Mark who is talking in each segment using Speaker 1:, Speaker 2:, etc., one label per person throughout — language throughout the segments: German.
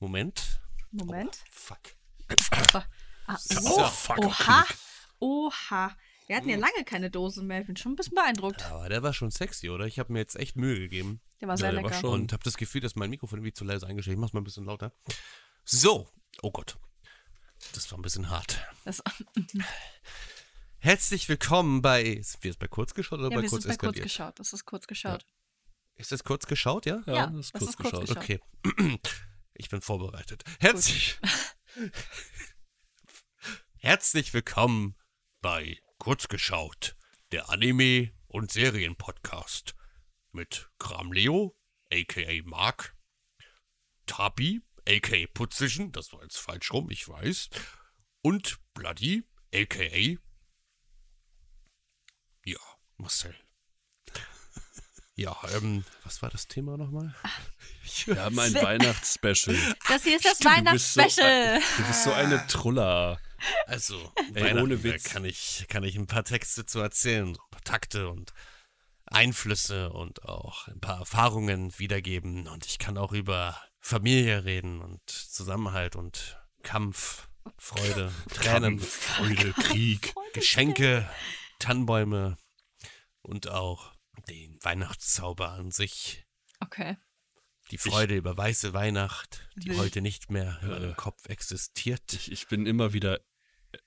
Speaker 1: Moment.
Speaker 2: Moment.
Speaker 1: Fuck.
Speaker 2: Ah,
Speaker 1: So.
Speaker 2: oh,
Speaker 3: Fuck.
Speaker 2: oha, oha. Wir hatten ja lange keine Dosen mehr. Ich bin schon ein bisschen beeindruckt.
Speaker 1: Aber der war schon sexy, oder? Ich habe mir jetzt echt Mühe gegeben.
Speaker 2: Der war sehr
Speaker 3: der war
Speaker 2: lecker.
Speaker 3: schon- Und-
Speaker 1: Und habe das Gefühl, dass mein Mikrofon irgendwie zu leise eingestellt ist. Ich mach's mal ein bisschen lauter. So. Oh Gott. Das war ein bisschen hart.
Speaker 2: Das,
Speaker 1: Herzlich willkommen bei. Sind wir jetzt bei kurz geschaut oder
Speaker 2: ja,
Speaker 1: bei
Speaker 2: wir
Speaker 1: kurz
Speaker 2: sind bei kurz
Speaker 1: eskaliert?
Speaker 2: geschaut. Das ist kurz geschaut.
Speaker 1: ist das kurz geschaut, ja?
Speaker 2: Ja, das ist kurz geschaut.
Speaker 1: Okay. Ich bin vorbereitet. Herzlich. Herzlich willkommen bei Kurzgeschaut, der Anime- und Serienpodcast mit Kram Leo, a.k.a. Mark, Tabi, a.k.a. Putzischen, das war jetzt falsch rum, ich weiß, und Bloody, a.k.a. Ja, Marcel. Ja, ähm, was war das Thema nochmal?
Speaker 3: Wir haben ein Weihnachtsspecial.
Speaker 2: Das hier ist das
Speaker 3: Stimmt, du bist so-
Speaker 2: Weihnachtsspecial.
Speaker 3: Du bist so eine Trulla.
Speaker 1: Also,
Speaker 3: Ey,
Speaker 1: Weihnachten,
Speaker 3: ohne
Speaker 1: da
Speaker 3: Witz.
Speaker 1: Kann ich, kann ich ein paar Texte zu erzählen, so ein paar Takte und Einflüsse und auch ein paar Erfahrungen wiedergeben. Und ich kann auch über Familie reden und Zusammenhalt und Kampf, Freude, Tränen, Freude, Krieg, Geschenke, Tannenbäume und auch den Weihnachtszauber an sich.
Speaker 2: Okay.
Speaker 1: Die Freude über weiße Weihnacht, die
Speaker 2: Will-
Speaker 1: heute nicht mehr in meinem
Speaker 3: Äh,
Speaker 1: Kopf existiert.
Speaker 3: Ich, ich bin immer wieder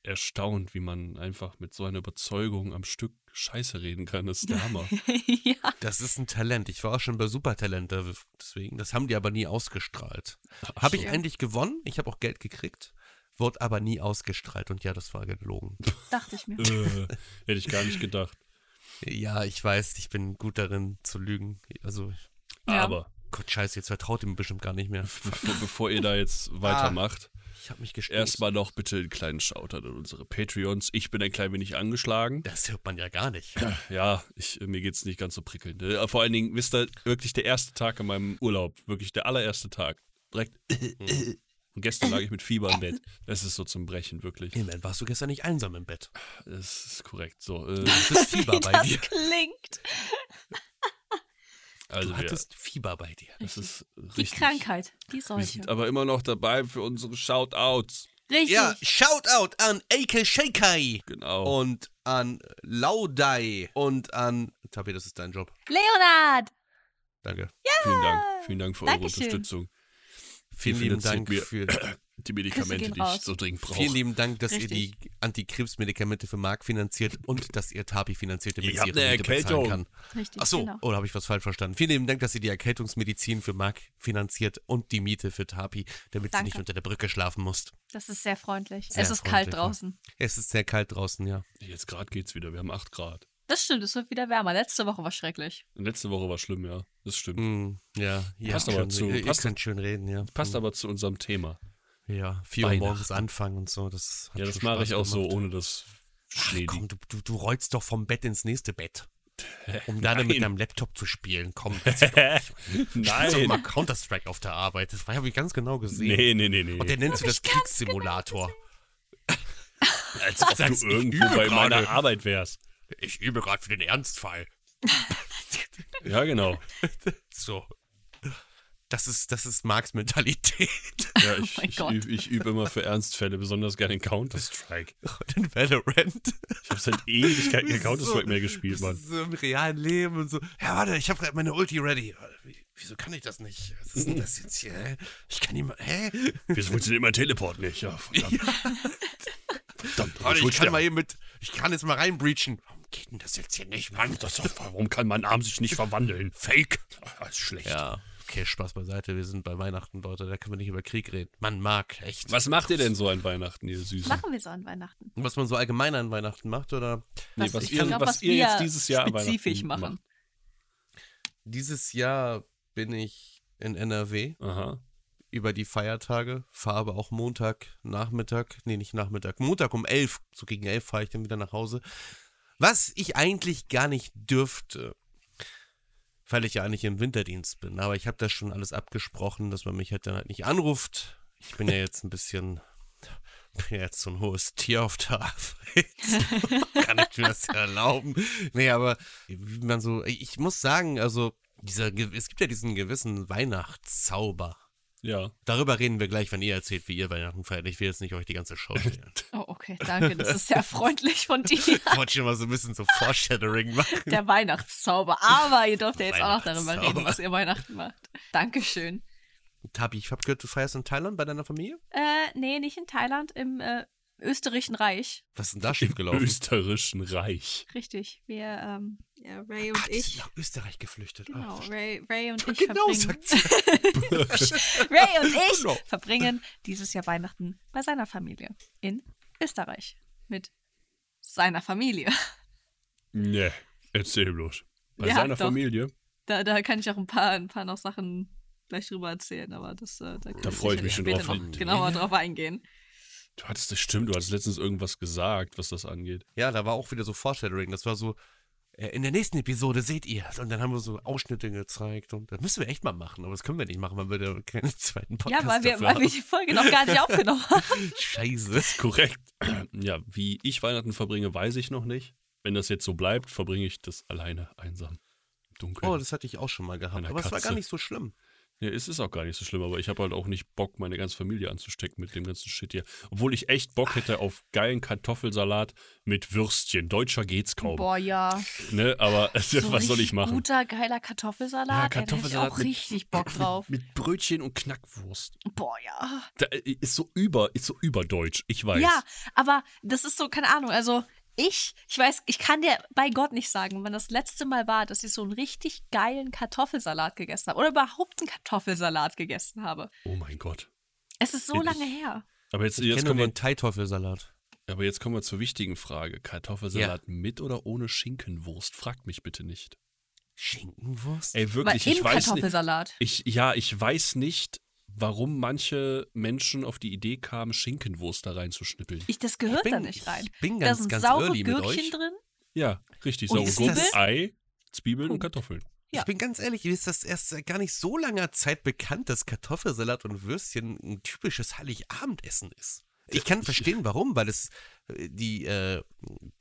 Speaker 3: erstaunt, wie man einfach mit so einer Überzeugung am Stück Scheiße reden kann. Das ist der Hammer.
Speaker 2: ja.
Speaker 1: Das ist ein Talent. Ich war auch schon bei Supertalent, da- deswegen. Das haben die aber nie ausgestrahlt. Habe ich
Speaker 2: so.
Speaker 1: eigentlich gewonnen? Ich habe auch Geld gekriegt, wurde aber nie ausgestrahlt. Und ja, das war gelogen.
Speaker 2: Dachte ich mir.
Speaker 3: äh, hätte ich gar nicht gedacht.
Speaker 1: Ja, ich weiß, ich bin gut darin zu lügen. Also,
Speaker 2: Ja.
Speaker 3: Aber
Speaker 1: Gott, scheiße, jetzt vertraut ihr mir bestimmt gar nicht mehr.
Speaker 3: bevor, bevor ihr da jetzt
Speaker 2: Ah.
Speaker 3: weitermacht,
Speaker 1: Ich habe mich gestoßen.
Speaker 3: erstmal noch bitte einen kleinen Shoutout an unsere Patreons. Ich bin ein klein wenig angeschlagen.
Speaker 1: Das hört man ja gar nicht.
Speaker 3: Ja, ich, mir geht's nicht ganz so prickelnd. Äh, Vor allen Dingen, wisst ihr, wirklich der erste Tag in meinem Urlaub, wirklich der allererste Tag. Direkt.
Speaker 2: Mhm.
Speaker 3: Und gestern lag ich mit Fieber im Bett. Das ist so zum Brechen, wirklich.
Speaker 2: Genau.
Speaker 1: Himmeln, warst du gestern nicht einsam im Bett?
Speaker 3: Das ist korrekt. So, äh,
Speaker 1: Das Fieber
Speaker 2: Wie
Speaker 1: bei
Speaker 2: das
Speaker 1: dir.
Speaker 2: klingt.
Speaker 3: also
Speaker 1: Du
Speaker 3: wir,
Speaker 1: hattest Fieber bei dir.
Speaker 3: das ist
Speaker 2: Die
Speaker 3: richtig.
Speaker 2: Krankheit. Die
Speaker 3: Wir
Speaker 2: Seuche.
Speaker 3: sind aber immer noch dabei für unsere Shoutouts.
Speaker 2: Richtig.
Speaker 1: Ja, Shoutout an Eike Shakai
Speaker 3: Genau.
Speaker 1: und an Laudai und an. Tabi, das ist dein Job.
Speaker 2: Leonard.
Speaker 1: Danke.
Speaker 3: vielen Dank. Vielen Dank für eure
Speaker 2: Dankeschön.
Speaker 3: Unterstützung.
Speaker 1: Vielen
Speaker 3: Ihr
Speaker 1: lieben
Speaker 3: finanziert
Speaker 1: Dank
Speaker 3: mir
Speaker 1: für
Speaker 3: die Medikamente,
Speaker 2: gehen
Speaker 3: die ich
Speaker 2: raus.
Speaker 3: so dringend brauche.
Speaker 1: vielen lieben Dank, dass
Speaker 2: Richtig.
Speaker 1: ihr die Antikrebsmedikamente für Marc finanziert und dass ihr Tabi finanzierte
Speaker 3: Ich hab
Speaker 1: Medizin
Speaker 3: eine Erkältung.
Speaker 1: kann.
Speaker 2: Richtig.
Speaker 1: Achso,
Speaker 2: Genau.
Speaker 1: oder habe ich was falsch verstanden? Vielen lieben Dank, dass ihr die Erkältungsmedizin für Marc finanziert und die Miete für Tapi, damit sie
Speaker 2: Danke.
Speaker 1: nicht unter der Brücke schlafen muss.
Speaker 2: Das ist sehr freundlich.
Speaker 1: Sehr
Speaker 2: es ist
Speaker 1: freundlich,
Speaker 2: kalt
Speaker 1: ne?
Speaker 2: draußen.
Speaker 1: Es ist sehr kalt draußen, ja.
Speaker 3: Jetzt gerade geht's wieder. Wir haben 8 Grad.
Speaker 2: Das stimmt, es wird wieder wärmer. Letzte Woche war schrecklich.
Speaker 3: Letzte Woche war schlimm, ja. Das stimmt.
Speaker 2: Mhm.
Speaker 1: Hm, ja, ihr
Speaker 3: Passt
Speaker 1: habt
Speaker 3: aber
Speaker 1: schon,
Speaker 3: zu-
Speaker 1: Ihr, ihr
Speaker 3: passt-
Speaker 1: könnt schön reden, ja.
Speaker 3: Passt aber zu unserem Thema.
Speaker 1: Ja, 4 Uhr
Speaker 3: Weihnachten.
Speaker 1: morgens anfangen und so. Das hat
Speaker 3: Ja, das
Speaker 1: schon
Speaker 3: mache
Speaker 1: Spaß
Speaker 3: ich auch so,
Speaker 1: gemacht.
Speaker 3: ohne das Schnee.
Speaker 1: Komm, du, du, du rollst doch vom Bett ins nächste Bett. Um dann mit
Speaker 3: Nein.
Speaker 1: deinem Laptop zu spielen. Komm, das ist Nein. Spielst doch mal Counter-Strike auf der Arbeit. Das habe ich ganz genau gesehen.
Speaker 3: Nee, nee, nee, nee.
Speaker 1: Und der nennt sie das Kriegssimulator.
Speaker 3: Als ob
Speaker 1: Sagst,
Speaker 3: du
Speaker 1: ich
Speaker 3: irgendwo
Speaker 1: übe
Speaker 3: bei meiner
Speaker 1: gerade.
Speaker 3: Arbeit wärst.
Speaker 1: Ich übe gerade für den Ernstfall.
Speaker 3: Ja, genau.
Speaker 1: So. Das ist, das ist Marks Mentalität.
Speaker 3: Ja,
Speaker 2: Oh
Speaker 3: ich,
Speaker 2: mein
Speaker 3: ich,
Speaker 2: Gott.
Speaker 3: üb- ich übe immer für Ernstfälle, besonders gerne in Counter-Strike.
Speaker 1: Und in Valorant.
Speaker 3: Ich habe seit Ewigkeiten kein
Speaker 1: Das ist
Speaker 3: Counter-Strike
Speaker 1: so-
Speaker 3: mehr gespielt,
Speaker 1: Das
Speaker 3: Mann.
Speaker 1: ist so im realen Leben und so. Ja, warte, ich habe gerade meine Ulti ready. Warte, wie- Wieso kann ich das nicht? Was ist denn das jetzt hier? Hä? Ich kann nicht mal. Hä?
Speaker 3: Wieso funktioniert mein Teleport nicht? Ja, verdammt. Verdammt,
Speaker 1: Warte,
Speaker 3: will
Speaker 1: ich kann
Speaker 3: sterben.
Speaker 1: mal eben mit. Ich kann jetzt mal reinbreachen. Warum geht denn das jetzt hier nicht, Mann?
Speaker 3: Das ist doch, warum kann mein Arm sich nicht verwandeln?
Speaker 1: Fake.
Speaker 3: Das ist schlecht.
Speaker 1: Ja. Okay, Spaß beiseite. Wir sind bei Weihnachten, Leute. Da können wir nicht über Krieg reden. Mann, Marc, echt.
Speaker 3: Was macht ihr denn so an Weihnachten, ihr Süßen?
Speaker 2: Machen wir so an Weihnachten. genau,
Speaker 1: Was man so allgemein an Weihnachten macht, oder?
Speaker 3: Nee,
Speaker 2: Was-
Speaker 3: was
Speaker 2: ich
Speaker 3: ihr-
Speaker 2: glaub,
Speaker 3: was ihr
Speaker 2: wir
Speaker 3: jetzt dieses Jahr an
Speaker 2: spezifisch
Speaker 3: Weihnachten
Speaker 2: machen.
Speaker 1: Dieses Jahr bin ich in NRW
Speaker 3: Aha.
Speaker 1: über die Feiertage, fahre aber auch Montag, Nachmittag, nee, nicht Nachmittag, Montag um 11, so gegen 11 fahre ich dann wieder nach Hause. Was ich eigentlich gar nicht dürfte, weil ich ja eigentlich im Winterdienst bin, aber ich habe das schon alles abgesprochen, dass man mich halt dann halt nicht anruft. Ich bin ja jetzt ein bisschen, bin ja jetzt so ein hohes Tier auf der Arbeit. Kann ich mir das ja erlauben? Nee, aber wie man so, ich muss sagen, also dieser, Ge- es gibt ja diesen gewissen Weihnachtszauber
Speaker 3: Ja.
Speaker 1: Darüber reden wir gleich, wenn ihr erzählt, wie ihr Weihnachten feiert. Ich will jetzt nicht euch die ganze Show stellen.
Speaker 2: Oh, okay, danke. Das ist sehr freundlich von dir.
Speaker 1: ich wollte schon mal so ein bisschen so Foreshadowing machen.
Speaker 2: Der Weihnachtszauber. Aber ihr dürft ja jetzt auch noch darüber
Speaker 1: Weihnachtszauber.
Speaker 2: reden, was ihr Weihnachten macht. Dankeschön.
Speaker 1: Tabi, ich habe gehört, du feierst in Thailand bei deiner Familie?
Speaker 2: Äh, nee, nicht in Thailand, im äh, Österreichischen Reich.
Speaker 1: Was ist denn da schiefgelaufen?
Speaker 3: Österreichischen Reich.
Speaker 2: Richtig. Wir, ähm, ja, Ray und
Speaker 1: Ach, die sind
Speaker 2: ich.
Speaker 1: nach Österreich geflüchtet.
Speaker 2: Genau,
Speaker 1: Ah, verstehe.
Speaker 2: Ray, Ray und ich
Speaker 1: genau,
Speaker 2: verbringen.
Speaker 1: sagt sie.
Speaker 2: Ray und ich
Speaker 1: Genau.
Speaker 2: verbringen dieses Jahr Weihnachten bei seiner Familie in Österreich mit seiner Familie.
Speaker 3: Nee, erzähl bloß. Bei
Speaker 2: Ja,
Speaker 3: seiner
Speaker 2: doch.
Speaker 3: Familie,
Speaker 2: Da, da kann ich auch ein paar, ein paar noch Sachen gleich drüber erzählen, aber das äh, da, kann
Speaker 3: Da freue ich mich schon
Speaker 2: sicherlich
Speaker 3: drauf.
Speaker 2: später Noch genauer drauf eingehen.
Speaker 3: du hattest das stimmt, du hattest letztens irgendwas gesagt, was das angeht.
Speaker 1: Ja, da war auch wieder so Foreshadowing. Das war so, äh, in der nächsten Episode seht ihr es. Und dann haben wir so Ausschnitte gezeigt. Und das müssen wir echt mal machen. Aber das können wir nicht machen, weil wir da keinen zweiten Podcast
Speaker 2: Ja, weil wir,
Speaker 1: dafür
Speaker 2: weil wir
Speaker 1: haben.
Speaker 2: die Folge noch gar nicht aufgenommen haben.
Speaker 1: Scheiße.
Speaker 3: Korrekt. Ja, wie ich Weihnachten verbringe, weiß ich noch nicht. Wenn das jetzt so bleibt, verbringe ich das alleine, einsam, im Dunkeln.
Speaker 1: Oh, das hatte ich auch schon mal gehabt.
Speaker 3: Einer
Speaker 1: Aber es war
Speaker 3: Katze.
Speaker 1: gar nicht so schlimm.
Speaker 3: Ja, es ist auch gar nicht so schlimm, aber ich habe halt auch nicht Bock, meine ganze Familie anzustecken mit dem ganzen Shit hier. Obwohl ich echt Bock hätte auf geilen Kartoffelsalat mit Würstchen. Deutscher geht's kaum.
Speaker 2: Boah, ja.
Speaker 3: Ne? Aber Oh. was soll ich
Speaker 2: richtig
Speaker 3: machen?
Speaker 2: Guter, geiler Kartoffelsalat.
Speaker 3: Ja,
Speaker 2: Ja, Kartoffelsalat.
Speaker 3: Kartoffelsalat
Speaker 2: Da hätte
Speaker 3: mit-
Speaker 2: ich auch richtig Bock drauf.
Speaker 3: Mit Brötchen und Knackwurst.
Speaker 2: Boah, ja.
Speaker 3: Da äh, ist so über, ist so überdeutsch, ich weiß.
Speaker 2: Ja, aber das ist so, keine Ahnung, also ich, ich weiß, ich kann dir bei Gott nicht sagen, wann das letzte Mal war, dass ich so einen richtig geilen Kartoffelsalat gegessen habe oder überhaupt einen Kartoffelsalat gegessen habe.
Speaker 3: Oh mein Gott.
Speaker 2: Es ist so
Speaker 3: Ich-
Speaker 2: lange her.
Speaker 3: Aber jetzt,
Speaker 1: Ich
Speaker 3: jetzt,
Speaker 1: kenne
Speaker 3: kommen
Speaker 1: nur
Speaker 3: wir,
Speaker 1: den Thai-Teufelsalat.
Speaker 3: aber jetzt kommen wir zur wichtigen Frage. Kartoffelsalat mit oder ohne Schinkenwurst? Fragt mich bitte nicht.
Speaker 1: Schinkenwurst?
Speaker 3: Ey,
Speaker 2: Weil
Speaker 3: wirklich,
Speaker 2: im
Speaker 3: ich weiß nicht.
Speaker 2: Kartoffelsalat.
Speaker 3: Ich, ja, ich weiß nicht, warum manche Menschen auf die Idee kamen, Schinkenwurst da reinzuschnippeln.
Speaker 2: Ich, das gehört
Speaker 1: bin-
Speaker 2: da nicht rein.
Speaker 1: ich bin
Speaker 2: da
Speaker 1: ganz-
Speaker 2: sind
Speaker 1: ganz
Speaker 2: saure
Speaker 1: early mit
Speaker 2: Gürkchen
Speaker 1: euch.
Speaker 2: drin.
Speaker 3: Ja, richtig.
Speaker 2: Und
Speaker 3: Saure
Speaker 1: Zwiebeln?
Speaker 3: Gurken, Ei, Zwiebeln und
Speaker 2: Punkt.
Speaker 3: Kartoffeln.
Speaker 2: Ja.
Speaker 1: Ich bin ganz ehrlich, mir ist das erst seit gar nicht so langer Zeit bekannt, dass Kartoffelsalat und Würstchen ein typisches Heiligabendessen ist. Ich kann verstehen, warum, weil es äh, die. Äh,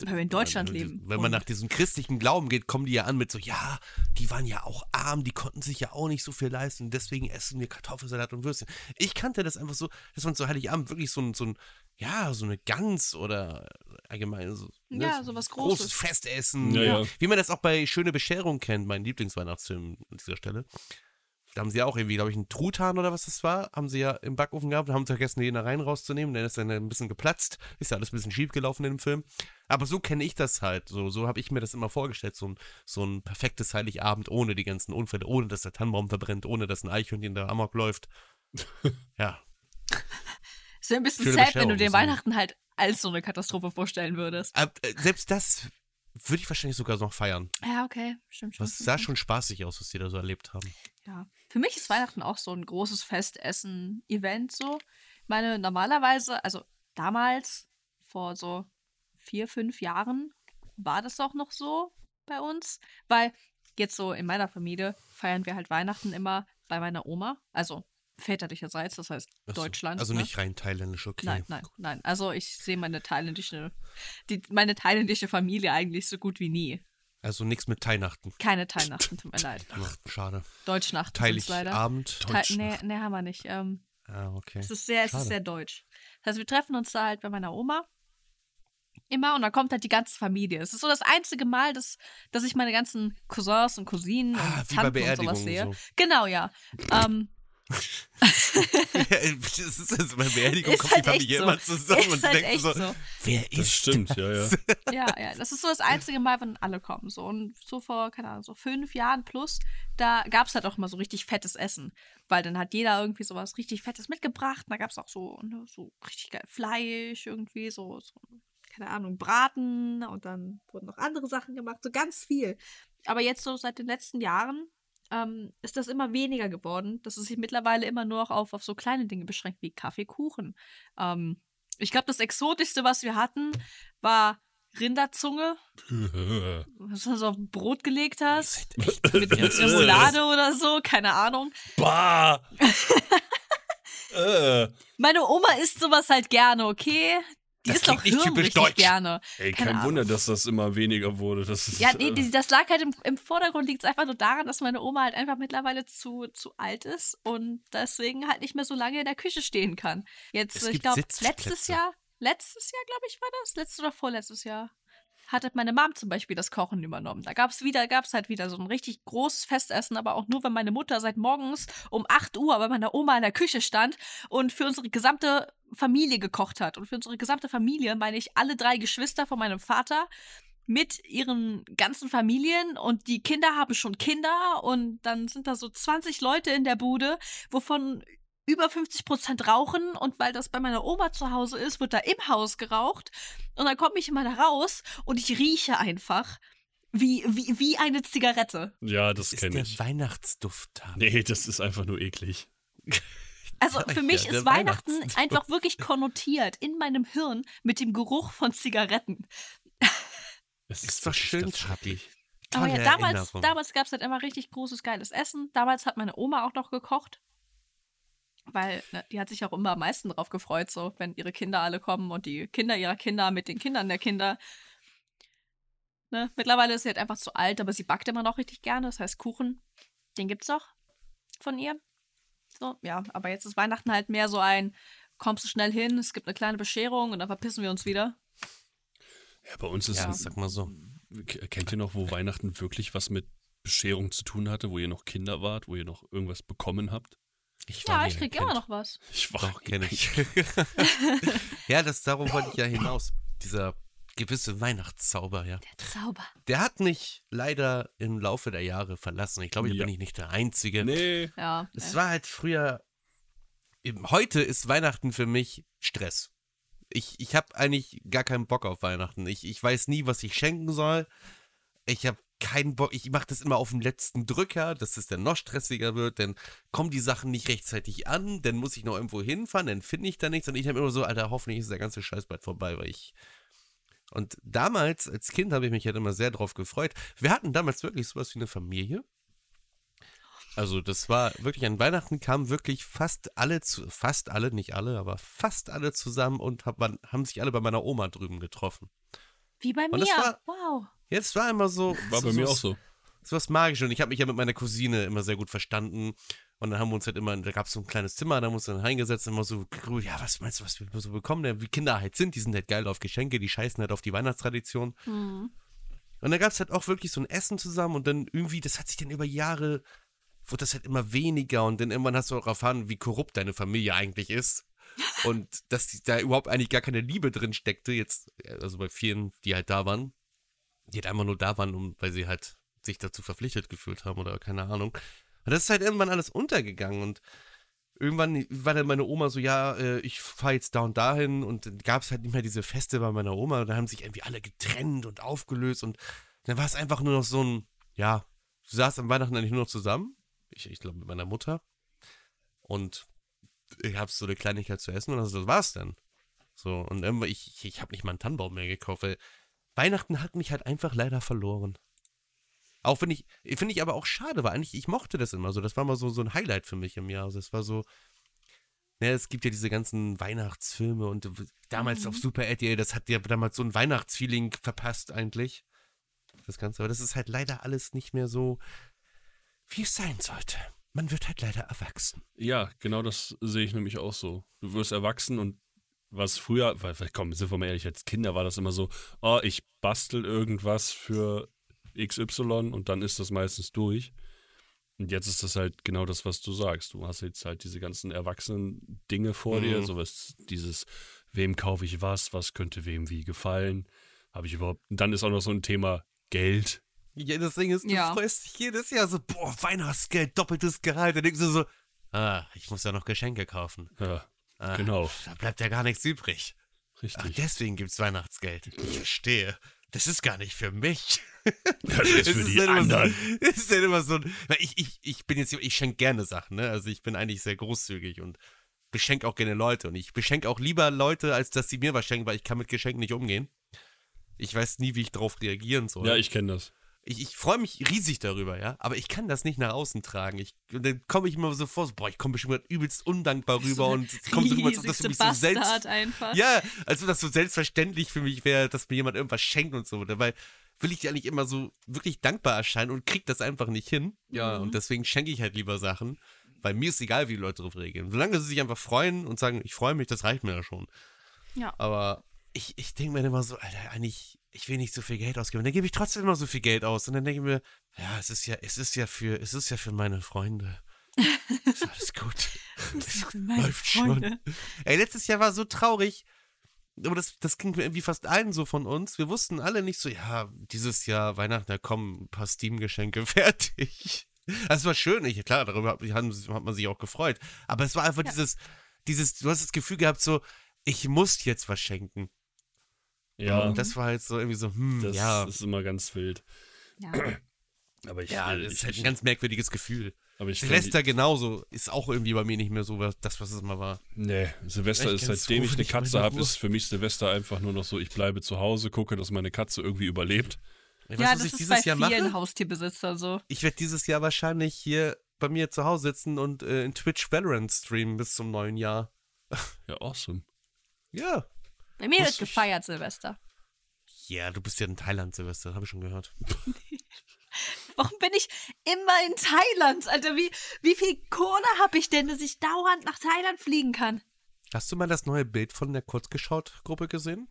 Speaker 2: Weil wir in Deutschland
Speaker 1: wenn,
Speaker 2: leben.
Speaker 1: Wenn man
Speaker 2: Und-
Speaker 1: nach diesem christlichen Glauben geht, kommen die ja an mit so: Ja, die waren ja auch arm, die konnten sich ja auch nicht so viel leisten, deswegen essen wir Kartoffelsalat und Würstchen. Ich kannte das einfach so, dass man zu Heiligabend wirklich so ein. So ein ja, so eine Gans oder allgemein so.
Speaker 2: Ja, so was Großes.
Speaker 1: Großes Festessen.
Speaker 3: Ja, ja.
Speaker 1: Wie man das auch bei Schöne Bescherung kennt, mein Lieblingsweihnachtsfilm an dieser Stelle. Da haben sie auch irgendwie, glaube ich, einen Truthahn oder was das war, haben sie ja im Backofen gehabt und haben vergessen, den da rein rauszunehmen. Dann ist dann ein bisschen geplatzt. Ist ja alles ein bisschen schief gelaufen in dem Film. Aber so kenne ich das halt. So, so habe ich mir das immer vorgestellt. So ein, so ein perfektes Heiligabend ohne die ganzen Unfälle, ohne dass der Tannenbaum verbrennt, ohne dass ein Eichhörnchen da amok läuft. ja.
Speaker 2: Ist ja ein bisschen
Speaker 1: Schöne
Speaker 2: sad, wenn du
Speaker 1: Bescherung,
Speaker 2: den
Speaker 1: so.
Speaker 2: Weihnachten halt als so eine Katastrophe vorstellen würdest.
Speaker 1: Aber, äh, selbst das würde ich wahrscheinlich sogar noch feiern.
Speaker 2: Ja, okay, stimmt schon.
Speaker 1: Das sah schon spaßig aus, was die da so erlebt haben.
Speaker 2: Ja. Für mich ist Weihnachten auch so ein großes Festessen-Event so. Ich meine, normalerweise, also damals, vor so vier, fünf Jahren, war das auch noch so bei uns. Weil jetzt so in meiner Familie feiern wir halt Weihnachten immer bei meiner Oma. Also väterlicherseits, das heißt
Speaker 1: Ach so.
Speaker 2: Deutschland.
Speaker 1: Also
Speaker 2: ne?
Speaker 1: nicht rein thailändisch, okay.
Speaker 2: Nein, nein, nein. Also ich sehe meine thailändische, die, meine thailändische Familie eigentlich so gut wie nie.
Speaker 1: Also nichts mit Weihnachten.
Speaker 2: Keine Thailachten, tut mir leid.
Speaker 1: Schade.
Speaker 2: Deutschnachten sind's leider.
Speaker 1: Heiligabend.
Speaker 2: Thai- nee, nee, haben wir nicht. Ähm,
Speaker 1: Ah, okay.
Speaker 2: Es ist sehr, es
Speaker 1: Schade.
Speaker 2: ist sehr deutsch. Das heißt, wir treffen uns da halt bei meiner Oma. Immer und dann kommt halt die ganze Familie. Es ist so das einzige Mal, dass, dass ich meine ganzen Cousins und Cousinen
Speaker 1: Ah,
Speaker 2: und
Speaker 1: wie bei
Speaker 2: Tanten und sowas
Speaker 1: Beerdigungen
Speaker 2: sehe.
Speaker 1: so.
Speaker 2: Genau, ja. ähm,
Speaker 1: das ist also bei Beerdigung
Speaker 2: halt Ist
Speaker 1: kommt
Speaker 2: halt
Speaker 1: die Familie
Speaker 2: echt so.
Speaker 1: immer zusammen
Speaker 2: Ist
Speaker 1: und
Speaker 2: halt
Speaker 1: denkt
Speaker 2: echt
Speaker 1: so,
Speaker 2: so.
Speaker 1: wer ist
Speaker 3: Das stimmt, ja, ja.
Speaker 2: ja, ja. Das ist so das einzige Mal, wenn alle kommen. So und so vor, keine Ahnung, so fünf Jahren plus, da gab es halt auch immer so richtig fettes Essen. Weil dann hat jeder irgendwie sowas richtig Fettes mitgebracht. Und da gab es auch so, ne, so richtig geil Fleisch irgendwie, so, so, keine Ahnung, Braten und dann wurden noch andere Sachen gemacht, so ganz viel. Aber jetzt so seit den letzten Jahren ähm, ist das immer weniger geworden, dass es sich mittlerweile immer nur noch auf, auf so kleine Dinge beschränkt wie Kaffeekuchen. Ähm, ich glaube, das Exotischste, was wir hatten, war Rinderzunge, was du so auf ein Brot gelegt hast. Mit, mit Remoulade oder so, keine Ahnung.
Speaker 3: bah! äh,
Speaker 2: Meine Oma isst sowas halt gerne, okay? Die
Speaker 1: Das
Speaker 2: ist doch
Speaker 1: klingt nicht
Speaker 2: Hirn
Speaker 1: typisch
Speaker 2: richtig
Speaker 1: deutsch.
Speaker 2: gerne.
Speaker 3: Ey,
Speaker 2: Keine
Speaker 3: kein
Speaker 2: Ahnung.
Speaker 3: Wunder, dass das immer weniger wurde. Das ist, äh,
Speaker 2: Ja,
Speaker 1: äh.
Speaker 2: nee, die- das lag halt im, im Vordergrund, liegt es einfach nur daran, dass meine Oma halt einfach mittlerweile zu, zu alt ist und deswegen halt nicht mehr so lange in der Küche stehen kann. Jetzt, äh,
Speaker 1: Es
Speaker 2: ich
Speaker 1: gibt
Speaker 2: glaube,
Speaker 1: Sitzplätze.
Speaker 2: letztes Jahr, letztes Jahr, glaube ich, war das, letztes oder vorletztes Jahr, hatte meine Mom zum Beispiel das Kochen übernommen. Da gab es wieder, gab es halt wieder so ein richtig großes Festessen, aber auch nur, wenn meine Mutter seit morgens um 8 Uhr bei meiner Oma in der Küche stand und für unsere gesamte Familie gekocht hat. Und für unsere gesamte Familie meine ich alle drei Geschwister von meinem Vater mit ihren ganzen Familien und die Kinder haben schon Kinder und dann sind da so 20 Leute in der Bude, wovon über 50 Prozent rauchen und weil das bei meiner Oma zu Hause ist, wird da im Haus geraucht und dann komme ich immer da raus und ich rieche einfach wie, wie, wie eine Zigarette.
Speaker 3: ja, das
Speaker 1: ist
Speaker 3: kenne
Speaker 1: der
Speaker 3: ich.
Speaker 1: Weihnachtsduft. Tag.
Speaker 3: Nee, das ist einfach nur eklig.
Speaker 2: Also
Speaker 1: Ja,
Speaker 2: für mich
Speaker 1: ja, der
Speaker 2: ist Weihnachten
Speaker 1: Weihnachtsduft.
Speaker 2: einfach wirklich konnotiert in meinem Hirn mit dem Geruch von Zigaretten.
Speaker 3: Das
Speaker 1: Ist was
Speaker 3: wirklich
Speaker 1: schön
Speaker 3: ganz schrecklich.
Speaker 1: schrecklich.
Speaker 2: Aber
Speaker 1: Tolle
Speaker 2: ja, damals,
Speaker 1: Erinnerung.
Speaker 2: damals gab es halt immer richtig großes, geiles Essen. Damals hat meine Oma auch noch gekocht. Weil ne, die hat sich auch immer am meisten drauf gefreut, so wenn ihre Kinder alle kommen und die Kinder ihrer Kinder mit den Kindern der Kinder. Ne? Mittlerweile ist sie halt einfach zu alt, aber sie backt immer noch richtig gerne. Das heißt, Kuchen, den gibt's auch von ihr. So, ja, aber jetzt ist Weihnachten halt mehr so ein, kommst du schnell hin, es gibt eine kleine Bescherung und dann verpissen wir uns wieder.
Speaker 3: Ja, bei uns ist
Speaker 1: Ja,
Speaker 3: es
Speaker 1: sag mal so.
Speaker 3: K- Kennt ihr noch, wo Weihnachten wirklich was mit Bescherung zu tun hatte, wo ihr noch Kinder wart, wo ihr noch irgendwas bekommen habt?
Speaker 1: Ich
Speaker 2: Ja,
Speaker 1: nie
Speaker 2: ich krieg
Speaker 1: ein
Speaker 2: immer
Speaker 1: Kind.
Speaker 2: noch was.
Speaker 3: Ich war
Speaker 1: Doch, kenne ich. ja, das darum wollte ich ja hinaus. Dieser gewisse Weihnachtszauber, ja.
Speaker 2: Der Zauber.
Speaker 1: Der hat mich leider im Laufe der Jahre verlassen. Ich glaube, ich
Speaker 3: Ja.
Speaker 1: bin ich nicht der Einzige.
Speaker 3: Nee.
Speaker 2: Ja.
Speaker 1: Es
Speaker 2: ja.
Speaker 1: war halt früher. eben- Heute ist Weihnachten für mich Stress. Ich, ich habe eigentlich gar keinen Bock auf Weihnachten. Ich, ich weiß nie, was ich schenken soll. Ich habe keinen Bock. Ich mache das immer auf den letzten Drücker, dass es dann noch stressiger wird. Dann kommen die Sachen nicht rechtzeitig an. Dann muss ich noch irgendwo hinfahren. Dann finde ich da nichts. Und ich habe immer so, Alter, hoffentlich ist der ganze Scheiß bald vorbei, weil ich. Und damals, als Kind, habe ich mich halt immer sehr drauf gefreut. Wir hatten damals wirklich sowas wie eine Familie. Also das war wirklich an Weihnachten kamen wirklich fast alle zu, fast alle, nicht alle, aber fast alle zusammen und hab, man- haben sich alle bei meiner Oma drüben getroffen.
Speaker 2: Wie bei
Speaker 1: Und
Speaker 2: mir.
Speaker 1: das war-
Speaker 2: wow.
Speaker 1: Jetzt war immer so,
Speaker 3: War bei
Speaker 1: so,
Speaker 3: mir auch so.
Speaker 1: so was Magisches und ich habe mich ja mit meiner Cousine immer sehr gut verstanden und dann haben wir uns halt immer, da gab es so ein kleines Zimmer, da haben wir uns dann reingesetzt und immer so, gegrübelt, ja was meinst du, was wir so bekommen, denn wie Kinder halt sind, die sind halt geil auf Geschenke, die scheißen halt auf die Weihnachtstradition. Und da gab es halt auch wirklich so ein Essen zusammen und dann irgendwie, das hat sich dann über Jahre, wurde das halt immer weniger und dann irgendwann hast du auch erfahren, wie korrupt deine Familie eigentlich ist. Und dass die, da überhaupt eigentlich gar keine Liebe drin steckte, jetzt, also bei vielen, die halt da waren, die halt einfach nur da waren, um, weil sie halt sich dazu verpflichtet gefühlt haben oder keine Ahnung. Und das ist halt irgendwann alles untergegangen und irgendwann war dann meine Oma so, ja, äh, ich fahre jetzt da und dahin und dann gab es halt nicht mehr diese Feste bei meiner Oma und dann haben sich irgendwie alle getrennt und aufgelöst und dann war es einfach nur noch so ein, ja, du saßt am Weihnachten eigentlich nur noch zusammen, ich, ich glaube mit meiner Mutter und ich habe so eine Kleinigkeit zu essen und also das, das war's dann. So, und irgendwann, ich, ich, ich habe nicht mal einen Tannenbaum mehr gekauft, weil Weihnachten hat mich halt einfach leider verloren. Auch wenn ich, finde ich aber auch schade, weil eigentlich, ich mochte das immer so. Das war mal so, so ein Highlight für mich im Jahr. Also es war so, ne, es gibt ja diese ganzen Weihnachtsfilme und damals auf Super RTL, das hat ja damals so ein Weihnachtsfeeling verpasst eigentlich. Das Ganze, aber das ist halt leider alles nicht mehr so, wie es sein sollte. Man wird halt leider erwachsen.
Speaker 3: Ja, genau das sehe ich nämlich auch so. Du wirst erwachsen und was früher, weil, weil- komm, sind wir mal ehrlich, als Kinder war das immer so, oh, ich bastel irgendwas für XY und dann ist das meistens durch. Und jetzt ist das halt genau das, was du sagst. Du hast jetzt halt diese ganzen erwachsenen Dinge vor dir,
Speaker 1: Mhm.
Speaker 3: sowas, dieses, wem kaufe ich was, was könnte wem wie gefallen, habe ich überhaupt. Und dann ist auch noch so ein Thema Geld.
Speaker 1: Ja, das Ding ist, du
Speaker 2: Ja.
Speaker 1: freust dich jedes Jahr so, boah, Weihnachtsgeld, doppeltes Gehalt. Dann denkst du so, ah, ich muss ja noch Geschenke kaufen.
Speaker 3: Ja,
Speaker 1: Ah,
Speaker 3: Genau.
Speaker 1: Da bleibt ja gar nichts übrig. Ach,
Speaker 3: richtig.
Speaker 1: deswegen gibt's Weihnachtsgeld. Ich verstehe. Das ist gar nicht für mich.
Speaker 3: Das ist
Speaker 1: Es
Speaker 3: für die
Speaker 1: dann immer so-
Speaker 3: anderen.
Speaker 1: Es ist dann immer so ein. Weil ich, ich, ich bin jetzt, ich schenke gerne Sachen, ne? Also ich bin eigentlich sehr großzügig und beschenke auch gerne Leute. Und ich beschenke auch lieber Leute, als dass sie mir was schenken, weil ich kann mit Geschenken nicht umgehen. Ich weiß nie, wie ich drauf reagieren soll.
Speaker 3: Ja, ich kenne das.
Speaker 1: Ich, ich freue mich riesig darüber, ja, aber ich kann das nicht nach außen tragen. Ich, und dann komme ich immer so vor, so, boah, ich komme bestimmt übelst undankbar rüber und es kommt so rüber, als ob das für mich so selbst,
Speaker 2: Bastard einfach.
Speaker 1: ja, als ob das so selbstverständlich für mich wäre, dass mir jemand irgendwas schenkt und so. Dabei will ich eigentlich immer so wirklich dankbar erscheinen und krieg das einfach nicht hin. Ja,
Speaker 2: Mhm.
Speaker 1: und deswegen schenke ich halt lieber Sachen, weil mir ist egal, wie die Leute darauf reagieren. Solange sie sich einfach freuen und sagen, ich freue mich, das reicht mir ja schon.
Speaker 2: Ja.
Speaker 1: Aber ich, ich denke mir dann immer so, Alter, eigentlich, ich will nicht so viel Geld ausgeben. Und dann gebe ich trotzdem immer so viel Geld aus. Und dann denke ich mir, ja, es ist ja, es ist ja für, es ist ja für meine Freunde. ist alles gut.
Speaker 2: Meine
Speaker 1: Läuft
Speaker 2: Freunde.
Speaker 1: Ey, letztes Jahr war so traurig. Aber das, das ging mir irgendwie fast allen so von uns. Wir wussten alle nicht so, ja, dieses Jahr Weihnachten, da kommen ein paar Steam-Geschenke fertig. Das war schön. Ich, klar, darüber hat, hat man sich auch gefreut. Aber es war einfach
Speaker 2: Ja.
Speaker 1: dieses, dieses, du hast das Gefühl gehabt, so, ich muss jetzt was schenken.
Speaker 3: Ja,
Speaker 1: Und das war halt so irgendwie so, hm,
Speaker 3: das
Speaker 1: ja.
Speaker 3: ist immer ganz wild.
Speaker 2: Ja.
Speaker 3: Aber ich,
Speaker 1: ja,
Speaker 3: ich,
Speaker 1: das ist halt
Speaker 3: ich,
Speaker 1: ein ganz merkwürdiges Gefühl.
Speaker 3: aber ich
Speaker 1: Silvester genauso ist auch irgendwie bei mir nicht mehr so was- das, was es mal war.
Speaker 3: Nee, Silvester
Speaker 1: Ich
Speaker 3: ist,
Speaker 1: kenn's froh,
Speaker 3: seitdem ich
Speaker 1: wenn
Speaker 3: eine
Speaker 1: ich
Speaker 3: Katze
Speaker 1: meine
Speaker 3: habe,
Speaker 1: Uhr-
Speaker 3: ist für mich Silvester einfach nur noch so, ich bleibe zu Hause, gucke, dass meine Katze irgendwie überlebt.
Speaker 1: Ey, was
Speaker 2: ja, das
Speaker 1: muss ich
Speaker 2: ist
Speaker 1: dieses
Speaker 2: bei
Speaker 1: Jahr
Speaker 2: vielen
Speaker 1: machen?
Speaker 2: Haustierbesitzern so.
Speaker 1: ich werde dieses Jahr wahrscheinlich hier bei mir zu Hause sitzen und äh, in Twitch Valorant streamen bis zum neuen Jahr.
Speaker 3: Ja, awesome.
Speaker 1: Ja.
Speaker 2: Bei
Speaker 1: Muss
Speaker 2: mir wird
Speaker 1: ich-
Speaker 2: gefeiert Silvester.
Speaker 1: Ja, du bist ja in Thailand, Silvester, habe ich schon gehört.
Speaker 2: Warum bin ich immer in Thailand? Alter, wie, wie viel Kohle habe ich denn, dass ich dauernd nach Thailand fliegen kann?
Speaker 1: Hast du mal das neue Bild von der Kurzgeschaut-Gruppe gesehen?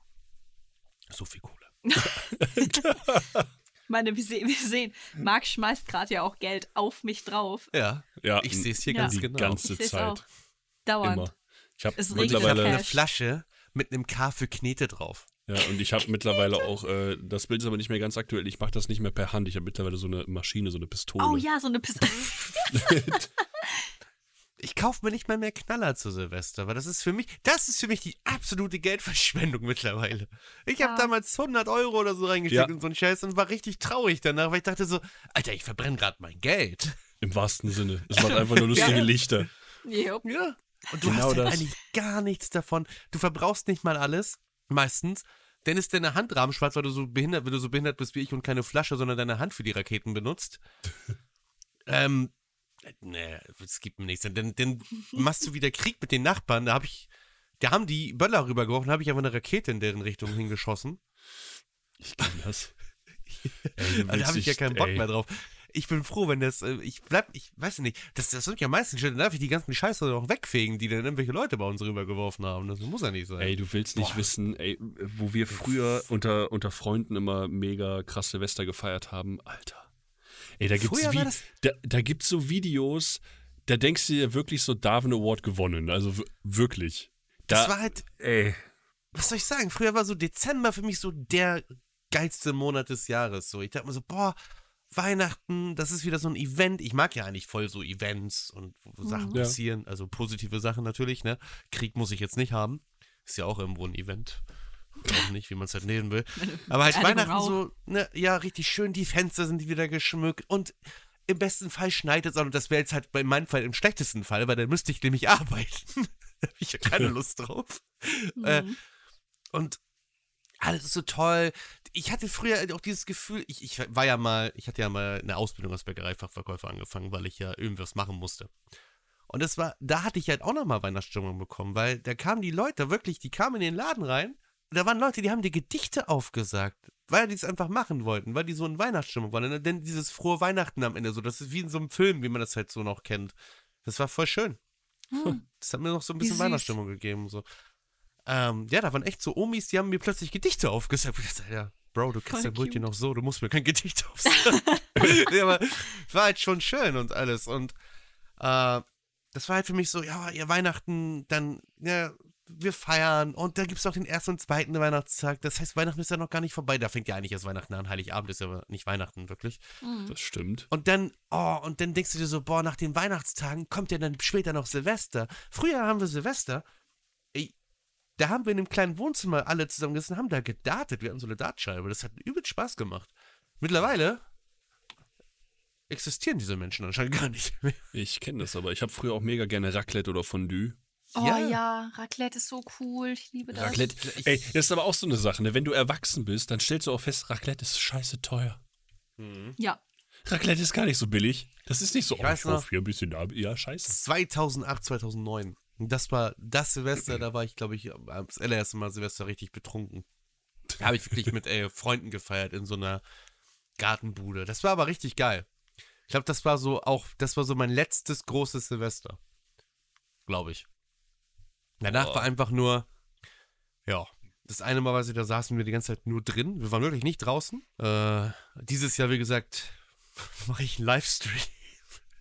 Speaker 1: So viel Kohle.
Speaker 2: Ich meine, wir, se wir sehen, Marc schmeißt gerade ja auch Geld auf mich drauf.
Speaker 1: Ja.
Speaker 3: Ja,
Speaker 1: Ich sehe es hier
Speaker 2: Ja.
Speaker 1: ganz
Speaker 3: die
Speaker 1: genau.
Speaker 3: ganze
Speaker 2: Ich seh's
Speaker 3: Zeit.
Speaker 2: auch. Dauernd.
Speaker 3: Immer. Ich habe
Speaker 2: Es regnet
Speaker 1: ich habe
Speaker 3: mittlerweile,
Speaker 1: eine Flasche mit einem K für Knete drauf.
Speaker 3: ja, und ich habe mittlerweile auch, äh, das Bild ist aber nicht mehr ganz aktuell, ich mache das nicht mehr per Hand, ich habe mittlerweile so eine Maschine, so eine Pistole.
Speaker 2: Oh ja, so eine Pistole.
Speaker 1: Ich kaufe mir nicht mal mehr Knaller zu Silvester, weil das ist für mich, das ist für mich die absolute Geldverschwendung mittlerweile. Ich habe
Speaker 2: Ja.
Speaker 1: damals 100 Euro oder so reingesteckt
Speaker 3: Ja.
Speaker 1: in so einen Scheiß und war richtig traurig danach, weil ich dachte so, Alter, ich verbrenne gerade mein Geld.
Speaker 3: Im wahrsten Sinne. Es macht einfach nur lustige Lichter.
Speaker 2: Jupp.
Speaker 1: Ja. Und du
Speaker 3: Genau
Speaker 1: hast halt
Speaker 3: das.
Speaker 1: eigentlich gar nichts davon. Du verbrauchst nicht mal alles, meistens. Denn ist deine Handrahmen schwarz, weil du so behindert, weil du so behindert bist wie ich und keine Flasche, sondern deine Hand für die Raketen benutzt. ähm, nee, es gibt mir nichts. Dann, dann machst du wieder Krieg mit den Nachbarn. Da habe ich, da haben die Böller rübergeworfen, da habe ich einfach eine Rakete in deren Richtung hingeschossen.
Speaker 3: Ich kann das. Ey,
Speaker 1: Also da habe ich ja
Speaker 3: witzig,
Speaker 1: keinen Bock
Speaker 3: ey.
Speaker 1: mehr drauf. Ich bin froh, wenn das, äh, ich bleib, ich weiß nicht, das, das sind ja meistens Schätze, darf ich die ganzen Scheiße noch wegfegen, die dann irgendwelche Leute bei uns rübergeworfen haben. Das muss ja nicht sein.
Speaker 3: Ey, du willst nicht
Speaker 1: Boah.
Speaker 3: wissen, ey, wo wir früher unter, unter Freunden immer mega krass Silvester gefeiert haben, Alter. Ey, da gibt's,
Speaker 1: Früher war
Speaker 3: Vi-
Speaker 1: das-
Speaker 3: da, da gibt's so Videos, da denkst du dir wirklich so Darwin Award gewonnen, also w- wirklich. Da,
Speaker 1: das war halt,
Speaker 3: ey,
Speaker 1: was soll ich sagen, früher war so Dezember für mich so der geilste Monat des Jahres. So, ich dachte mir so, boah, Weihnachten, das ist wieder so ein Event. Ich mag ja eigentlich voll so Events und wo Sachen
Speaker 3: Ja.
Speaker 1: passieren, also positive Sachen natürlich, ne? Krieg muss ich jetzt nicht haben. Ist ja auch irgendwo ein Event. Oder Auch nicht, wie man es halt nehmen will. Aber halt
Speaker 2: Beerdigung
Speaker 1: Weihnachten
Speaker 2: auch.
Speaker 1: so, ne, ja, richtig schön, die Fenster sind wieder geschmückt und im besten Fall schneit es auch und das wäre jetzt halt bei meinem Fall im schlechtesten Fall, weil dann müsste ich nämlich arbeiten. da habe ich ja keine Lust drauf. Äh, und alles ist so toll. Ich hatte früher halt auch dieses Gefühl, ich, ich war ja mal, ich hatte ja mal eine Ausbildung als Bäckereifachverkäufer angefangen, weil ich ja irgendwas machen musste. Und das war, da hatte ich halt auch nochmal Weihnachtsstimmung bekommen, weil da kamen die Leute wirklich, die kamen in den Laden rein und da waren Leute, die haben dir Gedichte aufgesagt, weil die es einfach machen wollten, weil die so in Weihnachtsstimmung waren. Denn dieses frohe Weihnachten am Ende, so, das ist wie in so einem Film, wie man das halt so noch kennt. Das war voll schön. Das hat mir noch so ein bisschen
Speaker 2: süß.
Speaker 1: Weihnachtsstimmung gegeben. So. Ähm, ja, da waren echt so Omis, die haben mir plötzlich Gedichte aufgesagt. Ich dachte, ja, Bro, du kriegst
Speaker 2: Voll
Speaker 1: dein Brötchen
Speaker 2: cute.
Speaker 1: noch so, du musst mir kein Gedicht aufsagen. ja, aber war halt schon schön und alles. Und äh, das war halt für mich so, ja, ihr Weihnachten, dann, ja, wir feiern und dann gibt es noch den ersten und zweiten Weihnachtstag. Das heißt, Weihnachten ist ja noch gar nicht vorbei. Da fängt ja eigentlich erst Weihnachten an. Heiligabend ist ja nicht Weihnachten, wirklich.
Speaker 3: Mhm. das stimmt.
Speaker 1: Und dann, oh, und dann denkst du dir so, boah, nach den Weihnachtstagen kommt ja dann später noch Silvester. Früher haben wir Silvester, ey, da haben wir in einem kleinen Wohnzimmer alle zusammen gesessen, haben da gedartet. Wir hatten so eine Dartscheibe. Das hat übel Spaß gemacht. Mittlerweile existieren diese Menschen anscheinend gar nicht mehr.
Speaker 3: Ich kenne das, aber ich habe früher auch mega gerne Raclette oder Fondue.
Speaker 2: Oh
Speaker 1: Ja.
Speaker 2: ja. Raclette ist so cool. Ich liebe das.
Speaker 3: Raclette,
Speaker 1: ich-
Speaker 3: ey, das ist aber auch so eine Sache, ne? Wenn du erwachsen bist, dann stellst du auch fest, Raclette ist scheiße teuer.
Speaker 2: Ja.
Speaker 3: Raclette ist gar nicht so billig. Das ist nicht so, oh,
Speaker 1: weiß
Speaker 3: ich
Speaker 1: noch.
Speaker 3: hoffe hier ein bisschen da. Ja, scheiße.
Speaker 1: 2008, 2009. Und Das war das Silvester, da war ich, glaube ich, das allererste Mal Silvester richtig betrunken. Da habe ich wirklich mit äh, Freunden gefeiert in so einer Gartenbude. Das war aber richtig geil. Ich glaube, das war so auch, das war so mein letztes großes Silvester. Glaube ich. Danach
Speaker 3: Boah.
Speaker 1: war einfach nur, ja, das eine Mal, was ich da saßen wir die ganze Zeit nur drin. Wir waren wirklich nicht draußen. Äh, dieses Jahr, wie gesagt, mache ich einen Livestream.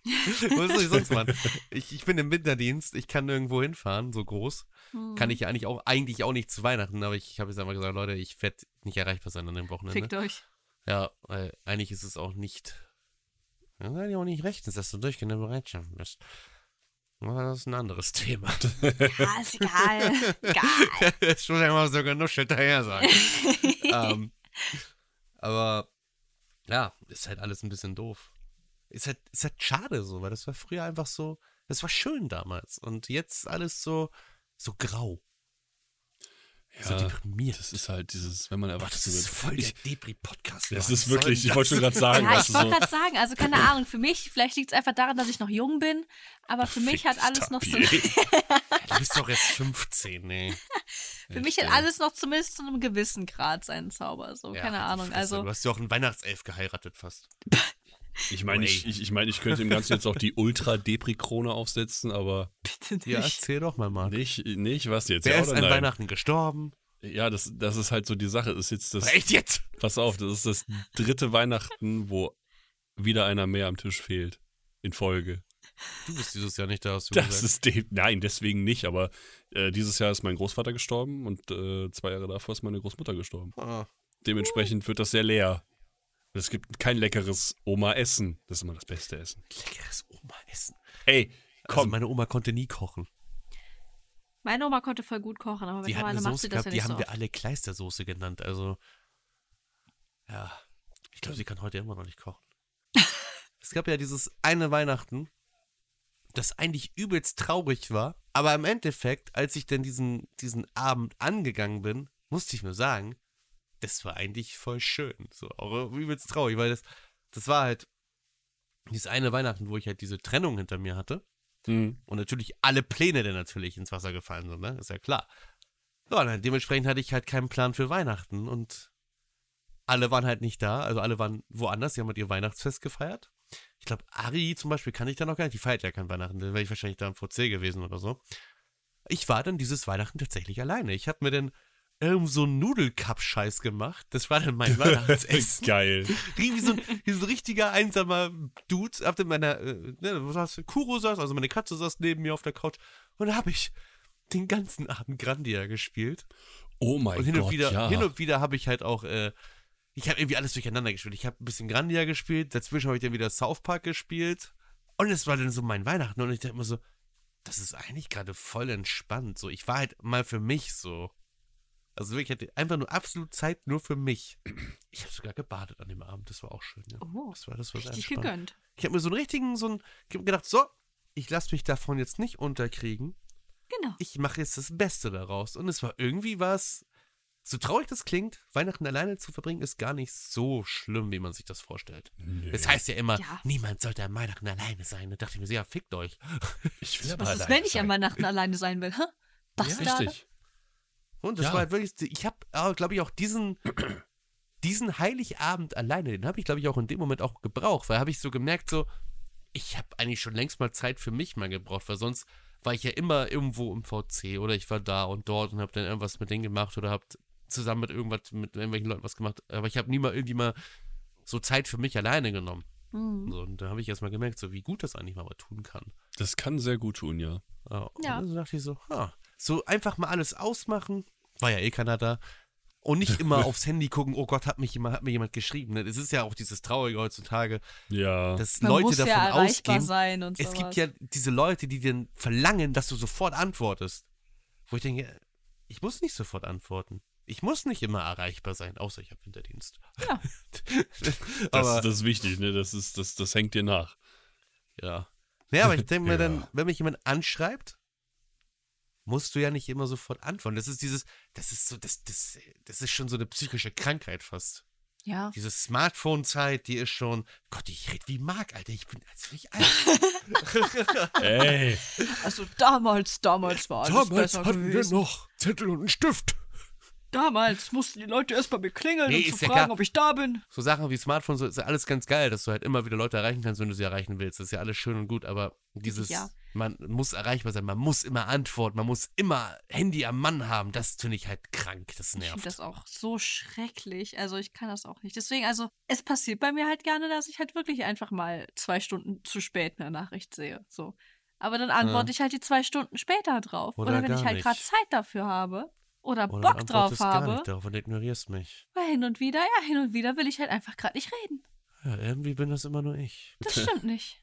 Speaker 1: Was soll ich sonst machen? Ich, ich bin im Winterdienst, ich kann nirgendwo hinfahren, so groß.
Speaker 2: Mhm.
Speaker 1: Kann ich ja eigentlich auch, eigentlich auch nicht zu Weihnachten, aber ich habe jetzt einfach gesagt, Leute, ich werde nicht erreichbar sein an dem Wochenende.
Speaker 2: Fickt euch.
Speaker 1: Ja, weil eigentlich ist es auch nicht. Das ist eigentlich auch nicht rechtens, dass du durchgehende Bereitschaft bist. Aber das ist ein anderes Thema.
Speaker 2: Ja, ist egal. egal.
Speaker 1: Jetzt muss ich mal so genuschelt daher sagen. ähm, aber ja, ist halt alles ein bisschen doof. Ist halt, ist halt schade so, weil das war früher einfach so, das war schön damals. Und jetzt alles so, so grau, so
Speaker 3: Ja,
Speaker 1: deprimiert.
Speaker 3: das ist halt dieses, wenn man erwachsen
Speaker 1: das
Speaker 3: wird.
Speaker 1: ist voll der
Speaker 3: ich,
Speaker 1: Depri-Podcast.
Speaker 3: das
Speaker 1: Mann.
Speaker 3: ist
Speaker 1: Was soll
Speaker 3: wirklich,
Speaker 1: denn
Speaker 3: ich wollte schon
Speaker 1: das?
Speaker 3: gerade sagen,
Speaker 2: Ja, ich
Speaker 3: weißt du
Speaker 2: wollte
Speaker 3: so.
Speaker 2: gerade sagen, also keine Ahnung, für mich, vielleicht liegt es einfach daran, dass ich noch jung bin, aber für mich hat alles noch so,
Speaker 3: Fick dich, Tapi,
Speaker 1: Du bist doch erst 15, nee.
Speaker 2: für mich hat
Speaker 3: ey.
Speaker 2: alles noch zumindest zu einem gewissen Grad seinen Zauber, so, keine
Speaker 1: halt die
Speaker 2: Ahnung,
Speaker 1: Fresse,
Speaker 2: also,
Speaker 1: Du hast ja auch einen Weihnachtself geheiratet fast.
Speaker 3: Ich meine, ich, ich, ich, meine, ich könnte dem Ganzen jetzt auch die Ultra-Depri-Krone aufsetzen, aber
Speaker 2: bitte nicht.
Speaker 1: Ja, erzähl doch mal, Marc.
Speaker 3: nicht, nicht, was jetzt?
Speaker 1: Der
Speaker 3: ja,
Speaker 1: ist
Speaker 3: oder
Speaker 1: an
Speaker 3: nein?
Speaker 1: Weihnachten gestorben.
Speaker 3: Ja, das, das ist halt so die Sache. Ist jetzt das,
Speaker 1: Echt jetzt?
Speaker 3: pass auf, das ist das dritte Weihnachten, wo wieder einer mehr am Tisch fehlt. In Folge.
Speaker 1: Du bist dieses Jahr nicht da, hast du
Speaker 3: Das
Speaker 1: gesagt.
Speaker 3: ist dem, nein, deswegen nicht, aber äh, dieses Jahr ist mein Großvater gestorben und äh, zwei Jahre davor ist meine Großmutter gestorben.
Speaker 1: Ah.
Speaker 3: Dementsprechend wird das sehr leer. Es gibt kein leckeres Oma-Essen. Das ist immer das beste Essen.
Speaker 1: Leckeres Oma-Essen.
Speaker 3: Ey,
Speaker 1: Komm. Also
Speaker 3: komm.
Speaker 1: meine Oma konnte nie kochen.
Speaker 2: Meine Oma konnte voll gut kochen, aber
Speaker 1: Die hat eine
Speaker 2: mittlerweile macht
Speaker 1: Soße
Speaker 2: sie das
Speaker 1: gehabt,
Speaker 2: ja
Speaker 1: die
Speaker 2: nicht
Speaker 1: haben
Speaker 2: so.
Speaker 1: wir
Speaker 2: oft.
Speaker 1: alle Kleistersoße genannt. Also, ja, ich glaube, sie kann heute immer noch nicht kochen. es gab ja dieses eine Weihnachten, das eigentlich übelst traurig war. Aber im Endeffekt, als ich dann diesen, diesen Abend angegangen bin, musste ich mir sagen, das war eigentlich voll schön. So, auch übelst traurig, weil das, das war halt dieses eine Weihnachten, wo ich halt diese Trennung hinter mir hatte.
Speaker 3: Hm.
Speaker 1: Und natürlich alle Pläne dann natürlich ins Wasser gefallen sind, ne? Ist ja klar. Ja, und dann dementsprechend hatte ich halt keinen Plan für Weihnachten und alle waren halt nicht da, also alle waren woanders, die haben halt ihr Weihnachtsfest gefeiert. Ich glaube, Ari zum Beispiel kann ich da noch gar nicht, die feiert ja kein Weihnachten, dann wäre ich wahrscheinlich da im VC gewesen oder so. Ich war dann dieses Weihnachten tatsächlich alleine. Ich habe mir dann irgend so einen Nudelcup-Scheiß gemacht. Das war dann mein Weihnachtsessen.
Speaker 3: Geil.
Speaker 1: Wie so, ein, wie so ein richtiger einsamer Dude. Ab in meiner, äh, ne, was hast du, Kuro saß, also meine Katze saß neben mir auf der Couch. Und da habe ich den ganzen Abend Grandia gespielt.
Speaker 3: Oh mein
Speaker 1: Und hin
Speaker 3: Gott,
Speaker 1: und wieder,
Speaker 3: ja.
Speaker 1: hin und wieder habe ich halt auch, äh, ich habe irgendwie alles durcheinander gespielt. Ich habe ein bisschen Grandia gespielt, dazwischen habe ich dann wieder South Park gespielt. Und es war dann so mein Weihnachten. Und ich dachte immer so, das ist eigentlich gerade voll entspannt. So, ich war halt mal für mich so. Also wirklich, ich hatte einfach nur absolut Zeit nur für mich. Ich habe sogar gebadet an dem Abend, das war auch schön. Ja.
Speaker 2: Oh,
Speaker 1: das war, das war sehr
Speaker 2: Richtig
Speaker 1: entspannt.
Speaker 2: gegönnt.
Speaker 1: Ich habe mir so einen richtigen, so einen, ich habe gedacht, so, ich lasse mich davon jetzt nicht unterkriegen.
Speaker 2: Genau.
Speaker 1: Ich mache jetzt das Beste daraus. Und es war irgendwie was, so traurig das klingt, Weihnachten alleine zu verbringen, ist gar nicht so schlimm, wie man sich das vorstellt.
Speaker 3: Nö.
Speaker 1: Es heißt ja immer,
Speaker 2: Ja.
Speaker 1: niemand sollte am Weihnachten alleine sein. Da dachte ich mir, so, ja, fickt euch.
Speaker 3: ich will aber
Speaker 2: Was ist,
Speaker 3: alleine
Speaker 2: wenn ich an
Speaker 3: sein.
Speaker 2: Weihnachten alleine sein will? Hä? Bastard.
Speaker 3: Richtig.
Speaker 1: Und das
Speaker 3: Ja.
Speaker 1: war halt wirklich, ich habe, glaube ich, auch diesen, diesen Heiligabend alleine, den habe ich, glaube ich, auch in dem Moment auch gebraucht, weil habe ich so gemerkt, so, ich habe eigentlich schon längst mal Zeit für mich mal gebraucht, weil sonst war ich ja immer irgendwo im VC oder ich war da und dort und habe dann irgendwas mit denen gemacht oder habe zusammen mit irgendwas, mit irgendwelchen Leuten was gemacht, aber ich habe nie mal irgendwie mal so Zeit für mich alleine genommen.
Speaker 2: Mhm.
Speaker 1: So, und da habe ich erst mal gemerkt, so wie gut das eigentlich mal tun kann.
Speaker 3: Das kann sehr gut tun, ja.
Speaker 1: Ja. Und
Speaker 2: Ja.
Speaker 1: dann dachte ich so, ha, so einfach mal alles ausmachen. War ja eh keiner da. Und nicht immer aufs Handy gucken, oh Gott, hat, mich jemand, hat mir jemand geschrieben. ne? Es ist ja auch dieses Traurige heutzutage,
Speaker 3: Ja.
Speaker 1: dass
Speaker 2: Man
Speaker 1: Leute
Speaker 2: muss
Speaker 1: davon
Speaker 2: ja erreichbar
Speaker 1: ausgehen.
Speaker 2: sein und
Speaker 1: es
Speaker 2: sowas.
Speaker 1: gibt ja diese Leute, die dann verlangen, dass du sofort antwortest. Wo ich denke, ich muss nicht sofort antworten. Ich muss nicht immer erreichbar sein, außer ich habe Winterdienst.
Speaker 2: Ja.
Speaker 3: das,
Speaker 1: aber,
Speaker 3: das ist wichtig, ne? Das, ist, das, das hängt dir nach.
Speaker 1: ja. Ja, aber ich denke mir
Speaker 3: Ja.
Speaker 1: dann, wenn mich jemand anschreibt, musst du ja nicht immer sofort antworten. Das ist dieses, das ist so, das, das, das ist schon so eine psychische Krankheit fast.
Speaker 2: Ja.
Speaker 1: Diese Smartphone-Zeit, die ist schon. Gott, ich rede wie Marc, Alter. Ich bin als bin ich
Speaker 2: Oh,
Speaker 1: alt.
Speaker 3: Ey,
Speaker 2: Also damals, damals war alles besser gewesen.
Speaker 1: noch Zettel und einen Stift.
Speaker 2: Damals mussten die Leute erst bei mir klingeln
Speaker 1: Nee,
Speaker 2: und zu
Speaker 1: ist ja
Speaker 2: fragen,
Speaker 1: klar.
Speaker 2: ob ich da bin.
Speaker 1: So Sachen wie Smartphone, so ist ja alles ganz geil, dass du halt immer wieder Leute erreichen kannst, wenn du sie erreichen willst. Das ist ja alles schön und gut, aber dieses.
Speaker 2: Ja.
Speaker 1: Man muss erreichbar sein, man muss immer antworten, man muss immer Handy am Mann haben. Das finde ich halt krank, das
Speaker 2: Ich finde
Speaker 1: nervt.
Speaker 2: das auch so schrecklich. Also ich kann das auch nicht. Deswegen, also es passiert bei mir halt gerne, dass ich halt wirklich einfach mal zwei Stunden zu spät eine Nachricht sehe. So. Aber dann antworte ich halt die zwei Stunden später drauf.
Speaker 1: Hm. Oder
Speaker 2: Oder, wenn
Speaker 1: gar
Speaker 2: ich halt
Speaker 1: nicht.
Speaker 2: gerade Zeit dafür habe oder,
Speaker 1: Oder du
Speaker 2: Bock drauf
Speaker 1: antwortest Gar
Speaker 2: habe.
Speaker 1: nicht darauf und ignorierst mich.
Speaker 2: Weil hin und wieder, ja, hin und wieder will ich halt einfach gerade nicht reden.
Speaker 1: Ja, irgendwie bin das immer nur ich.
Speaker 2: Das stimmt nicht.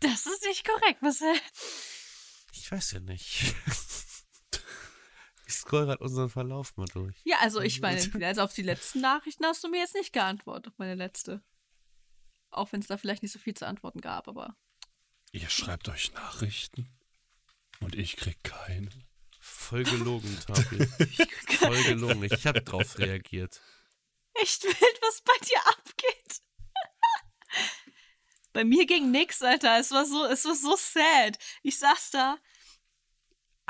Speaker 2: Das ist nicht korrekt, äh, Marcel.
Speaker 1: Ich weiß ja nicht. ich scroll gerade unseren Verlauf mal durch.
Speaker 2: Ja, also ich meine, also auf die letzten Nachrichten hast du mir jetzt nicht geantwortet, auf meine letzte. Auch wenn es da vielleicht nicht so viel zu antworten gab, aber
Speaker 3: ihr schreibt euch Nachrichten und ich krieg keine.
Speaker 1: Voll gelogen, Tabi. Voll gelogen. Ich habe drauf reagiert.
Speaker 2: echt wild, was bei dir abgeht. bei mir ging nix, Alter. Es war so, es war so sad. Ich saß da,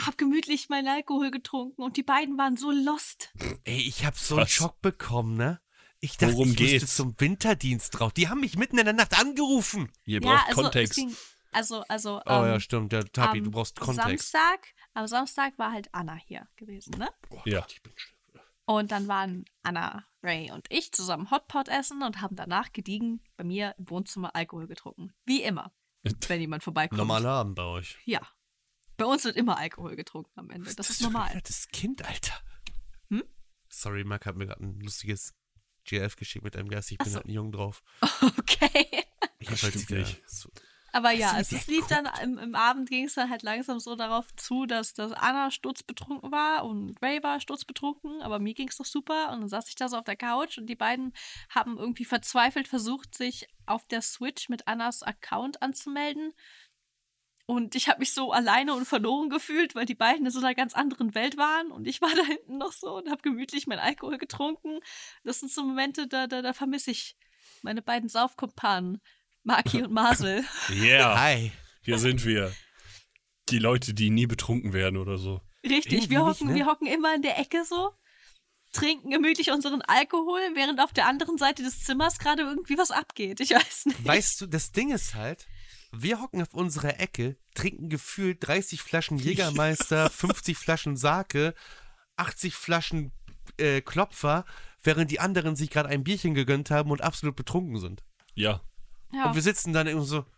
Speaker 2: hab gemütlich meinen Alkohol getrunken und die beiden waren so lost.
Speaker 1: Ey, ich habe so einen
Speaker 3: Was?
Speaker 1: Schock bekommen, ne? Ich dachte,
Speaker 3: Worum
Speaker 1: ich müsste
Speaker 3: geht's?
Speaker 1: zum Winterdienst drauf. Die haben mich mitten in der Nacht angerufen.
Speaker 3: Ihr
Speaker 2: also,
Speaker 3: braucht
Speaker 2: es
Speaker 3: Kontext.
Speaker 2: ging- also, also.
Speaker 1: Oh
Speaker 2: ähm,
Speaker 1: ja, stimmt. Ja, Tabi,
Speaker 2: am
Speaker 1: du brauchst Kontext.
Speaker 2: Samstag, am Samstag war halt Anna hier gewesen, ne?
Speaker 3: ja.
Speaker 2: Und dann waren Anna, Ray und ich zusammen Hotpot essen und haben danach gediegen bei mir im Wohnzimmer Alkohol getrunken. Wie immer, wenn jemand vorbeikommt.
Speaker 1: Normaler Abend bei euch.
Speaker 2: Ja. Bei uns wird immer Alkohol getrunken am Ende. Das ist
Speaker 1: für ein
Speaker 2: normal.
Speaker 1: verwirrtes Kind, Alter.
Speaker 2: Hm?
Speaker 1: Sorry, Mark hat mir gerade ein lustiges GF geschickt mit einem Geist. Ich bin
Speaker 2: so.
Speaker 1: halt ein Jung drauf.
Speaker 2: Okay.
Speaker 1: Ich hab halt
Speaker 3: Stimmt
Speaker 1: wieder-
Speaker 3: nicht.
Speaker 1: so-
Speaker 2: Aber ja,
Speaker 1: Weißt
Speaker 2: es
Speaker 1: du,
Speaker 2: es
Speaker 1: wie
Speaker 2: lief
Speaker 1: der
Speaker 2: dann im, im Abend ging es dann halt langsam so darauf zu, dass, dass Anna sturzbetrunken war und Ray war sturzbetrunken, aber mir ging es doch super und dann saß ich da so auf der Couch und die beiden haben irgendwie verzweifelt versucht, sich auf der Switch mit Annas Account anzumelden. Und ich habe mich so alleine und verloren gefühlt, weil die beiden in so einer ganz anderen Welt waren und ich war da hinten noch so und habe gemütlich meinen Alkohol getrunken. Das sind so Momente, da, da, da vermisse ich meine beiden Saufkumpanen, Maki und Marcel. Ah.
Speaker 3: Yeah,
Speaker 1: Hi.
Speaker 3: hier sind wir. Die Leute, die nie betrunken werden oder so.
Speaker 2: Richtig,
Speaker 1: Irgendwie
Speaker 2: wir
Speaker 1: nicht,
Speaker 2: hocken,
Speaker 1: ne?
Speaker 2: wir hocken immer in der Ecke so, trinken gemütlich unseren Alkohol, während auf der anderen Seite des Zimmers gerade irgendwie was abgeht. Ich weiß nicht.
Speaker 1: Weißt du, das Ding ist halt, wir hocken auf unserer Ecke, trinken gefühlt 30 Flaschen Jägermeister, 50 Flaschen Sake, 80 Flaschen äh, Klopfer, während die anderen sich gerade ein Bierchen gegönnt haben und absolut betrunken sind.
Speaker 3: Ja.
Speaker 2: Ja,
Speaker 1: Und wir sitzen dann immer so,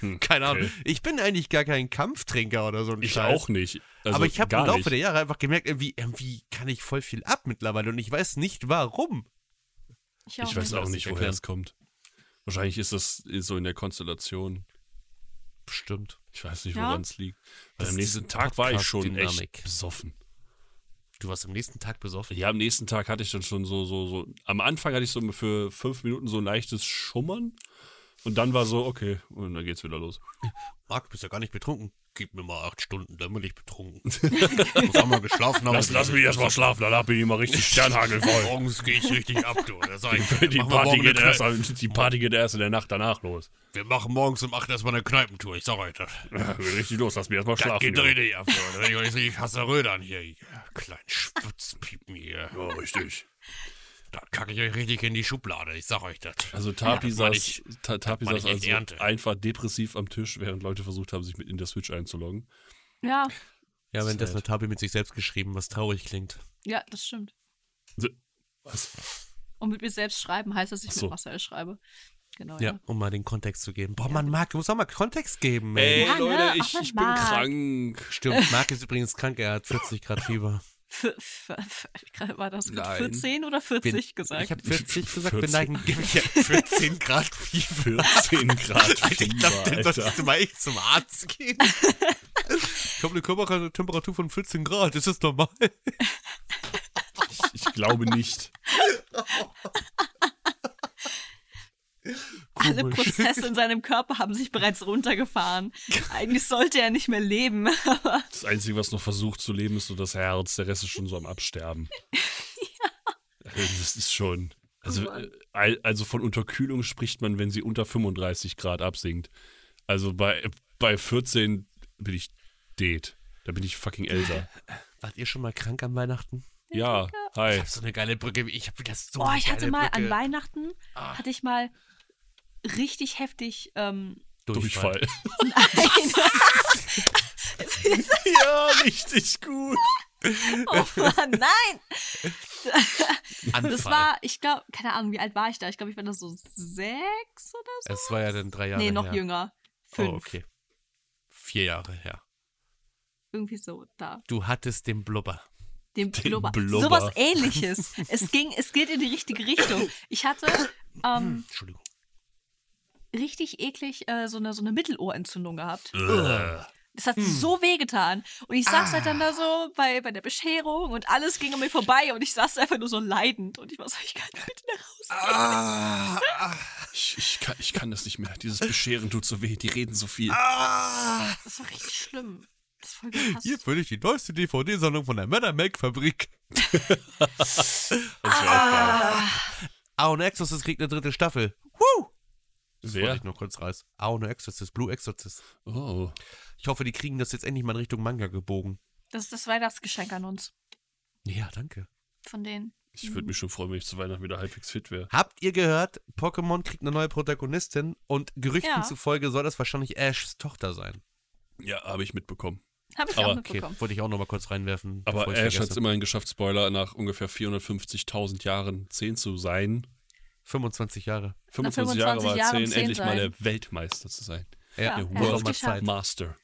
Speaker 3: Hm.
Speaker 1: keine Ahnung,
Speaker 3: Okay.
Speaker 1: ich bin eigentlich gar kein Kampftrinker oder so ein
Speaker 3: Ich
Speaker 1: Scheiß.
Speaker 3: auch nicht. Also
Speaker 1: Aber ich habe
Speaker 3: gar
Speaker 1: im Laufe
Speaker 3: nicht.
Speaker 1: der Jahre einfach gemerkt, irgendwie, irgendwie kann ich voll viel ab mittlerweile und ich weiß nicht warum.
Speaker 2: ich auch
Speaker 3: Ich weiß
Speaker 1: nicht.
Speaker 3: auch
Speaker 1: Das
Speaker 3: nicht,
Speaker 1: nicht
Speaker 3: woher es kommt. Wahrscheinlich ist das so in der Konstellation.
Speaker 1: Bestimmt.
Speaker 3: Ich weiß nicht,
Speaker 2: Ja.
Speaker 3: woran es liegt. Weil
Speaker 1: Das
Speaker 3: am
Speaker 1: ist
Speaker 3: nächsten
Speaker 1: diese
Speaker 3: Tag war ich schon
Speaker 1: Podcast-Dynamik.
Speaker 3: echt besoffen.
Speaker 1: Du warst am nächsten Tag besoffen.
Speaker 3: Ja, am nächsten Tag hatte ich dann schon so, so, so. Am Anfang hatte ich so für fünf Minuten so ein leichtes Schummern. Und dann war so, okay, und dann geht's wieder los.
Speaker 1: Marc, du bist ja gar nicht betrunken. Gib mir mal acht Stunden, dann bin ich betrunken. ich muss auch mal geschlafen haben.
Speaker 3: schlafen, danach bin ich mal richtig sternhagelvoll.
Speaker 1: Morgens gehe ich richtig ab, du. Das sag ich.
Speaker 3: die,
Speaker 1: Machen wir
Speaker 3: Party
Speaker 1: morgen
Speaker 3: geht
Speaker 1: eine
Speaker 3: erst,
Speaker 1: Kneipe-
Speaker 3: die Party geht erst in der Nacht danach los.
Speaker 1: Wir machen morgens um 8 erstmal eine Kneipentour. Ich sag euch das.
Speaker 3: Ja, geht richtig los, lass mich erstmal
Speaker 1: Das
Speaker 3: schlafen.
Speaker 1: geht richtig ab. du. Ich, ich, ich hasse Rödern hier. ihr Kleinen Schwitzpiepen hier.
Speaker 3: Junge. Ja, richtig.
Speaker 1: Da kacke ich euch richtig in die Schublade. Ich sag euch das.
Speaker 3: Also Tapi
Speaker 1: meine
Speaker 3: saß, Ta Tapi
Speaker 1: meine
Speaker 3: saß
Speaker 1: ich echt
Speaker 3: also
Speaker 1: Ernte.
Speaker 3: einfach depressiv am Tisch, während Leute versucht haben, sich mit in der Switch einzuloggen.
Speaker 2: Ja,
Speaker 1: Ja, wenn das halt
Speaker 3: Sad.
Speaker 1: nur Tabi mit sich selbst geschrieben, was traurig klingt.
Speaker 2: ja, das stimmt.
Speaker 3: So, Also, Was?
Speaker 2: Und mit mir selbst schreiben heißt, dass ich
Speaker 3: Ach so.
Speaker 2: mit Marcel schreibe. Genau.
Speaker 1: Ja,
Speaker 2: Ja.
Speaker 1: um mal den Kontext zu geben. Boah, man, Marc, du musst auch mal Kontext geben,
Speaker 3: Ey,
Speaker 1: ey.
Speaker 2: Ja, ne?
Speaker 3: Leute,
Speaker 2: Ach,
Speaker 3: ich,
Speaker 2: man
Speaker 3: ich bin
Speaker 2: mag.
Speaker 3: krank.
Speaker 1: Stimmt, Marc ist übrigens krank, er hat 40 Grad Fieber.
Speaker 2: F- f- f- War das gerade
Speaker 3: Nein.
Speaker 2: 14 oder 40 gesagt?
Speaker 1: Ich habe 40 gesagt,
Speaker 3: 40.
Speaker 1: bin eigentlich gebe ich ja 14 Grad Fieber.
Speaker 3: 14 Grad
Speaker 1: Alter, ich
Speaker 3: Fieber,
Speaker 1: glaube, dann
Speaker 3: Alter.
Speaker 1: solltest du mal echt zum Arzt gehen. Ich habe eine Körpertemperatur von 14 Grad, ist das normal?
Speaker 3: Ich, ich glaube nicht.
Speaker 2: Alle Prozesse in seinem Körper haben sich bereits runtergefahren. Eigentlich sollte er nicht mehr leben. aber
Speaker 3: Das Einzige, was noch versucht zu leben, ist so das Herz. Der Rest ist schon so am Absterben. Also Das ist schon. Also,
Speaker 4: Mann.
Speaker 3: äh, also von Unterkühlung spricht man, wenn sie unter 35 Grad absinkt. Also bei, bei 14 bin ich dead. Da bin ich fucking Elsa.
Speaker 1: Wart ihr schon mal krank an Weihnachten?
Speaker 3: Ja, hi.
Speaker 1: Ich hab so eine geile Brücke. Ich hab wieder so
Speaker 2: Boah,
Speaker 1: eine
Speaker 2: ich hatte
Speaker 1: geile
Speaker 2: mal an
Speaker 1: Brücke. Ah.
Speaker 2: Weihnachten, hatte ich mal richtig heftig ähm,
Speaker 3: Durchfall.
Speaker 2: ein,
Speaker 3: ja, richtig gut.
Speaker 2: Oh Mann, nein!
Speaker 1: Anfall.
Speaker 2: Das war, ich glaube, keine Ahnung, wie alt war ich da? Ich glaube, ich war da so sechs oder so.
Speaker 1: Es war ja dann drei Jahre
Speaker 2: nee, noch
Speaker 1: her.
Speaker 2: jünger. Fünf.
Speaker 1: Oh, okay. Vier Jahre her.
Speaker 2: Irgendwie so da.
Speaker 1: Du hattest den Blubber.
Speaker 2: Dem
Speaker 3: Den
Speaker 2: Blubber.
Speaker 3: Blubber.
Speaker 2: Sowas ähnliches. es ging, es geht in die richtige Richtung. Ich hatte ähm,
Speaker 1: Entschuldigung.
Speaker 2: richtig eklig äh, so, eine, so eine Mittelohrentzündung gehabt.
Speaker 3: Äh,
Speaker 2: Es
Speaker 1: Hm.
Speaker 2: hat so wehgetan. Und ich saß halt
Speaker 1: Ah.
Speaker 2: dann da so bei, bei der Bescherung und alles ging an mir vorbei und ich saß einfach nur so leidend und ich war so, ich kann bitte nach Hause.
Speaker 1: Ah,
Speaker 3: ich, ich, kann, ich kann das nicht mehr. Dieses Bescheren tut so weh. Die reden so viel.
Speaker 1: ah.
Speaker 2: Das war richtig schlimm. Das ist voll gehasst.
Speaker 1: Hier würde ich die neueste DVD-Sammlung von der Männer-Make-Fabrik.
Speaker 3: Das ist ja auch geil.
Speaker 1: Aon Exorcist kriegt eine dritte Staffel. Das wollte
Speaker 3: Wer?
Speaker 1: ich nur kurz reißen. Aon Exorcist, Blue Exorcist.
Speaker 3: Oh.
Speaker 1: Ich hoffe, die kriegen das jetzt endlich mal in Richtung Manga gebogen.
Speaker 2: Das ist das Weihnachtsgeschenk an uns.
Speaker 1: Ja, danke.
Speaker 2: Von denen.
Speaker 3: Ich
Speaker 2: Mhm.
Speaker 3: würde mich schon freuen, wenn ich zu Weihnachten wieder halbwegs fit wäre.
Speaker 1: Habt ihr gehört, Pokémon kriegt eine neue Protagonistin und Gerüchten
Speaker 2: Ja.
Speaker 1: zufolge soll das wahrscheinlich Ashs Tochter sein.
Speaker 3: Ja, habe ich mitbekommen.
Speaker 2: Habe ich
Speaker 3: Aber
Speaker 2: auch
Speaker 1: Okay,
Speaker 2: mitbekommen.
Speaker 1: wollte ich auch noch mal kurz reinwerfen.
Speaker 3: Aber
Speaker 1: bevor ich's
Speaker 3: Ash hat es
Speaker 1: vergesse.
Speaker 3: immerhin geschafft, Spoiler, nach ungefähr 450.000 Jahren 10 zu sein.
Speaker 1: 25 Jahre.
Speaker 3: 25
Speaker 2: 25
Speaker 3: Jahre war
Speaker 2: Jahren
Speaker 3: 10,
Speaker 2: 10
Speaker 3: endlich
Speaker 2: sein.
Speaker 3: mal der Weltmeister zu sein.
Speaker 2: Ja,
Speaker 1: Ja,
Speaker 2: er
Speaker 1: ja,
Speaker 3: hat's
Speaker 1: World
Speaker 2: geschafft.
Speaker 1: Zeit.
Speaker 3: Master.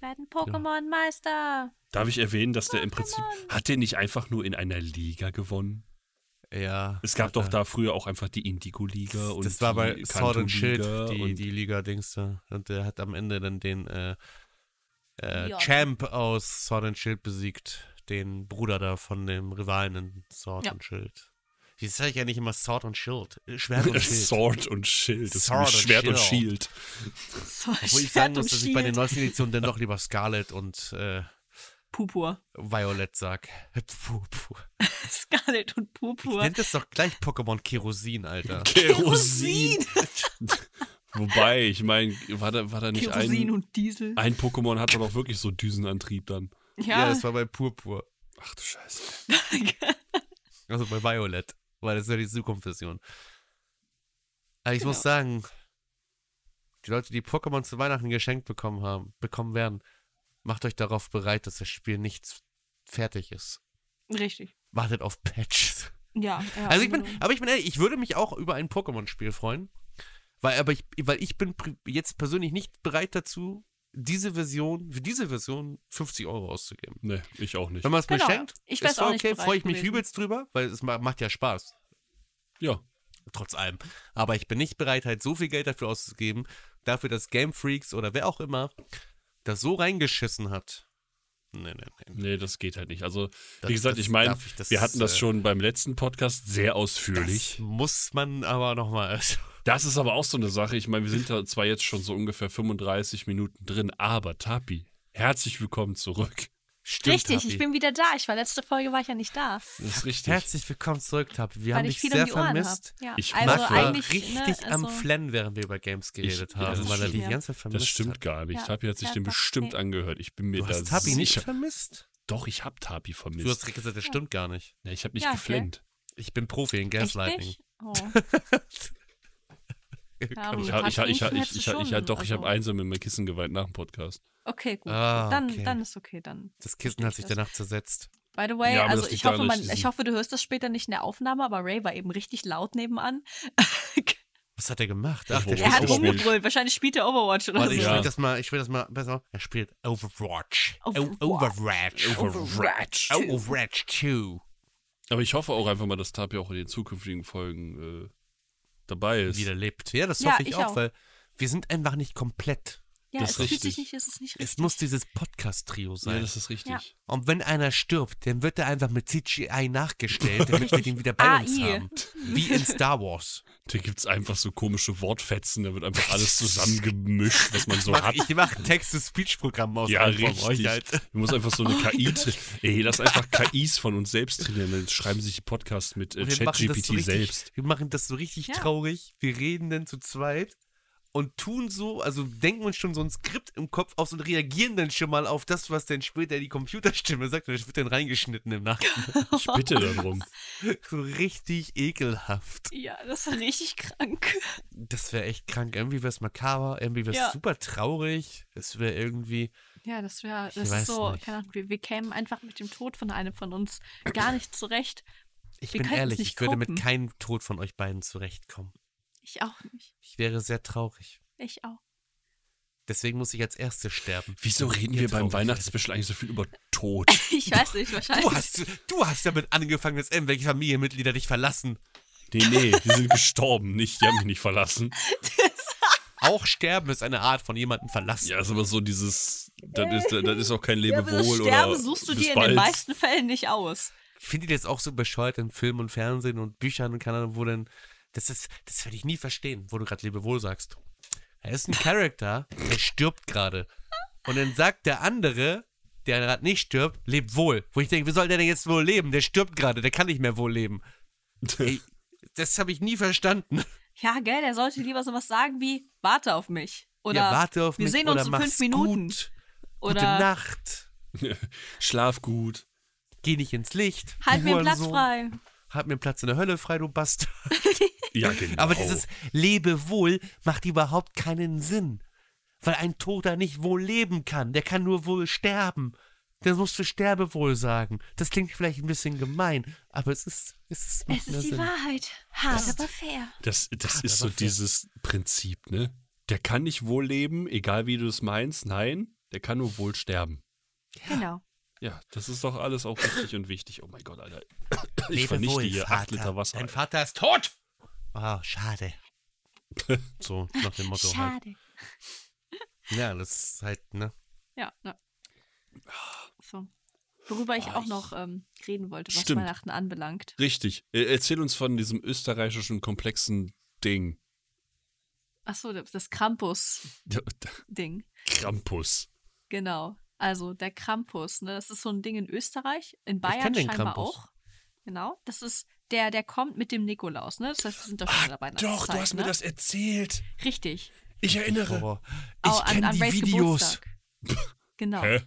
Speaker 2: Werden Pokémon-Meister.
Speaker 3: Darf ich erwähnen, dass
Speaker 2: Oh,
Speaker 3: der im Prinzip, hat der nicht einfach nur in einer Liga gewonnen?
Speaker 1: Ja.
Speaker 3: Es gab
Speaker 1: hat
Speaker 3: doch
Speaker 1: er.
Speaker 3: da früher auch einfach die Indigo-Liga und
Speaker 1: das war bei
Speaker 3: die
Speaker 1: Sword and Shield,
Speaker 3: Kanto-Liga
Speaker 1: die,
Speaker 3: und-
Speaker 1: die Liga-Dings da. Und der hat am Ende dann den äh, äh,
Speaker 2: Ja.
Speaker 1: Champ aus Sword and Shield besiegt. Den Bruder da von dem Rivalen in Sword
Speaker 2: Ja.
Speaker 1: and Shield. Jetzt sage ich ja nicht immer Sword und Shield. Äh, Schwert und Schild.
Speaker 3: Sword und Schild. Das
Speaker 1: Sword
Speaker 3: ist
Speaker 1: und
Speaker 3: Schwert und
Speaker 1: Shield.
Speaker 3: Shield.
Speaker 2: So,
Speaker 1: Obwohl ich sagen muss, dass ich bei den neuesten Editionen dann doch lieber Scarlet und äh,
Speaker 2: Pupur.
Speaker 1: Violet sag. Puh, puh.
Speaker 2: Scarlet und Pupur.
Speaker 1: Nennt es doch gleich Pokémon Kerosin, Alter.
Speaker 3: Kerosin. Wobei, ich meine, war da, war da nicht
Speaker 2: Kerosin
Speaker 3: ein,
Speaker 2: und Diesel.
Speaker 3: ein Pokémon hat doch wirklich so Düsenantrieb dann.
Speaker 1: Ja,
Speaker 2: Ja,
Speaker 1: das war bei Purpur.
Speaker 3: Ach du Scheiße.
Speaker 1: Also bei Violet. Weil das ist ja die Zukunftsversion. Aber ich muss sagen, die Leute, die Pokémon zu Weihnachten geschenkt bekommen haben, bekommen werden, macht euch darauf bereit, dass das Spiel nicht fertig ist.
Speaker 2: richtig.
Speaker 1: Wartet auf Patches.
Speaker 2: Ja, ja. genau.
Speaker 1: Also ich bin, aber ich bin ehrlich, ich würde mich auch über ein Pokémon-Spiel freuen. Weil, aber ich, weil ich bin pri- jetzt persönlich nicht bereit dazu, diese Version, für diese Version 50 Euro auszugeben.
Speaker 3: Nee, ich auch nicht.
Speaker 1: Wenn man es mir
Speaker 2: Genau,
Speaker 1: schenkt,
Speaker 2: ich wär's
Speaker 1: ist voll
Speaker 2: auch nicht
Speaker 1: okay,
Speaker 2: bereit
Speaker 1: freue ich mich
Speaker 2: gewesen.
Speaker 1: übelst drüber, weil es ma- macht ja Spaß,
Speaker 3: Ja.
Speaker 1: trotz allem. Aber ich bin nicht bereit, halt so viel Geld dafür auszugeben, dafür, dass Game Freaks oder wer auch immer das so reingeschissen hat. Nee, nee, nee.
Speaker 3: Nee, das geht halt nicht. Also,
Speaker 1: Das-
Speaker 3: wie gesagt,
Speaker 1: das
Speaker 3: ich meine,
Speaker 1: darf ich- das
Speaker 3: wir
Speaker 1: ist,
Speaker 3: hatten das
Speaker 1: äh,
Speaker 3: schon beim letzten Podcast sehr
Speaker 1: Das
Speaker 3: ausführlich.
Speaker 1: muss man aber nochmal.
Speaker 3: Das, ist aber auch so eine Sache. Ich meine, wir sind da zwar jetzt schon so ungefähr 35 Minuten drin, aber Tapi, herzlich willkommen zurück.
Speaker 1: Stimmt,
Speaker 2: richtig,
Speaker 1: Happy.
Speaker 2: ich bin wieder da. Ich war letzte Folge war ich ja nicht da,
Speaker 3: Das ist richtig.
Speaker 1: Herzlich willkommen zurück, Tab. Wir haben
Speaker 2: weil ich
Speaker 1: dich
Speaker 2: viel
Speaker 1: sehr
Speaker 2: um die Ohren
Speaker 1: vermisst.
Speaker 2: habe. Ja,
Speaker 3: Ich
Speaker 2: also
Speaker 1: Marc
Speaker 3: mag-
Speaker 1: war
Speaker 2: eigentlich
Speaker 1: richtig
Speaker 2: ne, also,
Speaker 1: am Flennen, während wir über Games geredet
Speaker 3: ja,
Speaker 1: haben,
Speaker 3: das
Speaker 1: weil er
Speaker 3: stimmt.
Speaker 1: dich die ganze Zeit vermisst
Speaker 3: das stimmt
Speaker 1: hat.
Speaker 3: gar nicht.
Speaker 2: Ja.
Speaker 3: Tapi hat sich
Speaker 2: Ja,
Speaker 3: den
Speaker 2: doch,
Speaker 3: bestimmt
Speaker 2: nee.
Speaker 3: angehört. Ich bin mir
Speaker 1: halt Du
Speaker 3: da
Speaker 1: hast Tabi nicht
Speaker 3: sicher.
Speaker 1: vermisst?
Speaker 3: Doch, ich habe Tapi vermisst.
Speaker 1: Du hast gesagt, das stimmt gar nicht.
Speaker 3: Ja, ich habe nicht
Speaker 2: Ja,
Speaker 3: geflennt.
Speaker 1: Ich bin Profi in
Speaker 2: Echt
Speaker 1: Gaslighting.
Speaker 2: nicht? Oh. Ja,
Speaker 3: Ich
Speaker 2: aber
Speaker 3: habe ich, ich, ich,
Speaker 2: Katzen
Speaker 3: ich,
Speaker 2: Hm, hättest
Speaker 3: ich,
Speaker 2: du
Speaker 3: ich,
Speaker 2: schon,
Speaker 3: doch, ich habe
Speaker 2: also-
Speaker 3: einsam in mein Kissen geweint nach dem Podcast.
Speaker 2: Okay, gut.
Speaker 1: Ah,
Speaker 2: dann,
Speaker 1: okay.
Speaker 2: dann ist okay. Dann.
Speaker 1: Das Kissen hat sich
Speaker 2: verstehe ich das.
Speaker 1: danach zersetzt.
Speaker 2: By the way,
Speaker 3: Ja, aber
Speaker 2: also
Speaker 3: das liegt
Speaker 2: ich hoffe,
Speaker 3: daran, dass
Speaker 2: man,
Speaker 3: ich
Speaker 2: ich
Speaker 3: diesen-
Speaker 2: hoffe, du hörst das später nicht in der Aufnahme, aber Ray war eben richtig laut nebenan.
Speaker 1: Was hat er gemacht?
Speaker 3: Ach, der
Speaker 2: er hat
Speaker 3: Overwatch.
Speaker 2: rumgebrüllt. Wahrscheinlich spielt er Overwatch oder
Speaker 1: Warte,
Speaker 2: so.
Speaker 1: ich
Speaker 3: Ja.
Speaker 1: spiel das mal, ich spiel das mal besser. Er spielt Overwatch. O-
Speaker 2: Overwatch.
Speaker 1: Overwatch.
Speaker 3: Overwatch.
Speaker 1: Overwatch 2.
Speaker 3: Aber ich hoffe auch einfach mal, dass Tapi auch in den zukünftigen Folgen äh, dabei ist.
Speaker 1: Wieder lebt. Ja, das
Speaker 2: Ja,
Speaker 1: hoffe ich,
Speaker 2: ich
Speaker 1: auch,
Speaker 2: auch.
Speaker 1: weil wir sind einfach nicht komplett.
Speaker 2: Ja, es
Speaker 3: Das ist
Speaker 2: fühlt sich
Speaker 3: richtig.
Speaker 2: nicht, es ist nicht
Speaker 1: Es
Speaker 2: richtig.
Speaker 1: muss dieses Podcast-Trio
Speaker 3: Ja,
Speaker 1: sein.
Speaker 3: das ist richtig.
Speaker 2: Ja.
Speaker 1: und wenn einer stirbt, dann wird er einfach mit CGI nachgestellt, damit wir den wieder bei uns
Speaker 2: AI.
Speaker 1: haben. Wie in Star Wars.
Speaker 3: Da gibt es einfach so komische Wortfetzen, da wird einfach alles zusammengemischt, was man so
Speaker 1: Mach,
Speaker 3: hat.
Speaker 1: ich mache Text-to-Speech-Programm aus.
Speaker 3: Ja,
Speaker 1: einem von
Speaker 3: richtig.
Speaker 1: Euch halt.
Speaker 3: Du musst einfach so eine KI. tra- Ey, lass einfach KIs von uns selbst trainieren. Dann schreiben sich die Podcasts mit äh,
Speaker 1: Und wir machen, das
Speaker 3: ChatGPT
Speaker 1: so richtig,
Speaker 3: selbst.
Speaker 1: wir machen das so richtig
Speaker 2: Ja.
Speaker 1: traurig. Wir reden dann zu zweit und tun so, also denken uns schon so ein Skript im Kopf aus und reagieren dann schon mal auf das, was dann später die Computerstimme sagt. Und das wird dann reingeschnitten im Nachhinein.
Speaker 3: Ich bitte darum.
Speaker 1: So richtig ekelhaft.
Speaker 2: Ja, das ist richtig krank.
Speaker 1: Das wäre echt krank. Irgendwie wäre es makaber, irgendwie wäre es
Speaker 2: Ja.
Speaker 1: super traurig. Es wäre irgendwie.
Speaker 2: Ja, das wäre, das
Speaker 1: weiß
Speaker 2: ist so,
Speaker 1: nicht.
Speaker 2: keine Ahnung, wir, wir kämen einfach mit dem Tod von einem von uns gar nicht zurecht.
Speaker 1: Ich
Speaker 2: Wir
Speaker 1: bin
Speaker 2: könnten es
Speaker 1: ehrlich,
Speaker 2: nicht
Speaker 1: ich würde mit
Speaker 2: copen.
Speaker 1: keinem Tod von euch beiden zurechtkommen.
Speaker 2: Ich auch nicht.
Speaker 1: Ich wäre sehr traurig.
Speaker 2: Ich auch.
Speaker 1: Deswegen muss ich als Erste sterben.
Speaker 3: Wieso
Speaker 1: damit
Speaker 3: reden
Speaker 1: ihr
Speaker 3: wir beim
Speaker 1: traurig werdet.
Speaker 3: Weihnachtsspecial eigentlich so viel über Tod?
Speaker 2: Ich weiß nicht, wahrscheinlich.
Speaker 1: Du hast, du hast damit angefangen, dass irgendwelche Familienmitglieder dich verlassen.
Speaker 3: Nee, nee, die sind gestorben, nicht, die haben mich nicht verlassen.
Speaker 1: Auch sterben ist eine Art von jemandem verlassen.
Speaker 3: Ja, ist aber so dieses, das ist, das ist auch kein
Speaker 2: ja,
Speaker 3: Lebewohl
Speaker 2: aber das
Speaker 3: oder.
Speaker 2: Sterben suchst du
Speaker 3: bis
Speaker 2: dir in
Speaker 3: bald.
Speaker 2: den meisten Fällen nicht aus.
Speaker 1: Ich finde das auch so bescheuert in Filmen und Fernsehen und Büchern und keine Ahnung, wo denn. Das ist, das werde ich nie verstehen, wo du gerade Lebewohl sagst. Er ist ein Charakter, der stirbt gerade. Und dann sagt der andere, der gerade nicht stirbt, lebt wohl. Wo ich denke, wie soll der denn jetzt wohl leben? Der stirbt gerade, der kann nicht mehr wohl leben. Ey, das habe ich nie verstanden.
Speaker 2: Ja, gell, der sollte lieber sowas sagen wie, warte auf mich. Oder
Speaker 1: ja, warte auf
Speaker 2: wir
Speaker 1: mich
Speaker 2: sehen
Speaker 1: oder
Speaker 2: uns in
Speaker 1: mach's
Speaker 2: fünf Minuten.
Speaker 1: Gut. Gute
Speaker 2: Oder
Speaker 1: Nacht.
Speaker 3: Schlaf gut.
Speaker 1: Geh nicht ins Licht.
Speaker 2: halt
Speaker 1: du
Speaker 2: mir einen Platz
Speaker 1: Hurensohn.
Speaker 2: frei.
Speaker 1: Halt mir einen Platz in der Hölle frei, du Bastard.
Speaker 3: Ja, genau.
Speaker 1: Aber dieses Lebewohl macht überhaupt keinen Sinn. Weil ein Toter nicht wohl leben kann. Der kann nur wohl sterben. Das musst du Sterbewohl sagen. Das klingt vielleicht ein bisschen gemein, aber es ist. Es ist, macht
Speaker 2: Es
Speaker 1: mehr
Speaker 2: ist die
Speaker 1: Sinn.
Speaker 2: Wahrheit. Hart, aber fair.
Speaker 3: Das, das ist so
Speaker 1: aber fair.
Speaker 3: dieses Prinzip, ne? Der kann nicht wohl leben, egal wie du es meinst. Nein, der kann nur wohl sterben.
Speaker 2: Genau.
Speaker 3: Ja, das ist doch alles auch richtig und wichtig. Oh mein Gott, Alter. Ich
Speaker 1: Lebewohl,
Speaker 3: vernichte hier
Speaker 1: Vater.
Speaker 3: 8 Liter Wasser.
Speaker 1: Dein Vater ist tot! Ah, schade. so, nach dem Motto halt.
Speaker 2: Schade.
Speaker 1: Ja, das ist halt, ne?
Speaker 2: Ja, ja. So. Worüber ich
Speaker 1: Ah,
Speaker 3: Oh,
Speaker 2: auch
Speaker 3: ich-
Speaker 2: noch ähm, reden wollte, was
Speaker 3: Stimmt.
Speaker 2: Weihnachten anbelangt.
Speaker 3: Richtig. Äh, Erzähl uns von diesem österreichischen komplexen Ding.
Speaker 2: Achso, das Krampus-Ding.
Speaker 3: Ja, der Krampus.
Speaker 2: Genau. Also der Krampus, ne? Das ist so ein Ding in Österreich, in Bayern
Speaker 1: kenn den
Speaker 2: scheinbar
Speaker 1: Krampus.
Speaker 2: auch. Genau. Das ist der, der kommt mit dem Nikolaus, ne? Das heißt, wir sind doch
Speaker 1: Ah,
Speaker 2: schon in der Weihnachtszeit.
Speaker 3: Ah, Doch, du hast
Speaker 2: ne?
Speaker 3: mir das erzählt.
Speaker 2: Richtig.
Speaker 3: Ich erinnere.
Speaker 1: Horror.
Speaker 2: Au,
Speaker 1: Ich kenne die
Speaker 2: Rays
Speaker 1: Videos.
Speaker 2: Geburtstag. Genau.
Speaker 3: Hä?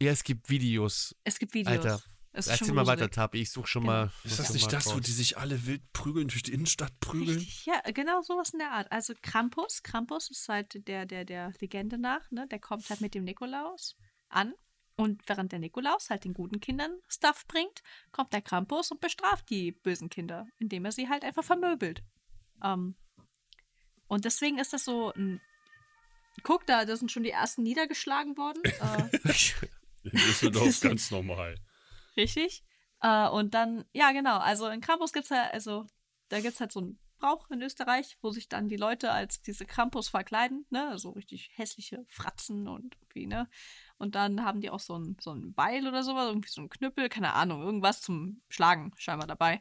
Speaker 1: Ja, es gibt Videos.
Speaker 2: Es gibt Videos.
Speaker 1: Alter,
Speaker 2: es ist
Speaker 1: Erzähl
Speaker 2: schon
Speaker 1: mal
Speaker 2: gruselig.
Speaker 1: weiter, Tab. Ich suche schon
Speaker 2: Genau.
Speaker 1: mal.
Speaker 3: Ist das
Speaker 1: such
Speaker 3: nicht
Speaker 1: mal
Speaker 3: das, wo
Speaker 1: raus.
Speaker 3: die sich alle wild prügeln, durch die Innenstadt prügeln?
Speaker 2: Richtig, ja, genau sowas in der Art. Also Krampus, Krampus ist halt der, der, der Legende nach, ne? Der kommt halt mit dem Nikolaus an. Und während der Nikolaus halt den guten Kindern Stuff bringt, kommt der Krampus und bestraft die bösen Kinder, indem er sie halt einfach vermöbelt. Ähm, und deswegen ist das so ein. Guck, da, da sind schon die ersten niedergeschlagen worden. Äh,
Speaker 3: Das ist doch ganz normal.
Speaker 2: Richtig. Äh, und dann, ja, genau. Also in Krampus gibt es ja, also da gibt es halt so einen Brauch in Österreich, wo sich dann die Leute als diese Krampus verkleiden, ne? So richtig hässliche Fratzen und wie, ne? Und dann haben die auch so ein, so ein Beil oder sowas, irgendwie so einen Knüppel, keine Ahnung, irgendwas zum Schlagen scheinbar dabei.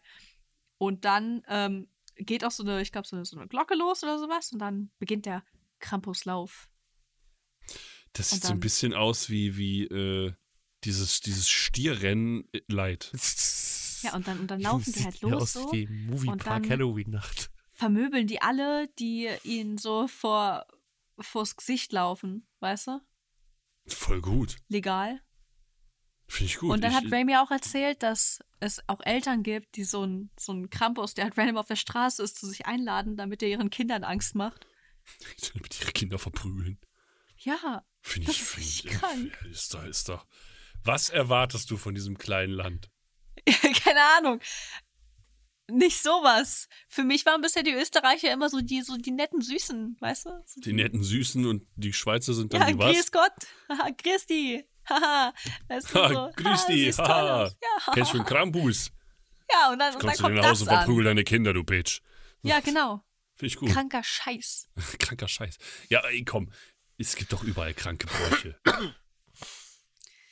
Speaker 2: Und dann ähm, geht auch so eine, ich glaube, so eine, so eine Glocke los oder sowas und dann beginnt der Krampuslauf.
Speaker 3: Das
Speaker 2: Und
Speaker 3: sieht so ein
Speaker 2: dann-
Speaker 3: bisschen aus wie, wie äh, dieses, dieses Stierrennen äh, light.
Speaker 2: Ja, und dann, und dann laufen die
Speaker 1: Sieht
Speaker 2: halt
Speaker 1: eher
Speaker 2: los
Speaker 1: aus
Speaker 2: so.
Speaker 1: Wie Movie
Speaker 2: Und
Speaker 1: Park
Speaker 2: dann-
Speaker 1: Halloween Nacht.
Speaker 2: vermöbeln die alle, die ihnen so vor, vors Gesicht laufen, weißt du?
Speaker 3: Voll gut.
Speaker 2: Legal.
Speaker 3: Finde ich gut.
Speaker 2: und dann
Speaker 3: ich,
Speaker 2: hat Ray mir auch erzählt, dass es auch Eltern gibt, die so einen so einen Krampus, der halt random auf der Straße ist, zu sich einladen, damit er ihren Kindern Angst macht.
Speaker 3: damit ihre Kinder verprügeln.
Speaker 2: Ja,
Speaker 3: Finde
Speaker 2: Das
Speaker 3: ich,
Speaker 2: ist
Speaker 3: finde ich,
Speaker 2: richtig krank.
Speaker 3: äh, ist da, ist da. Was erwartest du von diesem kleinen Land?
Speaker 2: keine Ahnung. Nicht sowas. Für mich waren bisher die Österreicher immer so die, so die netten Süßen, weißt du? So
Speaker 3: Die netten Süßen und die Schweizer sind dann
Speaker 2: Ja,
Speaker 3: die was?
Speaker 2: grüß Gott. Haha, grüß die. Haha. Weißt du,
Speaker 3: Ha,
Speaker 2: so.
Speaker 3: grüß
Speaker 2: ha,
Speaker 3: dich.
Speaker 2: siehst toll
Speaker 3: Haha.
Speaker 2: aus. Ja,
Speaker 3: Kennst du den Krampus?
Speaker 2: ja, und dann, und dann
Speaker 3: Kommst du dir
Speaker 2: kommt
Speaker 3: nach Hause
Speaker 2: das
Speaker 3: und
Speaker 2: an.
Speaker 3: verprügel deine Kinder, du Bitch.
Speaker 2: Ja, genau.
Speaker 3: Finde ich gut.
Speaker 2: Kranker Scheiß.
Speaker 3: Kranker Scheiß. Ja, ey, komm. Es gibt doch überall kranke Bräuche.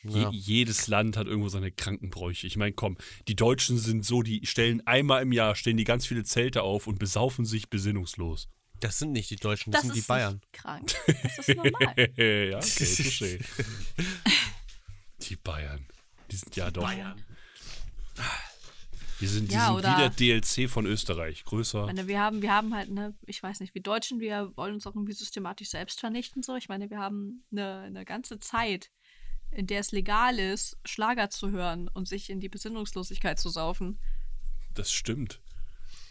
Speaker 3: Je,
Speaker 1: Ja.
Speaker 3: Jedes Land hat irgendwo seine kranken Bräuche. Ich meine, komm, die Deutschen sind so, die stellen einmal im Jahr, stellen die ganz viele Zelte auf und besaufen sich besinnungslos.
Speaker 1: Das sind nicht die Deutschen, das,
Speaker 2: Das
Speaker 1: sind
Speaker 2: ist
Speaker 1: die Bayern.
Speaker 2: Nicht krank. Das ist normal.
Speaker 3: ja, okay, touché. Die Bayern. Die sind ja doch. Die sind, die
Speaker 2: Ja,
Speaker 3: sind
Speaker 2: oder-
Speaker 3: wie der DLC von Österreich. Größer.
Speaker 2: Ich meine, wir haben, wir haben halt, ne, ich weiß nicht, wir Deutschen, wir wollen uns auch irgendwie systematisch selbst vernichten. So. Ich meine, wir haben eine, eine ganze Zeit, in der es legal ist, Schlager zu hören und sich in die Besinnungslosigkeit zu saufen.
Speaker 3: Das stimmt.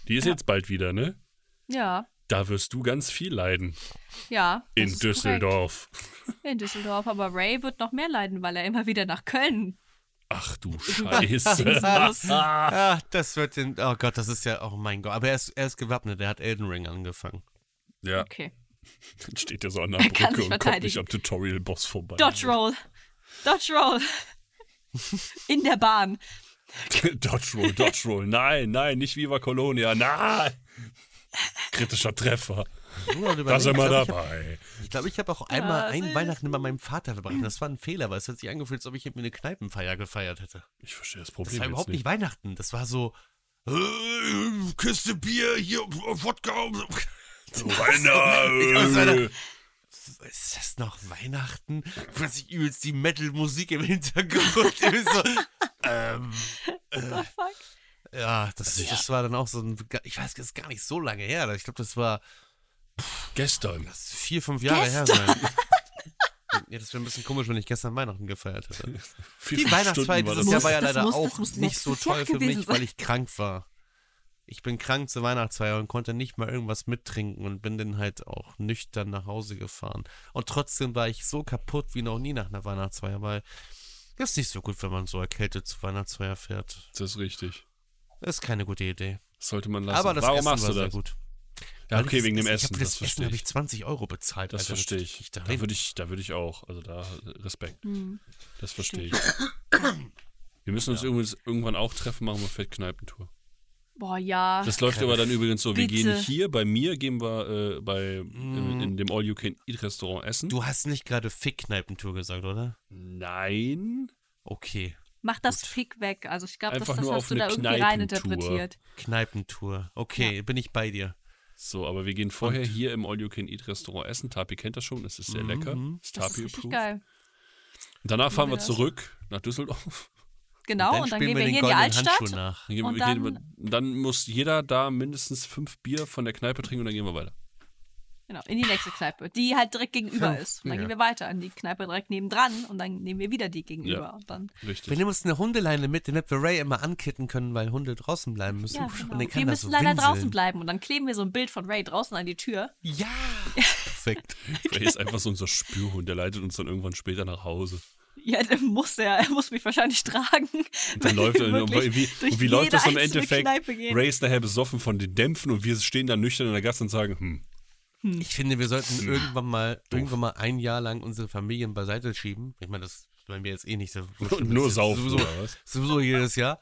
Speaker 3: Die ist jetzt bald wieder, ne?
Speaker 2: Ja,
Speaker 3: Da wirst du ganz viel leiden.
Speaker 2: ja. das
Speaker 3: In
Speaker 2: ist korrekt.
Speaker 3: Düsseldorf.
Speaker 2: In Düsseldorf, aber Ray wird noch mehr leiden, weil er immer wieder nach Köln.
Speaker 3: Ach du
Speaker 2: singen
Speaker 3: Scheiße.
Speaker 2: muss.
Speaker 1: Ah, das wird den. Oh Gott, das ist ja. Oh mein Gott. Aber er ist, er ist gewappnet. Er hat Elden Ring angefangen.
Speaker 3: ja,
Speaker 2: Okay.
Speaker 3: dann steht der so an der
Speaker 2: Er kann sich
Speaker 3: Brücke und kommt nicht
Speaker 2: verteidigen.
Speaker 3: am Tutorial-Boss vorbei.
Speaker 2: Dodge Roll. Dodge Roll. In der Bahn.
Speaker 3: Dodge Roll, Dodge Roll. Nein, nein, nicht Viva Colonia. Nein! Kritischer Treffer. Da sind wir
Speaker 1: ich glaube, ich habe
Speaker 3: dabei.
Speaker 1: glaub, ich hab auch einmal
Speaker 2: Ah,
Speaker 1: einen
Speaker 2: süß.
Speaker 1: Weihnachten bei meinem Vater verbracht. Und Das war ein Fehler, weil es hat sich angefühlt, als ob ich mit mir eine Kneipenfeier gefeiert hätte.
Speaker 3: Ich verstehe das
Speaker 1: Das
Speaker 3: Problem.
Speaker 1: war
Speaker 3: jetzt
Speaker 1: überhaupt nicht Weihnachten. Das war so. äh, Kiste Bier, hier, Wodka. weiß, Alter.
Speaker 3: Rainer, äh,
Speaker 1: Ist das noch Weihnachten? Plötzlich übelst die Metal-Musik im Hintergrund. Übelst so, ähm,
Speaker 2: Oh, fuck.
Speaker 1: Ja, das, das war dann auch so ein. Ich weiß, das ist gar nicht so lange her. Ich glaube, das war
Speaker 3: Gestern.
Speaker 1: das ist vier, fünf Jahre her sein. Ja, das wäre ein bisschen komisch, wenn ich gestern Weihnachten gefeiert hätte.
Speaker 3: Vier,
Speaker 1: Die
Speaker 3: fünf
Speaker 1: Weihnachtsfeier
Speaker 3: Stunden war
Speaker 1: dieses
Speaker 3: das
Speaker 1: Jahr
Speaker 3: jetzt.
Speaker 1: war ja
Speaker 2: das
Speaker 1: leider
Speaker 2: muss- das
Speaker 1: auch
Speaker 2: muss
Speaker 1: nicht so
Speaker 2: letztes
Speaker 1: toll
Speaker 2: Jahr
Speaker 1: für
Speaker 2: gewesen
Speaker 1: mich, weil
Speaker 2: sein.
Speaker 1: ich krank war. Ich bin krank zur Weihnachtsfeier und konnte nicht mal irgendwas mittrinken und bin dann halt auch nüchtern nach Hause gefahren. Und trotzdem war ich so kaputt wie noch nie nach einer Weihnachtsfeier, weil das ist nicht so gut, wenn man so erkältet zur Weihnachtsfeier fährt.
Speaker 3: Das ist richtig.
Speaker 1: Das ist keine gute Idee.
Speaker 3: Das sollte man lassen.
Speaker 1: Aber das
Speaker 3: Warum
Speaker 1: Essen
Speaker 3: machst
Speaker 1: war
Speaker 3: du
Speaker 1: sehr
Speaker 3: das?
Speaker 1: gut.
Speaker 3: Ja,
Speaker 1: Weil
Speaker 3: okay,
Speaker 1: das-
Speaker 3: wegen dem
Speaker 1: ich
Speaker 3: Essen.
Speaker 1: Hab für
Speaker 3: Das
Speaker 1: das, Essen
Speaker 3: verstehe
Speaker 1: habe
Speaker 3: ich.
Speaker 1: ich 20 Euro bezahlt.
Speaker 3: Das
Speaker 1: Alter,
Speaker 3: verstehe
Speaker 1: krieg
Speaker 3: ich. Da
Speaker 1: dahin.
Speaker 3: würde ich, da würd ich auch. Also da Respekt. Das verstehe ich. Wir müssen uns übrigens irgendwann auch treffen, machen wir Fettkneipentour.
Speaker 2: Boah, ja.
Speaker 3: Das läuft aber dann übrigens so, wir
Speaker 2: Bitte.
Speaker 3: gehen hier, bei mir gehen wir äh, bei, in, in dem All You Can Eat Restaurant essen.
Speaker 1: Mhm. Du hast nicht gerade Fick-Kneipentour gesagt, oder?
Speaker 3: Nein.
Speaker 1: Okay.
Speaker 2: Mach das Fick weg. Also ich glaube, das,
Speaker 3: Einfach
Speaker 2: das
Speaker 3: nur
Speaker 2: hast
Speaker 3: auf
Speaker 2: du
Speaker 3: eine
Speaker 2: da irgendwie
Speaker 3: Kneipentour.
Speaker 2: reininterpretiert.
Speaker 1: Kneipentour. Okay, bin ich bei dir.
Speaker 3: So, aber wir gehen vorher hier im All You Can Eat Restaurant essen. Tapi kennt das schon, es ist sehr lecker. Ist
Speaker 2: Das ist
Speaker 3: Tapi
Speaker 2: richtig
Speaker 3: approved.
Speaker 2: geil.
Speaker 3: Danach fahren wir
Speaker 2: das.
Speaker 3: zurück nach Düsseldorf.
Speaker 2: Genau, und dann, gehen wir hier in die
Speaker 1: goldenen
Speaker 2: Altstadt.
Speaker 1: Handschuh nach.
Speaker 3: Dann, gehen,
Speaker 2: Und
Speaker 3: wir- gehen,
Speaker 2: dann-
Speaker 3: wir- dann muss jeder da mindestens fünf Bier von der Kneipe trinken und dann gehen wir weiter.
Speaker 2: Genau, in die nächste Kneipe, die halt direkt gegenüber
Speaker 1: Fünf
Speaker 2: ist. Und dann
Speaker 1: Bier.
Speaker 2: gehen wir weiter an die Kneipe direkt nebendran und dann nehmen wir wieder die gegenüber.
Speaker 3: Ja.
Speaker 2: Und dann,
Speaker 1: Wir
Speaker 3: Richtig.
Speaker 1: nehmen uns eine Hundeleine mit, damit wir Ray immer ankitten können, weil Hunde draußen bleiben müssen.
Speaker 2: ja, genau.
Speaker 1: Und der kann
Speaker 2: wir
Speaker 1: das
Speaker 2: müssen
Speaker 1: so
Speaker 2: leider
Speaker 1: winseln.
Speaker 2: draußen bleiben und dann kleben wir so ein Bild von Ray draußen an die Tür.
Speaker 1: Ja! Perfekt.
Speaker 3: Ray ist einfach so unser Spürhund, der leitet uns dann irgendwann später nach Hause.
Speaker 2: Ja, dann muss er, er muss mich wahrscheinlich tragen.
Speaker 3: Und dann läuft er, und wie, und wie läuft das im Endeffekt?
Speaker 2: Ray
Speaker 3: Ray ist nachher besoffen von den Dämpfen und wir stehen dann nüchtern in der Gasse und sagen, hm,
Speaker 1: Ich finde, wir sollten irgendwann mal, irgendwann mal ein Jahr lang unsere Familien beiseite schieben. Ich meine, das bei mir jetzt eh nicht so. so schlimm.
Speaker 3: nur
Speaker 1: Das ist
Speaker 3: saufen
Speaker 1: sowieso-
Speaker 3: oder was?
Speaker 1: Sowieso jedes Jahr.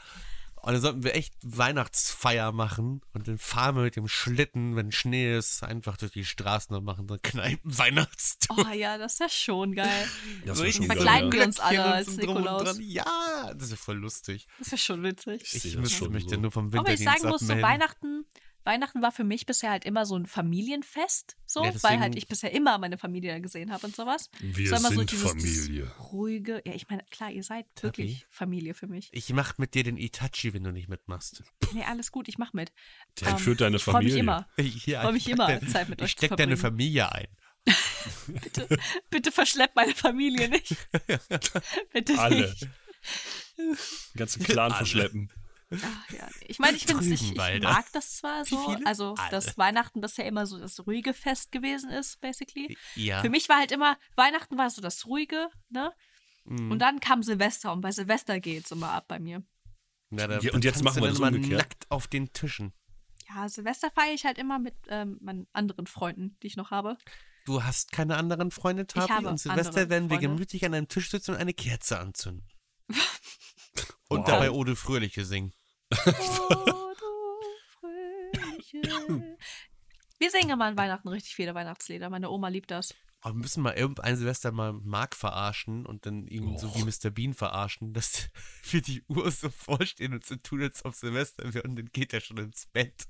Speaker 1: Und dann sollten wir echt Weihnachtsfeier machen und dann fahren wir mit dem Schlitten, wenn Schnee ist, einfach durch die Straßen und machen so Kneipen Weihnachtstour.
Speaker 2: Oh ja, das ist ja schon geil.
Speaker 3: das war schon
Speaker 2: richtig
Speaker 3: geil.
Speaker 2: verkleiden
Speaker 3: ja.
Speaker 2: wir uns alle
Speaker 1: Glöckchen und
Speaker 2: als
Speaker 1: so drum und
Speaker 2: Nikolaus.
Speaker 1: dran. Ja, das ist ja voll lustig.
Speaker 2: Das ist ja schon witzig.
Speaker 3: Ich
Speaker 1: Ich
Speaker 3: sehe das
Speaker 1: müsste
Speaker 3: schon
Speaker 1: mich
Speaker 3: so.
Speaker 1: dann nur vom
Speaker 2: Aber ich
Speaker 1: Winterdienst
Speaker 2: sagen muss, so
Speaker 1: abmelden.
Speaker 2: Weihnachten, Weihnachten war für mich bisher halt immer so ein Familienfest, so,
Speaker 1: Ja,
Speaker 2: weil
Speaker 1: deswegen-
Speaker 2: halt ich bisher immer meine Familie gesehen habe und sowas.
Speaker 3: Wir
Speaker 2: so immer
Speaker 3: sind
Speaker 2: dieses-
Speaker 3: Familie.
Speaker 2: Dieses ruhige, ja, ich meine, klar, ihr seid wirklich Familie für mich.
Speaker 1: Ich mach mit dir den Itachi, wenn du nicht mitmachst.
Speaker 2: Nee, alles gut, ich mach mit.
Speaker 3: Der
Speaker 2: Ähm,
Speaker 3: führt deine
Speaker 2: ich freu
Speaker 3: Familie.
Speaker 2: mich immer.
Speaker 1: Ja,
Speaker 2: Freu mich
Speaker 1: pack
Speaker 2: immer,
Speaker 1: dein-
Speaker 2: Zeit mit
Speaker 1: Ich
Speaker 2: euch zu
Speaker 1: steck deine
Speaker 2: verbringen.
Speaker 1: Familie ein.
Speaker 2: Bitte verschleppt meine Familie nicht. Bitte
Speaker 3: Alle.
Speaker 2: nicht.
Speaker 3: Den ganzen Clan verschleppen.
Speaker 2: Ach, ja. Ich meine, ich finde ich, ich
Speaker 1: Rügenwalder.
Speaker 2: mag das zwar so,
Speaker 1: Wie viele?
Speaker 2: also
Speaker 1: Alle.
Speaker 2: dass Weihnachten bisher immer so das ruhige Fest gewesen ist, basically.
Speaker 1: Ja.
Speaker 2: Für mich war halt immer, Weihnachten war so das ruhige, ne?
Speaker 1: Mhm.
Speaker 2: Und dann kam Silvester und bei Silvester geht's immer ab bei mir.
Speaker 1: Na, da,
Speaker 3: Ja, und jetzt
Speaker 1: tanzt
Speaker 3: machen
Speaker 1: du
Speaker 3: wir
Speaker 1: dann
Speaker 3: das
Speaker 1: immer
Speaker 3: umgekehrt.
Speaker 1: nackt auf den Tischen.
Speaker 2: Ja, Silvester feiere ich halt immer mit ähm, meinen anderen Freunden, die ich noch habe.
Speaker 1: Du hast keine anderen Freunde, Tabi,
Speaker 2: habe
Speaker 1: und Silvester
Speaker 2: andere
Speaker 1: werden wir
Speaker 2: Freunde.
Speaker 1: gemütlich an einem Tisch sitzen und eine Kerze anzünden. und
Speaker 3: Wow.
Speaker 1: dabei Ode Fröhliche singen.
Speaker 2: Oh, du Fröhliche. Wir singen immer an Weihnachten richtig viele Weihnachtslieder. Meine Oma liebt das.
Speaker 1: Aber wir müssen mal irgendein Silvester mal Mark verarschen und dann ihn so wie Mr. Bean verarschen, dass wir die Uhr so vorstehen und so tun, als ob Silvester wäre und dann geht er schon ins Bett.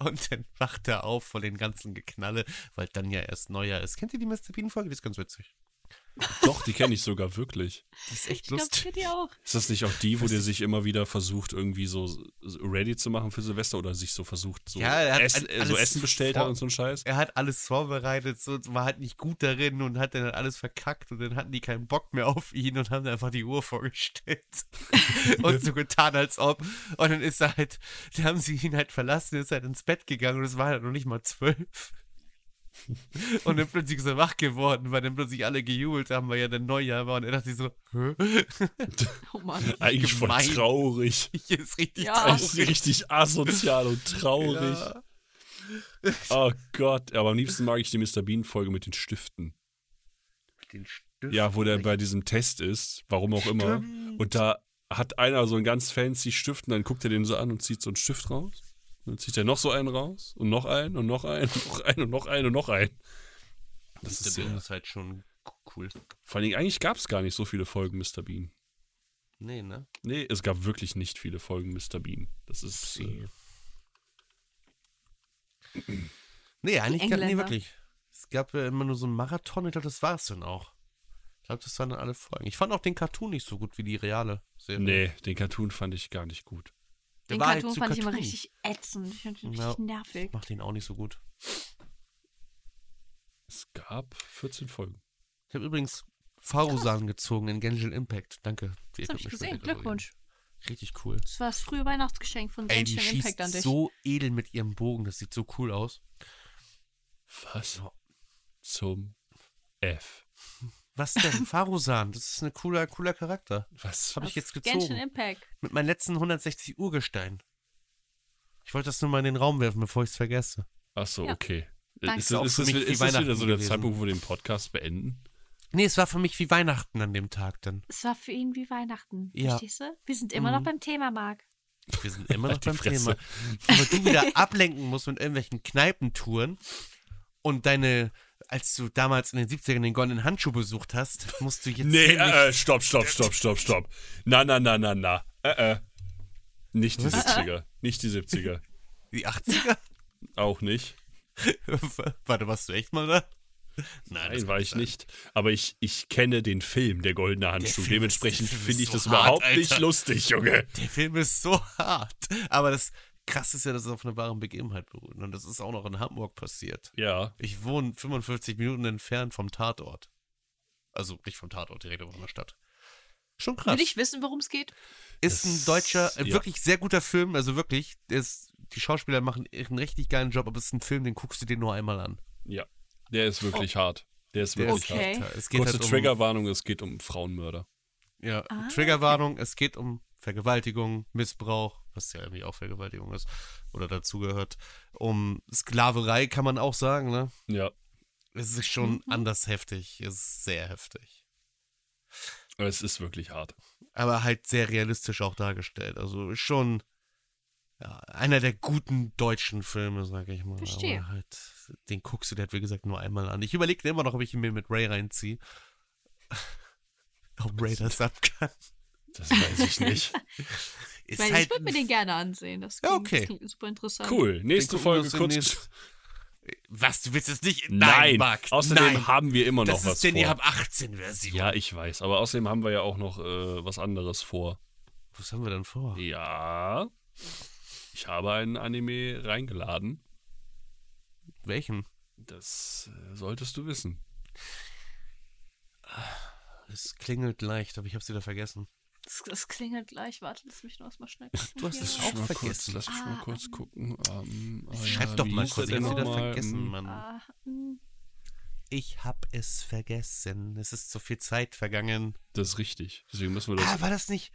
Speaker 1: Und dann wacht er auf vor den ganzen Geknalle, weil dann ja erst Neujahr ist. Kennt ihr die Mr. Bean-Folge? Die ist ganz witzig.
Speaker 3: Doch, die kenne ich sogar wirklich.
Speaker 1: Die ist echt
Speaker 2: Ich glaube,
Speaker 1: lustig.
Speaker 2: für die auch.
Speaker 3: Ist das nicht auch die, wo der sich immer wieder versucht, irgendwie so ready zu machen für Silvester oder sich so versucht, so,
Speaker 1: Ja, er hat
Speaker 3: Essen,
Speaker 1: alles
Speaker 3: so Essen bestellt
Speaker 1: vor-
Speaker 3: hat und so ein Scheiß?
Speaker 1: er hat alles vorbereitet, so, war halt nicht gut darin und hat dann halt alles verkackt und dann hatten die keinen Bock mehr auf ihn und haben dann einfach die Uhr vorgestellt und so getan, als ob. Und dann ist er halt, dann haben sie ihn halt verlassen, ist halt ins Bett gegangen und es war halt noch nicht mal zwölf. Und dann plötzlich ist er wach geworden, weil dann plötzlich alle gejubelt haben, weil ja dann Neujahr war und er dachte sich so, hä?
Speaker 2: Oh Mann.
Speaker 3: Eigentlich voll
Speaker 1: gemein.
Speaker 3: traurig.
Speaker 1: Ich ist richtig
Speaker 2: Ja.
Speaker 1: traurig.
Speaker 3: Eigentlich richtig asozial und traurig.
Speaker 1: Ja.
Speaker 3: Oh Gott, aber am liebsten mag ich die Mr. Bean-Folge mit den Stiften.
Speaker 1: Den Stift.
Speaker 3: Ja, wo der bei diesem Test ist, warum auch immer. Und da hat einer so einen ganz fancy Stift und dann guckt er den so an und zieht so einen Stift raus. Und dann zieht er noch so einen raus und noch einen und noch einen und noch einen und noch einen und noch einen. Das ist
Speaker 1: Mr.
Speaker 3: sehr,
Speaker 1: Bean ist halt schon cool.
Speaker 3: vor allen Dingen, eigentlich gab es gar nicht so viele Folgen Mr. Bean.
Speaker 1: Nee, ne?
Speaker 3: Nee, es gab wirklich nicht viele Folgen Mr. Bean. Das ist. Äh,
Speaker 1: Nee, eigentlich gab, nee,
Speaker 2: Engländer.
Speaker 1: wirklich. Es gab äh, immer nur so einen Marathon. Ich glaube, das war es dann auch. Ich glaube, das waren dann alle Folgen. Ich fand auch den Cartoon nicht so gut wie die reale Serie.
Speaker 3: nee, den Cartoon fand ich gar nicht gut.
Speaker 1: Der
Speaker 2: Den
Speaker 1: war halt
Speaker 2: Cartoon
Speaker 1: zu
Speaker 2: fand ich immer
Speaker 1: Cartoon.
Speaker 2: richtig ätzend. Ich fand ihn
Speaker 1: Ja.
Speaker 2: richtig nervig.
Speaker 1: Macht den auch nicht so gut.
Speaker 3: Es gab 14 Folgen.
Speaker 1: Ich habe übrigens Farusan gezogen in Genshin Impact. Danke. Ihr
Speaker 2: Das
Speaker 1: könnt
Speaker 2: habe ich
Speaker 1: mir
Speaker 2: gesehen.
Speaker 1: später darüber
Speaker 2: Glückwunsch.
Speaker 1: reden. Richtig cool.
Speaker 2: Das war das frühe Weihnachtsgeschenk von
Speaker 1: Ey, die
Speaker 2: Genshin Impact an
Speaker 1: schießt
Speaker 2: dich.
Speaker 1: so edel mit ihrem Bogen. Das sieht so cool aus.
Speaker 3: Was? Zum F.
Speaker 1: Was denn? Farusan, das ist ein cooler, cooler Charakter.
Speaker 3: Was?
Speaker 1: Habe ich jetzt
Speaker 2: Genshin
Speaker 1: gezogen.
Speaker 2: Impact.
Speaker 1: Mit meinem letzten 160 Uhr Gestein. Ich wollte das nur mal in den Raum werfen, bevor ich es vergesse.
Speaker 3: Ach so,
Speaker 2: Ja.
Speaker 3: okay.
Speaker 2: Danke.
Speaker 3: Ist,
Speaker 1: Auch
Speaker 3: das- ist,
Speaker 1: für
Speaker 3: das-
Speaker 1: mich wie
Speaker 3: ist das wieder
Speaker 1: Weihnachten
Speaker 3: so der
Speaker 1: gewesen.
Speaker 3: Zeitpunkt, wo wir den Podcast beenden?
Speaker 1: Nee, es war für mich wie Weihnachten an dem Tag dann.
Speaker 2: Es war für ihn wie Weihnachten.
Speaker 1: Ja. Mhm.
Speaker 2: Verstehst du? Wir sind immer noch beim Thema, Marc.
Speaker 1: Wir sind immer noch
Speaker 3: Halt die
Speaker 1: beim
Speaker 3: Fresse.
Speaker 1: Thema. Aber du wieder ablenken musst mit irgendwelchen Kneipentouren und deine, als du damals in den 70ern den goldenen Handschuh besucht hast, musst du jetzt.
Speaker 3: Nee,
Speaker 1: nicht-
Speaker 3: äh, äh, stopp, stopp, stopp, stopp, stopp. Na, na, na, na, na. Äh, äh. Nicht die 70er. Nicht die 70er.
Speaker 1: die 80er?
Speaker 3: Auch nicht.
Speaker 1: Warte, warst du echt mal da? Nein, das
Speaker 3: Nein, war ich nicht. Aber ich, ich kenne den Film, der goldene Handschuh.
Speaker 1: Film ist-
Speaker 3: Dementsprechend
Speaker 1: der Film
Speaker 3: finde
Speaker 1: ist
Speaker 3: ich
Speaker 1: so
Speaker 3: das
Speaker 1: hart,
Speaker 3: überhaupt
Speaker 1: Alter.
Speaker 3: nicht lustig, Junge.
Speaker 1: Der Film ist so hart. Aber das Krasse ist ja, dass es auf einer wahren Begebenheit beruht. Und das ist auch noch in Hamburg passiert.
Speaker 3: Ja.
Speaker 1: Ich wohne 45 Minuten entfernt vom Tatort. Also nicht vom Tatort, direkt aber von der Stadt. Schon krass.
Speaker 2: Will ich wissen, worum es geht?
Speaker 1: ist ein
Speaker 3: Das-
Speaker 1: deutscher, äh,
Speaker 3: ja.
Speaker 1: wirklich sehr guter Film, also wirklich, der ist, die Schauspieler machen einen richtig geilen Job, aber es ist ein Film, den guckst du dir nur einmal an.
Speaker 3: Ja. Der ist wirklich hart. Der ist
Speaker 1: Oh. Der ist
Speaker 3: wirklich
Speaker 2: Okay.
Speaker 3: hart.
Speaker 1: echt hart. Es geht
Speaker 3: Kurze
Speaker 1: halt um,
Speaker 3: Triggerwarnung, es geht um Frauenmörder.
Speaker 1: Ja, Triggerwarnung, es geht um Vergewaltigung, Missbrauch, was ja irgendwie auch Vergewaltigung ist oder dazugehört, um Sklaverei kann man auch sagen, ne?
Speaker 3: Ja.
Speaker 1: Es ist schon anders heftig, es ist sehr heftig.
Speaker 3: Aber es ist wirklich hart.
Speaker 1: aber halt sehr realistisch auch dargestellt. Also ist schon ja, einer der guten deutschen Filme, sag ich mal.
Speaker 2: Verstehe.
Speaker 1: Aber halt, den guckst du, der hat wie gesagt nur einmal an. Ich überlege immer noch, ob ich ihn mir mit Ray reinziehe. ob Ray das ab kann.
Speaker 3: Das weiß ich nicht.
Speaker 2: Ich,
Speaker 1: Ist
Speaker 2: meine, ich
Speaker 1: halt
Speaker 2: würde mir den gerne ansehen. Das
Speaker 1: Ja,
Speaker 2: klingt,
Speaker 1: okay.
Speaker 2: das klingt super interessant.
Speaker 3: Cool. Nächste
Speaker 1: gucken wir
Speaker 3: Folge
Speaker 1: uns
Speaker 3: kurz.
Speaker 1: demnächst- was, du willst es nicht?
Speaker 3: Nein,
Speaker 1: Marc,
Speaker 3: außerdem
Speaker 1: nein.
Speaker 3: haben wir immer noch
Speaker 1: das
Speaker 3: was
Speaker 1: ist denn
Speaker 3: vor.
Speaker 1: ihr habt 18 Version.
Speaker 3: ja, ich weiß, aber außerdem haben wir ja auch noch äh, was anderes vor.
Speaker 1: Was haben wir denn vor?
Speaker 3: Ja. Ich habe einen Anime reingeladen.
Speaker 1: Welchen?
Speaker 3: Das äh, solltest du wissen.
Speaker 1: Es klingelt leicht, aber ich hab's wieder vergessen.
Speaker 2: Das, das klingelt gleich. Warte, lass mich noch erstmal schnell.
Speaker 1: Du hast es
Speaker 3: Lass
Speaker 1: Auch
Speaker 3: mich mal
Speaker 1: vergessen.
Speaker 3: Kurz, lass mich mal
Speaker 2: Ah,
Speaker 3: kurz gucken. Ähm, ah
Speaker 1: Schreib
Speaker 3: ja,
Speaker 1: doch
Speaker 3: wie
Speaker 1: mal
Speaker 3: hieß der
Speaker 1: kurz, ich
Speaker 3: denn
Speaker 1: hab's wieder
Speaker 3: nochmal?
Speaker 1: vergessen,
Speaker 3: Hm,
Speaker 1: Mann.
Speaker 2: Ah, hm.
Speaker 1: Ich hab es vergessen. Es ist so viel Zeit vergangen.
Speaker 3: Das ist richtig. Deswegen müssen wir das.
Speaker 1: Ah, war das nicht.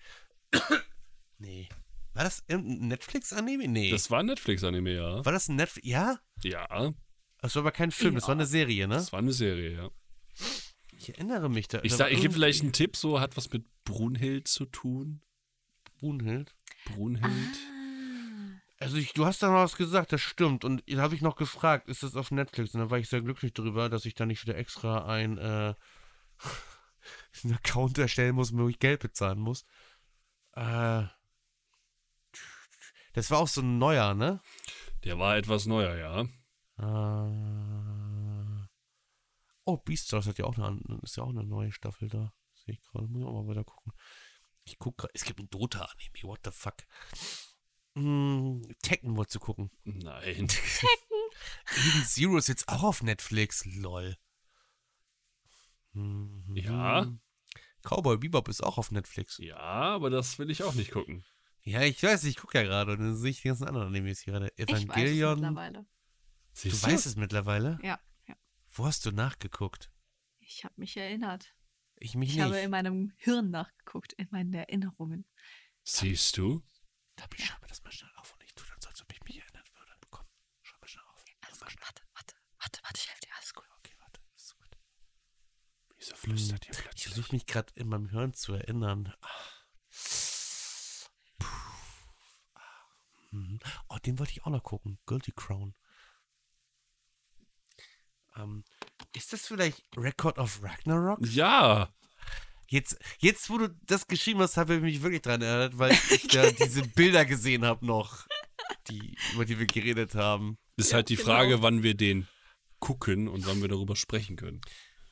Speaker 1: nee. War das ein Netflix-Anime? Nee.
Speaker 3: das war ein Netflix-Anime, ja.
Speaker 1: war das ein Netflix. Ja?
Speaker 3: Ja,
Speaker 1: Das war aber kein Film, das war eine Serie, ne?
Speaker 3: das war eine Serie, ja.
Speaker 1: Ich erinnere mich da.
Speaker 3: Ich,
Speaker 1: da
Speaker 3: sag,
Speaker 1: war
Speaker 3: ich gebe
Speaker 1: irgendein
Speaker 3: vielleicht einen Tipp, so hat was mit Brunhild zu tun.
Speaker 1: Brunhild.
Speaker 3: Ah. Brunhild.
Speaker 1: Also ich, du hast da noch was gesagt, das stimmt. Und da habe ich noch gefragt, ist das auf Netflix? Und da war ich sehr glücklich darüber, dass ich da nicht wieder extra ein, äh, einen Account erstellen muss, wo ich Geld bezahlen muss. Äh, das war auch so ein neuer, ne?
Speaker 3: Der war etwas neuer, ja.
Speaker 1: Äh, oh, Beastars hat ja auch eine, an- ist ja auch eine neue Staffel da. Sehe ich gerade. Muss ich auch mal weiter gucken. Ich gucke gerade. Es gibt ein Dota-Anime. What the fuck? Hm, Tekken wolltest du gucken.
Speaker 3: Nein.
Speaker 1: Eden Zero ist jetzt auch auf Netflix. Lol. Mhm.
Speaker 3: Ja.
Speaker 1: Cowboy Bebop ist auch auf Netflix.
Speaker 3: Ja, aber das will ich auch nicht gucken.
Speaker 1: Ja, ich weiß, ich gucke ja gerade und dann sehe ich die ganzen anderen Animes hier gerade.
Speaker 2: Ich weiß es
Speaker 1: Evangelion.
Speaker 2: mittlerweile.
Speaker 1: du
Speaker 3: Siehst
Speaker 1: weißt es mittlerweile?
Speaker 2: Ja, ja.
Speaker 1: Wo hast du nachgeguckt?
Speaker 2: Ich habe mich erinnert.
Speaker 1: Ich mich
Speaker 2: Ich
Speaker 1: nicht.
Speaker 2: habe in meinem Hirn nachgeguckt, in meinen Erinnerungen.
Speaker 3: Siehst du?
Speaker 1: Tabi, schreib mir das mal schnell auf und ich tue dann so, als ob ich mich erinnert würde. Komm, schreib mir schnell auf.
Speaker 2: Alles gut, warte, warte, warte, warte, ich helfe dir, alles gut.
Speaker 1: Okay, warte, ist gut.
Speaker 3: Wieso flüstert ihr
Speaker 1: Hm. Ich
Speaker 3: plötzlich?
Speaker 1: versuche mich gerade in meinem Hirn zu erinnern. Ah. Puh. Ah. Mhm. Oh, den wollte ich auch noch gucken. Guilty Crown. Ähm, ist das vielleicht Record of Ragnarok?
Speaker 3: Ja,
Speaker 1: Jetzt, jetzt, wo du das geschrieben hast, habe ich mich wirklich dran erinnert, weil ich da diese Bilder gesehen habe noch, die, über die wir geredet haben.
Speaker 3: ist halt die Frage, wann wir den gucken und wann wir darüber sprechen können.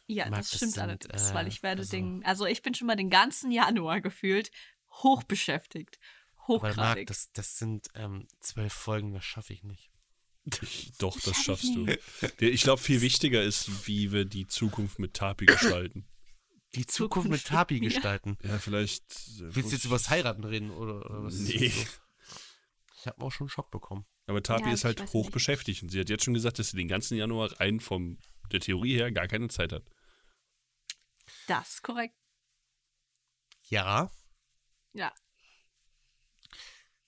Speaker 2: Ja,
Speaker 1: Mag
Speaker 2: das
Speaker 1: das
Speaker 2: stimmt
Speaker 1: sind,
Speaker 2: allerdings,
Speaker 1: äh,
Speaker 2: weil ich werde
Speaker 1: also-
Speaker 2: den, also ich bin schon mal den ganzen Januar gefühlt hochbeschäftigt.
Speaker 1: Weil Marc,
Speaker 2: Hochgradig.
Speaker 1: das, das sind ähm, zwölf Folgen, das schaffe ich nicht.
Speaker 3: Ich, doch, das
Speaker 2: schaff ich
Speaker 3: schaffst du. Der- Ich glaube, viel wichtiger ist, wie wir die Zukunft mit Tapi gestalten.
Speaker 1: Die Zukunft mit
Speaker 2: mit
Speaker 1: Tapi
Speaker 2: mir.
Speaker 1: gestalten.
Speaker 3: Ja, vielleicht. äh,
Speaker 1: Willst du jetzt übers Heiraten reden oder, oder was? ist
Speaker 3: Nee.
Speaker 1: das so? Ich habe auch schon einen Schock bekommen.
Speaker 3: Aber Tapi
Speaker 2: Ja,
Speaker 3: ist
Speaker 2: ich
Speaker 3: halt
Speaker 2: weiß nicht.
Speaker 3: hochbeschäftigt und sie hat jetzt schon gesagt, dass sie den ganzen Januar rein vom der Theorie her gar keine Zeit hat.
Speaker 2: Das ist korrekt.
Speaker 1: Ja,
Speaker 2: Ja,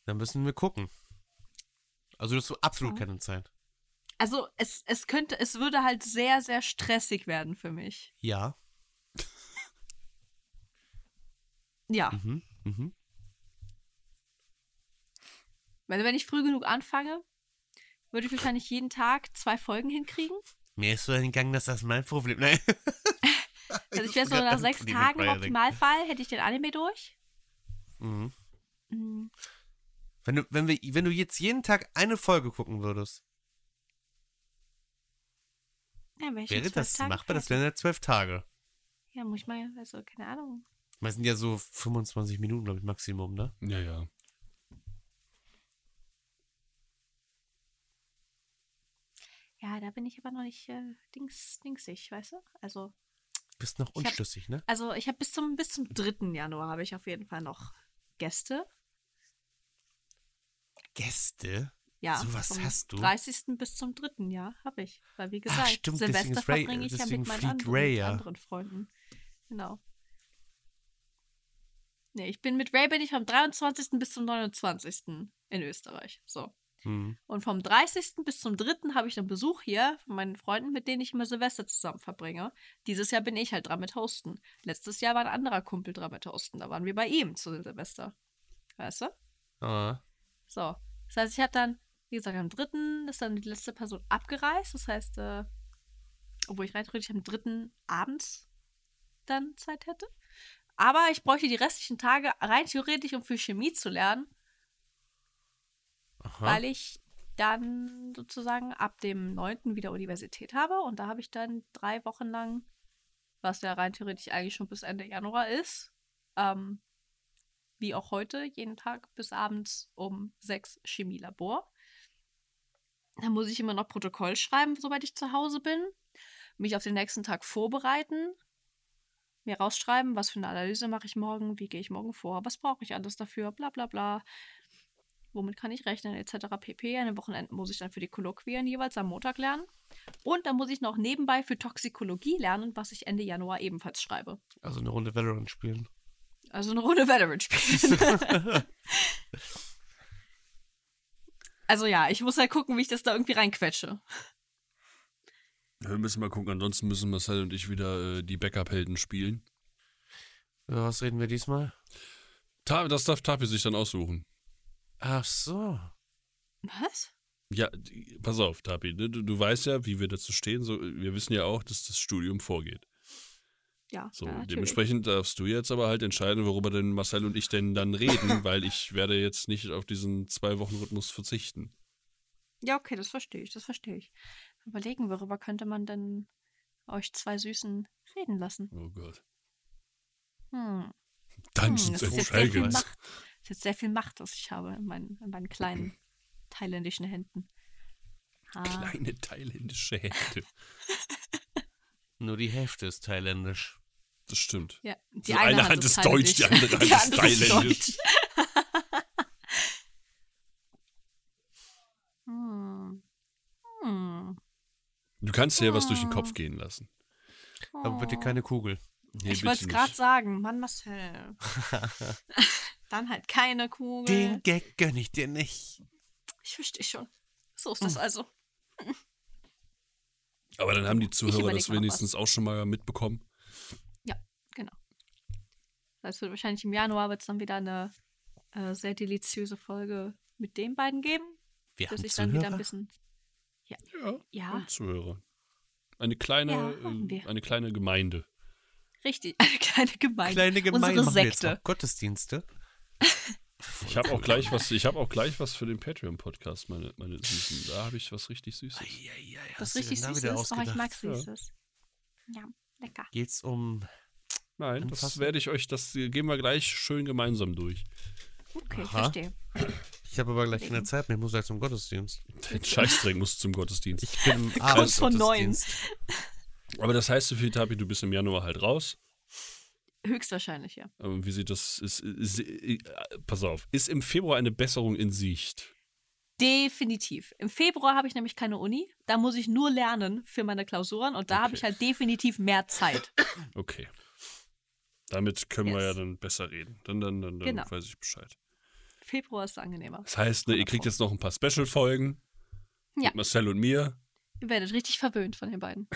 Speaker 1: dann müssen wir gucken. Also das ist so absolut
Speaker 2: Ja.
Speaker 1: keine Zeit.
Speaker 2: also es, es könnte, es würde halt sehr, sehr stressig werden für mich.
Speaker 1: Ja.
Speaker 2: Ja,
Speaker 1: Mhm. Mhm.
Speaker 2: weil wenn ich früh genug anfange, würde ich wahrscheinlich jeden Tag zwei Folgen hinkriegen.
Speaker 1: Mir ist so entgangen, dass das mein Problem ne? ist.
Speaker 2: Also ich wäre so nach sechs Tagen im Optimalfall, hätte ich den Anime durch.
Speaker 1: Mhm.
Speaker 2: Mm,
Speaker 1: Wenn du, wenn, wir, wenn du jetzt jeden Tag eine Folge gucken würdest,
Speaker 2: Ja, wenn ich in
Speaker 1: wäre
Speaker 2: zwölf
Speaker 1: das
Speaker 2: Tagen
Speaker 1: machbar? Das
Speaker 2: fertig-
Speaker 1: wären ja zwölf Tage.
Speaker 2: Ja, muss ich mal, also keine Ahnung.
Speaker 1: Ich meine, es sind ja so 25 Minuten, glaube ich, Maximum, ne?
Speaker 3: Ja, ja.
Speaker 2: Ja, da bin ich aber noch nicht äh, dings, dingsig, weißt du? Also,
Speaker 1: Bist noch
Speaker 2: Ich hab-
Speaker 1: unschlüssig, ne?
Speaker 2: also ich habe bis zum, bis zum 3. Januar habe ich auf jeden Fall noch Gäste.
Speaker 1: Gäste?
Speaker 2: Ja,
Speaker 1: So was
Speaker 2: vom
Speaker 1: hast du?
Speaker 2: 30. bis zum 3. Jahr habe ich. Weil, wie gesagt,
Speaker 1: stimmt, deswegen
Speaker 2: Silvester
Speaker 1: ist Ray-
Speaker 2: verbringe ich ja
Speaker 1: deswegen
Speaker 2: mit meinen
Speaker 1: fliegt
Speaker 2: anderen,
Speaker 1: Ray,
Speaker 2: mit
Speaker 1: ja.
Speaker 2: anderen Freunden. Genau. Nee, ich bin mit Ray bin ich vom 23. bis zum 29. in Österreich. So.
Speaker 1: Hm.
Speaker 2: Und vom 30. bis zum 3. habe ich einen Besuch hier von meinen Freunden, mit denen ich immer Silvester zusammen verbringe. Dieses Jahr bin ich halt dran mit Hosten. Letztes Jahr war ein anderer Kumpel dran mit Hosten. Da waren wir bei ihm zu Silvester. Weißt du?
Speaker 1: Ah.
Speaker 2: So. Das heißt, ich habe dann, wie gesagt, am 3. ist dann die letzte Person abgereist. Das heißt, äh, obwohl ich rein theoretisch am 3. abends dann Zeit hätte. Aber ich bräuchte die restlichen Tage rein theoretisch, um für Chemie zu lernen,
Speaker 1: Aha.
Speaker 2: weil ich dann sozusagen ab dem 9. wieder Universität habe. Und da habe ich dann drei Wochen lang, was ja rein theoretisch eigentlich schon bis Ende Januar ist, ähm, wie auch heute, jeden Tag bis abends um sechs Chemielabor. Da muss ich immer noch Protokoll schreiben, sobald ich zu Hause bin, mich auf den nächsten Tag vorbereiten, mir rausschreiben, was für eine Analyse mache ich morgen, wie gehe ich morgen vor, was brauche ich alles dafür, bla bla bla, womit kann ich rechnen, etc. pp. An den Wochenenden muss ich dann für die Kolloquien jeweils am Montag lernen. Und dann muss ich noch nebenbei für Toxikologie lernen, was ich Ende Januar ebenfalls schreibe.
Speaker 1: Also eine Runde Valorant spielen.
Speaker 2: Also eine Runde Valorant spielen. also ja, ich muss halt gucken, wie ich das da irgendwie reinquetsche.
Speaker 3: Wir müssen mal gucken, ansonsten müssen Marcel und ich wieder äh, die Backup-Helden spielen.
Speaker 1: Über was reden wir diesmal?
Speaker 3: Ta das darf Tapi sich dann aussuchen.
Speaker 1: Ach so.
Speaker 2: Was?
Speaker 3: Ja, die- pass auf, Tapi, ne, du, du weißt ja, wie wir dazu stehen. So, wir wissen ja auch, dass das Studium vorgeht.
Speaker 2: Ja.
Speaker 3: So,
Speaker 2: ja, natürlich.
Speaker 3: dementsprechend darfst du jetzt aber halt entscheiden, worüber denn Marcel und ich denn dann reden, weil ich werde jetzt nicht auf diesen Zwei-Wochen-Rhythmus verzichten.
Speaker 2: Ja, okay, das verstehe ich, das verstehe ich. Überlegen, worüber könnte man denn euch zwei Süßen reden lassen?
Speaker 3: Oh Gott.
Speaker 2: Hm. Hm,
Speaker 3: Dungeons
Speaker 2: das ist
Speaker 3: and
Speaker 2: jetzt sehr viel
Speaker 3: Dragons.
Speaker 2: Macht. Das ist jetzt sehr viel Macht, was ich habe in meinen, in meinen kleinen thailändischen Händen. Ah,
Speaker 3: Kleine thailändische Hände.
Speaker 1: Nur die Hälfte ist thailändisch.
Speaker 3: Das stimmt.
Speaker 2: Ja, die
Speaker 3: So,
Speaker 2: eine, Hand, ist
Speaker 3: deutsch, die andere Hand ist thailändisch.
Speaker 2: deutsch. Hm. Hm.
Speaker 3: Du kannst dir ja was durch den Kopf gehen lassen.
Speaker 2: Oh.
Speaker 1: Aber bitte keine Kugel.
Speaker 2: ich
Speaker 3: Nee, bitte
Speaker 2: wollte es
Speaker 3: nicht.
Speaker 2: gerade sagen, Mann Marcel. Dann halt keine Kugel.
Speaker 1: Den Gag gönn ich dir nicht.
Speaker 2: Ich verstehe schon. So ist das also.
Speaker 3: Aber dann haben die Zuhörer
Speaker 2: überleg
Speaker 3: das
Speaker 2: mal noch
Speaker 3: wenigstens auch schon mal mitbekommen.
Speaker 2: Genau. Das wird wahrscheinlich im Januar wird es dann wieder eine äh, sehr deliziöse Folge mit den beiden geben,
Speaker 1: Wir
Speaker 2: dass
Speaker 1: haben
Speaker 2: ich dann wieder ein
Speaker 1: Zuhörer.
Speaker 2: bisschen.
Speaker 3: Ja.
Speaker 2: Ja,
Speaker 3: Und Zuhörer. Eine kleine,
Speaker 2: Ja, haben
Speaker 3: äh,
Speaker 2: wir.
Speaker 3: eine kleine Gemeinde.
Speaker 2: richtig. Eine kleine Gemeinde.
Speaker 1: Kleine Gemeinde
Speaker 2: Unsere
Speaker 1: machen wir jetzt
Speaker 2: Sekte.
Speaker 1: noch Gottesdienste.
Speaker 3: Ich habe auch gleich was. Ich habe auch gleich was für den Patreon-Podcast, meine, meine Süßen. Da habe ich was richtig Süßes.
Speaker 2: Was richtig süß ist. Oh, ich mag Süßes. Ja, lecker.
Speaker 1: Geht's um.
Speaker 3: Nein, das
Speaker 1: Anfassen.
Speaker 3: werde ich euch. Das gehen wir gleich schön gemeinsam durch.
Speaker 2: Okay, ich
Speaker 1: Aha.
Speaker 2: verstehe.
Speaker 1: Ich habe aber gleich keine Zeit mehr. Ich muss gleich zum Gottesdienst.
Speaker 3: Den Scheißdreck muss zum Gottesdienst.
Speaker 1: Ich bin im
Speaker 2: Kurz vor neun.
Speaker 1: Abendgottesdienst.
Speaker 3: Aber das heißt so viel, Tapi, du bist im Januar halt raus.
Speaker 2: Höchstwahrscheinlich, ja.
Speaker 3: Aber wie sieht das? Ist, ist, ist, pass auf. Ist im Februar eine Besserung in Sicht?
Speaker 2: Definitiv. Im Februar habe ich nämlich keine Uni. Da muss ich nur lernen für meine Klausuren und da habe
Speaker 3: Okay.
Speaker 2: ich halt definitiv mehr Zeit.
Speaker 3: Okay. Damit können wir ja
Speaker 2: Yes.
Speaker 3: dann besser reden. Dann, dann, dann, dann
Speaker 2: Genau.
Speaker 3: weiß ich Bescheid.
Speaker 2: Februar ist angenehmer.
Speaker 3: Das heißt, ne, ihr kriegt jetzt noch ein paar Special-Folgen.
Speaker 2: Ja.
Speaker 3: Mit Marcel und mir.
Speaker 2: Ihr werdet richtig verwöhnt von den beiden.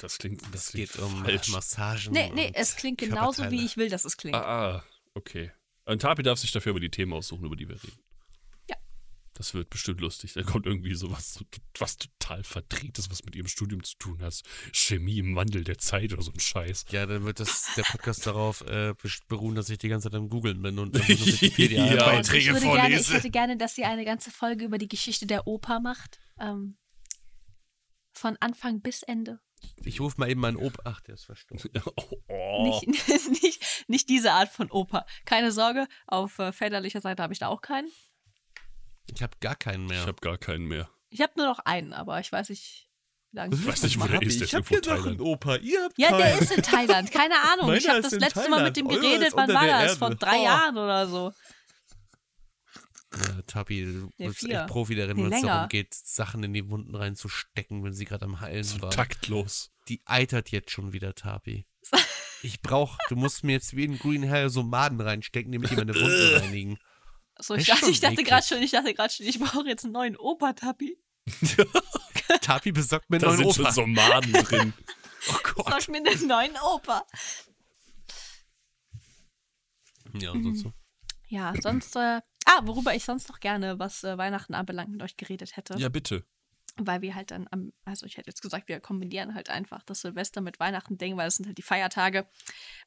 Speaker 3: Das klingt, das
Speaker 1: Es
Speaker 3: klingt
Speaker 1: geht um
Speaker 3: falsch.
Speaker 1: Massagen.
Speaker 2: Nee, nee, äh-
Speaker 1: und
Speaker 2: es klingt genauso, wie
Speaker 1: Körperteile.
Speaker 2: ich will, dass es klingt.
Speaker 3: Ah, ah, okay. Und Tapi darf sich dafür über die Themen aussuchen, über die wir reden.
Speaker 2: Ja.
Speaker 3: Das wird bestimmt lustig. Da kommt irgendwie sowas, was total verdrehtes, was mit ihrem Studium zu tun hat. Chemie im Wandel der Zeit oder so ein Scheiß.
Speaker 1: Ja, dann wird das, der Podcast darauf äh, best- beruhen, dass ich die ganze Zeit am Googeln bin und dann Wikipedia
Speaker 3: Ja.
Speaker 2: Und ich,
Speaker 1: Beiträge
Speaker 2: würde gerne, ich
Speaker 1: vorlese.
Speaker 2: hätte gerne, dass ihr eine ganze Folge über die Geschichte der Oper macht. Ähm, von Anfang bis Ende.
Speaker 1: Ich rufe mal eben meinen Ob. Ach, der ist verstorben.
Speaker 3: Oh, oh.
Speaker 2: Nicht, nicht, nicht diese Art von Oper. Keine Sorge, auf äh, väterlicher Seite habe ich da auch keinen.
Speaker 1: Ich habe gar keinen
Speaker 3: Ich
Speaker 1: mehr.
Speaker 3: habe gar keinen mehr.
Speaker 2: Ich habe nur noch einen, aber ich weiß nicht, wie lange.
Speaker 3: Ich weiß nicht, wo der
Speaker 1: Hab
Speaker 3: ist. Der
Speaker 1: ich
Speaker 3: ist
Speaker 1: habe
Speaker 3: irgendwo
Speaker 1: hier
Speaker 3: in
Speaker 1: noch einen
Speaker 3: Thailand.
Speaker 1: Opa. Ihr habt
Speaker 2: Ja,
Speaker 1: keinen.
Speaker 2: der ist in Thailand. Keine Ahnung. ich
Speaker 1: Meiner
Speaker 2: habe
Speaker 1: ist
Speaker 2: das
Speaker 1: in
Speaker 2: letzte Mal mit
Speaker 1: Thailand.
Speaker 2: dem
Speaker 1: Eurer
Speaker 2: geredet.
Speaker 1: ist
Speaker 2: Wann
Speaker 1: unter
Speaker 2: war
Speaker 1: der
Speaker 2: das? Vor
Speaker 1: Erde.
Speaker 2: drei
Speaker 1: Oh.
Speaker 2: Jahren oder so.
Speaker 1: Äh, Tapi, du
Speaker 2: Nee,
Speaker 1: bist
Speaker 2: vier.
Speaker 1: echt Profi darin,
Speaker 2: Nee,
Speaker 1: wenn es
Speaker 2: länger.
Speaker 1: darum geht, Sachen in die Wunden reinzustecken, wenn sie gerade am Heilen
Speaker 3: So
Speaker 1: war.
Speaker 3: taktlos.
Speaker 1: Die eitert jetzt schon wieder, Tapi. Ich brauch, du musst mir jetzt wie in Green Hell so Maden reinstecken, damit die meine Wunden reinigen.
Speaker 2: So, ich
Speaker 1: Ist
Speaker 2: dachte,
Speaker 1: schon
Speaker 2: ich dachte gerade
Speaker 1: eklig.
Speaker 2: schon, ich dachte gerade schon, ich brauche jetzt einen neuen Oper-Tapi.
Speaker 1: Tapi besorgt mir einen
Speaker 3: Da
Speaker 1: neuen
Speaker 3: sind
Speaker 1: Opa.
Speaker 3: schon so Maden drin.
Speaker 1: oh Gott.
Speaker 2: Sag mir einen neuen Opa.
Speaker 1: Ja, und sonst
Speaker 2: Mhm.
Speaker 1: so.
Speaker 2: Ja, sonst, äh, ah, worüber ich sonst noch gerne, was äh, Weihnachten anbelangt, mit euch geredet hätte.
Speaker 3: Ja, bitte.
Speaker 2: Weil wir halt dann am, also ich hätte jetzt gesagt, wir kombinieren halt einfach das Silvester mit Weihnachten Ding, weil das sind halt die Feiertage.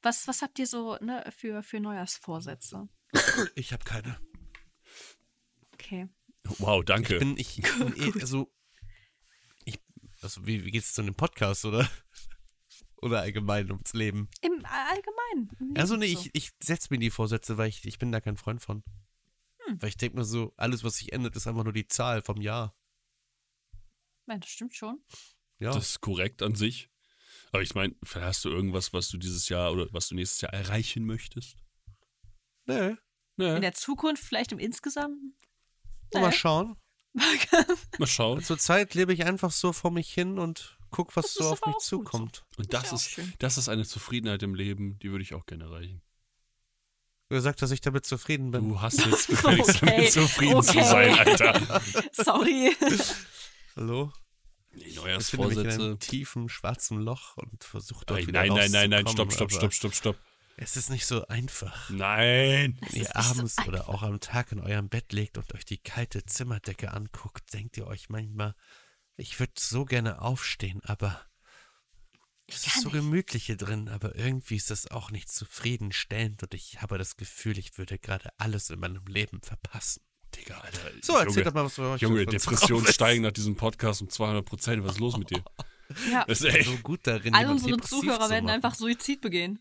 Speaker 2: Was, was habt ihr so, ne, für, für Neujahrsvorsätze?
Speaker 1: Ich habe keine.
Speaker 2: Okay.
Speaker 3: Wow, danke.
Speaker 1: Ich bin, ich, ich also, ich, also wie, wie geht's zu dem Podcast, oder? Oder allgemein ums Leben?
Speaker 2: Im Allgemeinen. im Leben
Speaker 1: Also nee,
Speaker 2: so.
Speaker 1: ich, ich setze mir die Vorsätze, weil ich, ich bin da kein Freund von.
Speaker 3: Hm.
Speaker 1: Weil ich denke mir so, alles, was sich ändert, ist einfach nur die Zahl vom Jahr.
Speaker 2: Nein, das stimmt schon.
Speaker 1: Ja.
Speaker 3: Das ist korrekt an sich. Aber ich meine, hast du irgendwas, was du dieses Jahr oder was du nächstes Jahr erreichen möchtest? Ne,
Speaker 1: nee.
Speaker 3: Nee.
Speaker 2: In der Zukunft, vielleicht im Insgesamt.
Speaker 1: Mal schauen.
Speaker 3: Mal schauen.
Speaker 1: Zurzeit lebe ich einfach so vor mich hin und guck, was
Speaker 2: Das
Speaker 1: so
Speaker 2: ist
Speaker 1: auf
Speaker 2: aber
Speaker 1: mich
Speaker 2: auch gut so.
Speaker 1: zukommt.
Speaker 3: Und
Speaker 2: Ist
Speaker 3: das
Speaker 2: ja auch
Speaker 3: ist,
Speaker 2: schön.
Speaker 3: das ist eine Zufriedenheit im Leben, die würde ich auch gerne erreichen.
Speaker 1: Wer sagt, dass ich damit zufrieden bin?
Speaker 3: Du hast jetzt
Speaker 2: Okay.
Speaker 3: gefälligst damit zufrieden zu
Speaker 2: Okay.
Speaker 3: sein, Alter.
Speaker 2: Sorry.
Speaker 1: Hallo?
Speaker 3: Die
Speaker 1: Ich befinde mich in
Speaker 3: Neujahrsvorsätze.
Speaker 1: einem tiefen, schwarzen Loch und versuche dort
Speaker 3: Nein,
Speaker 1: wieder
Speaker 3: nein, nein, nein, nein,
Speaker 1: rauszukommen,
Speaker 3: stopp, stopp,
Speaker 1: aber
Speaker 3: stopp, stopp, stopp.
Speaker 1: Es ist nicht so einfach.
Speaker 3: Nein.
Speaker 1: Wenn
Speaker 2: Es ist
Speaker 1: ihr
Speaker 2: nicht so
Speaker 1: abends oder
Speaker 2: einfach.
Speaker 1: auch am Tag in eurem Bett legt und euch die kalte Zimmerdecke anguckt, denkt ihr euch manchmal, ich würde so gerne aufstehen, aber es ist
Speaker 2: kann
Speaker 1: so
Speaker 2: nicht.
Speaker 1: gemütlich hier drin, aber irgendwie ist das auch nicht zufriedenstellend und ich habe das Gefühl, ich würde gerade alles in meinem Leben verpassen.
Speaker 3: Digga, Alter.
Speaker 1: So, erzählt doch mal, was bei euch
Speaker 3: Junge,
Speaker 1: so
Speaker 3: Depressionen
Speaker 1: drauf ist.
Speaker 3: steigen nach diesem Podcast um 200 Prozent. Was ist los mit dir?
Speaker 2: Ja.
Speaker 3: Das ist
Speaker 1: Ich bin So
Speaker 3: echt.
Speaker 1: gut darin,
Speaker 2: All
Speaker 1: jemanden
Speaker 2: unsere
Speaker 1: depressiv
Speaker 2: Zuhörer
Speaker 1: zu
Speaker 2: werden
Speaker 1: machen.
Speaker 2: einfach Suizid begehen.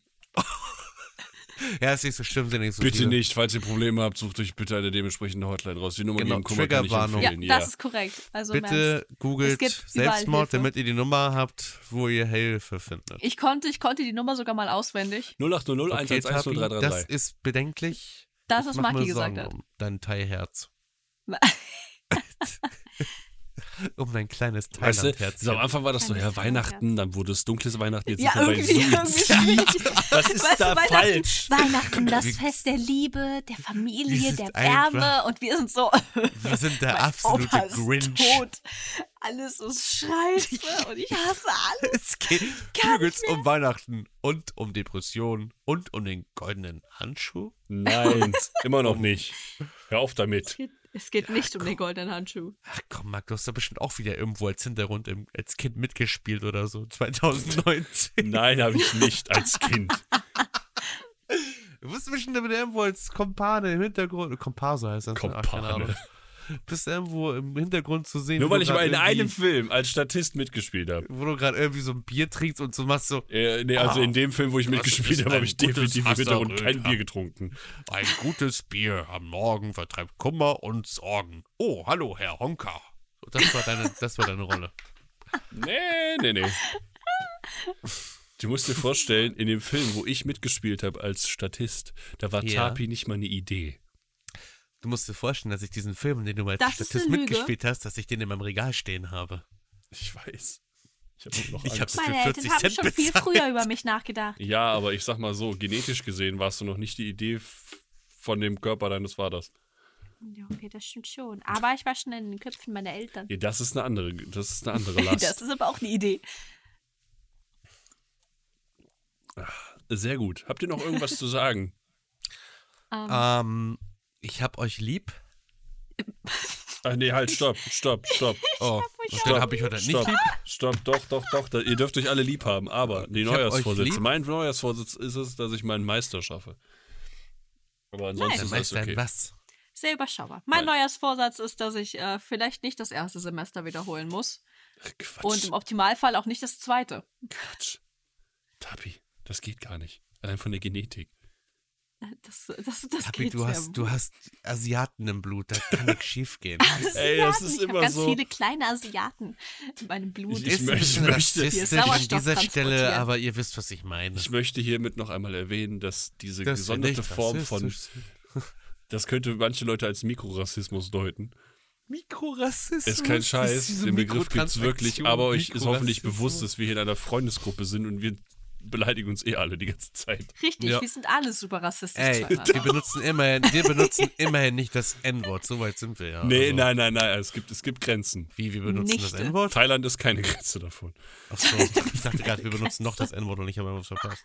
Speaker 1: Ja, ist nicht so schlimm, sind nicht so
Speaker 3: Bitte
Speaker 1: viele.
Speaker 3: nicht, falls ihr Probleme habt, sucht euch bitte eine dementsprechende Hotline raus. Die Nummer
Speaker 1: Genau,
Speaker 3: gegen Kummer kann ich
Speaker 1: Triggerwarnung.
Speaker 2: Ja,
Speaker 3: empfehlen.
Speaker 2: das ist korrekt. Also im Ernst.
Speaker 1: Bitte googelt
Speaker 2: Es gibt überall
Speaker 1: Selbstmord,
Speaker 2: Hilfe.
Speaker 1: damit ihr die Nummer habt, wo ihr Hilfe findet.
Speaker 2: Ich konnte, ich konnte die Nummer sogar mal auswendig.
Speaker 3: 0800
Speaker 1: Okay,
Speaker 3: 111
Speaker 1: Tapi, das
Speaker 3: 0333.
Speaker 1: ist bedenklich.
Speaker 2: Das,
Speaker 1: Ich
Speaker 2: was
Speaker 1: mach
Speaker 2: Maki
Speaker 1: mir
Speaker 2: gesagt
Speaker 1: Sorgen
Speaker 2: hat.
Speaker 1: Um dein Teilherz. um dein kleines
Speaker 3: Weißt du,
Speaker 1: Thailandherz.
Speaker 3: so am Anfang war das so, ja,
Speaker 2: Kleines
Speaker 3: Weihnachten, dann wurde es dunkles Weihnachten, jetzt
Speaker 2: Ja,
Speaker 3: sind wir bei
Speaker 2: irgendwie.
Speaker 3: Suizid.
Speaker 2: irgendwie
Speaker 3: Was ist
Speaker 2: Weißt du,
Speaker 3: da
Speaker 2: Weihnachten-
Speaker 3: falsch?
Speaker 2: Weihnachten, das
Speaker 1: Wir-
Speaker 2: Fest der Liebe, der
Speaker 1: Wir
Speaker 2: Familie,
Speaker 1: sind
Speaker 2: der
Speaker 1: einfach-
Speaker 2: Wärme und wir sind so.
Speaker 1: wir sind der
Speaker 2: Mein
Speaker 1: absolute
Speaker 2: Opa ist
Speaker 1: Grinch.
Speaker 2: Tot. Alles ist scheiße und ich hasse alles.
Speaker 1: Es geht nirgends um Weihnachten und um Depressionen und um den goldenen Handschuh.
Speaker 3: Nein, immer noch nicht. Hör auf
Speaker 2: Es
Speaker 3: damit.
Speaker 2: geht, es geht nicht um den goldenen Handschuh.
Speaker 1: Ach komm, Marc, du hast da bestimmt auch wieder irgendwo als Hintergrund im, als Kind mitgespielt oder so, 2019.
Speaker 3: Nein, habe ich nicht als Kind.
Speaker 1: Du bist bestimmt damit irgendwo als Kompane im Hintergrund, Komparse heißt das. ne? Ach, keine
Speaker 3: Kompane.
Speaker 1: Ahnung. Bist irgendwo im Hintergrund zu sehen.
Speaker 3: Nur
Speaker 1: wo
Speaker 3: weil
Speaker 1: du
Speaker 3: ich
Speaker 1: grad
Speaker 3: mal in
Speaker 1: irgendwie-
Speaker 3: einem Film als Statist mitgespielt habe.
Speaker 1: wo du gerade irgendwie so ein Bier trinkst und so machst so
Speaker 3: Äh, nee, also in dem Film, wo ich
Speaker 1: ist
Speaker 3: mitgespielt habe,
Speaker 1: ein
Speaker 3: habe ich
Speaker 1: gutes
Speaker 3: definitiv im Hintergrund
Speaker 1: Wasserröter.
Speaker 3: kein Bier getrunken.
Speaker 1: ein gutes Bier am Morgen vertreibt Kummer und Sorgen. Oh, hallo Herr Honka. So, Das war deine, das war deine Rolle.
Speaker 3: Nee, nee, nee. Du musst dir vorstellen, in dem Film, wo ich mitgespielt habe als Statist, da war
Speaker 1: Ja.
Speaker 3: Tapi nicht mal eine Idee.
Speaker 1: Du musst dir vorstellen, dass ich diesen Film, in dem du mal als
Speaker 2: Das ist
Speaker 1: Statist
Speaker 2: eine Lüge.
Speaker 1: mitgespielt hast, dass ich den in meinem Regal stehen habe.
Speaker 3: Ich weiß. Ich habe noch
Speaker 1: Ich
Speaker 3: Angst.
Speaker 1: hab's für
Speaker 2: Meine Eltern
Speaker 1: 40
Speaker 2: haben
Speaker 1: Cent
Speaker 2: schon viel
Speaker 1: bezahlt.
Speaker 2: früher über mich nachgedacht.
Speaker 3: Ja, aber ich sag mal so, genetisch gesehen warst du noch nicht die Idee f- von dem Körper deines Vaters.
Speaker 2: Ja, okay, das stimmt schon. Aber ich war schon in den Köpfen meiner Eltern.
Speaker 3: Ja, das ist eine andere, das ist eine andere Last.
Speaker 2: Das ist aber auch eine Idee.
Speaker 3: Sehr gut. Habt ihr noch irgendwas zu sagen?
Speaker 1: Ähm, ich hab euch lieb.
Speaker 3: Ach nee, halt, stopp, stopp, stopp.
Speaker 1: Oh,
Speaker 3: Stopp,
Speaker 1: dann hab ich heute
Speaker 3: stopp,
Speaker 1: nicht lieb.
Speaker 3: Stopp, doch, doch, doch. Da, ihr dürft euch alle lieb haben, aber die
Speaker 1: Ich hab euch
Speaker 3: Neujahrsvorsätze.
Speaker 1: lieb.
Speaker 3: Mein Neujahrsvorsitz ist es, dass ich meinen Meister schaffe. Aber ansonsten
Speaker 1: Dann
Speaker 3: ist
Speaker 1: weißt
Speaker 3: alles
Speaker 1: du
Speaker 3: okay.
Speaker 1: ein was.
Speaker 2: Sehr überschaubar. Mein
Speaker 3: Nein.
Speaker 2: Neujahrsvorsatz ist, dass ich äh, vielleicht nicht das erste Semester wiederholen muss.
Speaker 3: Quatsch,
Speaker 2: Und im Optimalfall auch nicht das zweite.
Speaker 3: Quatsch. Tapi, das geht gar nicht. Allein von der Genetik.
Speaker 2: Das, das, das
Speaker 1: Tapi,
Speaker 2: geht
Speaker 1: du
Speaker 2: sehr
Speaker 1: hast,
Speaker 2: wohl.
Speaker 1: du hast Asiaten im Blut, da kann nichts schief gehen.
Speaker 2: Ah,
Speaker 3: Ey, das ist
Speaker 2: ich hab
Speaker 3: immer
Speaker 2: ganz
Speaker 3: so.
Speaker 2: viele kleine Asiaten in meinem Blut.
Speaker 3: Ich
Speaker 1: Ist ein
Speaker 3: möchte-
Speaker 1: bisschen
Speaker 3: möchte-
Speaker 1: rassistisch
Speaker 2: Hier
Speaker 1: an
Speaker 2: Sauerstoff
Speaker 1: dieser Stelle,
Speaker 2: transportieren.
Speaker 1: aber ihr wisst, was ich meine.
Speaker 3: Ich möchte hiermit noch einmal erwähnen, dass diese
Speaker 1: Dass wir
Speaker 3: gesonderte
Speaker 1: nicht
Speaker 3: Form von.
Speaker 1: rassistisch sind.
Speaker 3: Das könnte manche Leute als Mikrorassismus deuten.
Speaker 1: Mikrorassismus.
Speaker 3: Ist kein
Speaker 1: Ist
Speaker 3: Scheiß,
Speaker 1: diese
Speaker 3: den Begriff gibt's wirklich,
Speaker 1: Mikrotransaktion,
Speaker 3: aber euch ist hoffentlich
Speaker 1: Mikrorassismus.
Speaker 3: bewusst, dass wir hier in einer Freundesgruppe sind und wir beleidigen uns eh alle die ganze Zeit.
Speaker 2: Richtig,
Speaker 1: Ja.
Speaker 2: wir sind alle super rassistisch.
Speaker 1: Ey,
Speaker 2: zueinander.
Speaker 1: wir benutzen immerhin, wir benutzen immerhin nicht das N-Wort, so weit sind wir ja.
Speaker 3: Nee,
Speaker 1: Also,
Speaker 3: nein, nein, nein, es gibt, es gibt Grenzen.
Speaker 1: Wie, wir benutzen das
Speaker 2: Nichte.
Speaker 1: N-Wort?
Speaker 3: Thailand ist keine Grenze davon.
Speaker 1: Achso, ich dachte gerade, wir benutzen noch das N-Wort und ich habe was verpasst.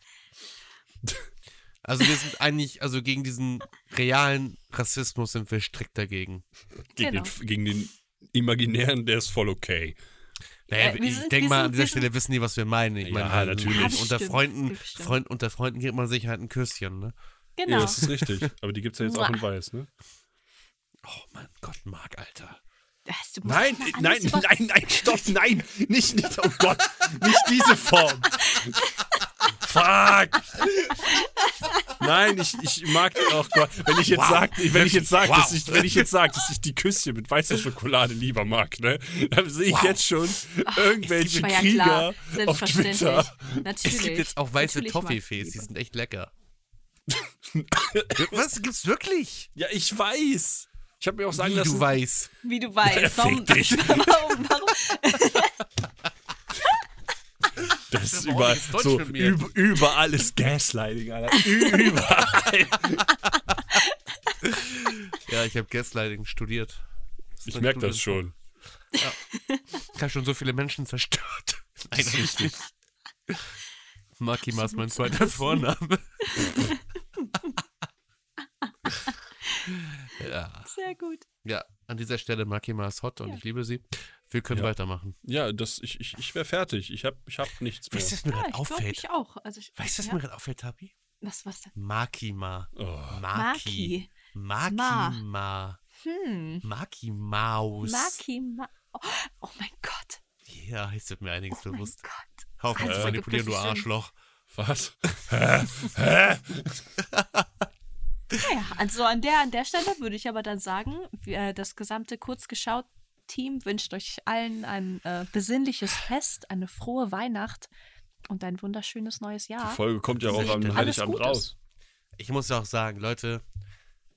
Speaker 1: Also wir sind eigentlich, also gegen diesen realen Rassismus sind wir strikt dagegen.
Speaker 3: Gegen,
Speaker 2: Genau.
Speaker 3: den, gegen den imaginären, der ist voll okay.
Speaker 1: Naja,
Speaker 2: Äh, wir
Speaker 1: ich
Speaker 2: sind-
Speaker 1: denke
Speaker 2: wir
Speaker 1: mal,
Speaker 2: sind-
Speaker 1: an dieser
Speaker 2: wir sind-
Speaker 1: Stelle wissen die, was wir meinen. Ich
Speaker 3: Ja,
Speaker 1: meine, halt,
Speaker 3: natürlich.
Speaker 2: Ja,
Speaker 1: Unter
Speaker 2: bestimmt,
Speaker 1: Freunden,
Speaker 2: bestimmt.
Speaker 1: Freund, unter Freunden gibt man sich halt ein Küsschen, ne?
Speaker 2: genau.
Speaker 3: Ja, das ist richtig. Aber die gibt's ja jetzt auch in Weiß, ne?
Speaker 1: Oh mein Gott, Marc, Alter.
Speaker 2: Das- du musst
Speaker 3: Nein,
Speaker 2: immer alles
Speaker 3: nein,
Speaker 2: über-
Speaker 3: nein, nein, stopp, nein, nicht, nicht, oh Gott, nicht diese Form. Fuck. Nein, ich, ich mag, oh Gott, wenn ich jetzt
Speaker 1: Wow.
Speaker 3: sag, wenn ich jetzt sag, dass
Speaker 1: Wow.
Speaker 3: ich, wenn ich jetzt sag, dass ich die Küsschen mit weißer Schokolade lieber mag, ne, dann sehe ich
Speaker 1: Wow.
Speaker 3: jetzt
Speaker 2: Oh,
Speaker 3: schon irgendwelche
Speaker 2: War ja
Speaker 3: Krieger
Speaker 2: klar,
Speaker 3: auf
Speaker 2: selbstverständlich.
Speaker 3: Twitter.
Speaker 2: Natürlich.
Speaker 1: Es gibt jetzt auch weiße
Speaker 2: Natürlich mag ich
Speaker 1: Toffeefees, die
Speaker 2: lieber.
Speaker 1: sind echt lecker. Was gibt's wirklich?
Speaker 3: Ja, ich weiß. Ich habe mir auch sagen
Speaker 1: Wie
Speaker 3: lassen,
Speaker 1: du weißt.
Speaker 2: Wie du weißt. Warum,
Speaker 3: Fick dich.
Speaker 2: warum, warum,
Speaker 3: Das ist
Speaker 1: war
Speaker 3: überall,
Speaker 1: ordentliches Deutsch
Speaker 3: so,
Speaker 1: mit mir.
Speaker 3: üb überall ist Gaslighting, Alter. Ü- Überall.
Speaker 1: Ja, ich habe Gaslighting studiert. Das ist
Speaker 3: Ich
Speaker 1: mein
Speaker 3: merke das
Speaker 1: Studium.
Speaker 3: schon.
Speaker 1: Ich habe schon so viele Menschen zerstört. Nein, das ist nicht. Makima ist mein
Speaker 2: Absolut
Speaker 1: zweiter Vorname. ja.
Speaker 2: Sehr gut.
Speaker 1: ja, an dieser Stelle Makima ist hot und
Speaker 2: Ja.
Speaker 1: ich liebe sie. Wir können
Speaker 3: Ja.
Speaker 1: weitermachen.
Speaker 3: Ja, das, ich, ich, ich wäre fertig. Ich habe ich hab nichts mehr.
Speaker 1: Weißt du, was mir
Speaker 2: Ja,
Speaker 1: gerade
Speaker 2: ich glaube,
Speaker 1: auffällt?
Speaker 2: ich auch. Also ich,
Speaker 1: Weißt du, was
Speaker 2: ja.
Speaker 1: mir gerade auffällt, Tabi?
Speaker 2: Was, was denn?
Speaker 1: Makima.
Speaker 3: Oh,
Speaker 1: Maki.
Speaker 2: Maki.
Speaker 1: Makima.
Speaker 2: Hm.
Speaker 1: Maki Maus.
Speaker 2: Maki, Ma oh, oh mein Gott.
Speaker 1: Ja, jetzt wird mir einiges
Speaker 2: Oh mein
Speaker 1: bewusst.
Speaker 2: Gott.
Speaker 1: Hau auf,
Speaker 2: Also,
Speaker 1: zu manipulieren, du
Speaker 2: wirklich schön.
Speaker 1: Arschloch.
Speaker 3: was?
Speaker 2: Naja, also an der, an der Stelle würde ich aber dann sagen, wir, äh, das gesamte Kurzgeschaut-Team wünscht euch allen ein äh, besinnliches Fest, eine frohe Weihnacht und ein wunderschönes neues
Speaker 3: Die
Speaker 2: Jahr.
Speaker 3: Folge kommt ja auch
Speaker 1: Alles
Speaker 3: am Heiligabend
Speaker 2: Gutes.
Speaker 3: raus.
Speaker 1: Ich muss auch sagen, Leute,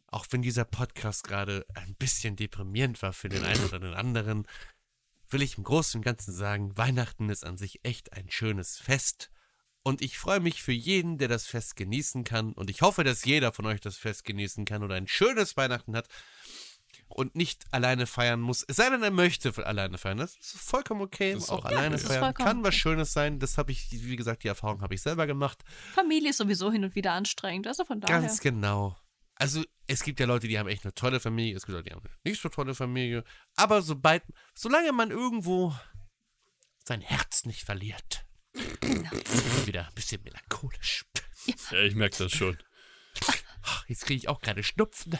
Speaker 1: auch wenn dieser Podcast gerade ein bisschen deprimierend war für den einen oder den anderen, will ich im Großen und Ganzen sagen, Weihnachten ist an sich echt ein schönes Fest. Und ich freue mich für jeden, der das Fest genießen kann. Und ich hoffe, dass jeder von euch das Fest genießen kann oder ein schönes Weihnachten hat und nicht alleine feiern muss. Es sei denn, er möchte alleine feiern. Das ist vollkommen okay.
Speaker 3: Das ist
Speaker 1: auch
Speaker 3: auch okay.
Speaker 1: alleine
Speaker 3: Das
Speaker 2: ist
Speaker 1: feiern
Speaker 2: vollkommen
Speaker 1: kann was
Speaker 2: okay.
Speaker 1: Schönes sein. Das habe ich, wie gesagt, die Erfahrung habe ich selber gemacht.
Speaker 2: Familie ist sowieso hin und wieder anstrengend, also von daher.
Speaker 1: Ganz genau. Also es gibt ja Leute, die haben echt eine tolle Familie, es gibt Leute, die haben eine nicht so tolle Familie. Aber sobald, solange man irgendwo sein Herz nicht verliert,
Speaker 2: Genau.
Speaker 1: wird wieder ein bisschen melancholisch.
Speaker 3: Ja, ich merke das schon.
Speaker 1: Ach, jetzt kriege ich auch gerade Schnupfen.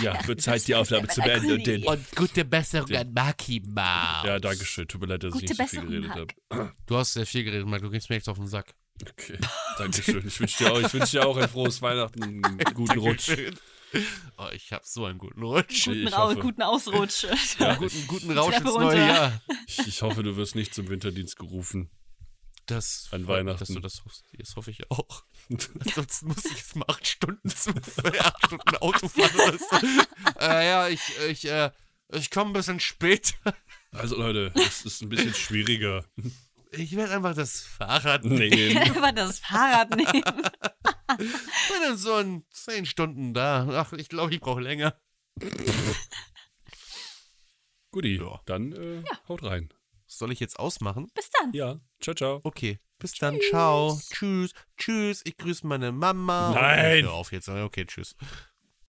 Speaker 3: Ja, wird Zeit, die Aufnahme zu beenden und den.
Speaker 1: Und gute Besserung an Maki Ma.
Speaker 3: Ja, danke schön. Tut mir leid, dass ich
Speaker 2: Gute
Speaker 3: nicht so viel
Speaker 2: Besserung,
Speaker 3: geredet habe.
Speaker 2: Marc.
Speaker 1: Du hast sehr viel geredet, Marc, du gibst mir echt auf den Sack.
Speaker 3: Okay, danke schön. Ich wünsche dir, auch- ich wünsch dir auch ein frohes Weihnachten, einen guten Rutsch.
Speaker 1: Dankeschön. Oh, ich hab so einen guten Rutsch.
Speaker 2: Guten,
Speaker 3: ich
Speaker 2: Rau-
Speaker 3: hoffe.
Speaker 2: guten Ausrutsch.
Speaker 1: Einen guten, guten Rausch
Speaker 2: Treppe
Speaker 1: ins neue
Speaker 2: runter.
Speaker 1: Jahr.
Speaker 3: Ich, ich hoffe, du wirst nicht zum Winterdienst gerufen.
Speaker 1: Das
Speaker 3: An
Speaker 1: freut mich, Dass
Speaker 3: Weihnachten.
Speaker 1: du das hoffst. Das hoffe ich auch. Ansonsten muss ich jetzt mal acht Stunden zu acht Stunden Auto fahren. Oder so. äh, ja, ich, ich, äh, ich komme ein bisschen spät.
Speaker 3: Also Leute, es ist ein bisschen schwieriger.
Speaker 1: Ich werde einfach das Fahrrad nehmen.
Speaker 3: Nee,
Speaker 2: Einfach das Fahrrad nehmen.
Speaker 1: Bin dann so in zehn Stunden da. Ach, ich glaube, ich brauche länger.
Speaker 3: guti.
Speaker 1: Ja.
Speaker 3: Dann äh, haut rein.
Speaker 1: Soll ich jetzt ausmachen?
Speaker 2: Bis dann.
Speaker 3: Ja, ciao, ciao.
Speaker 1: Okay. Bis dann, ciao. Tschüss. Tschüss. Ich grüße meine Mama.
Speaker 3: Nein.
Speaker 1: Hör auf jetzt. Okay, tschüss.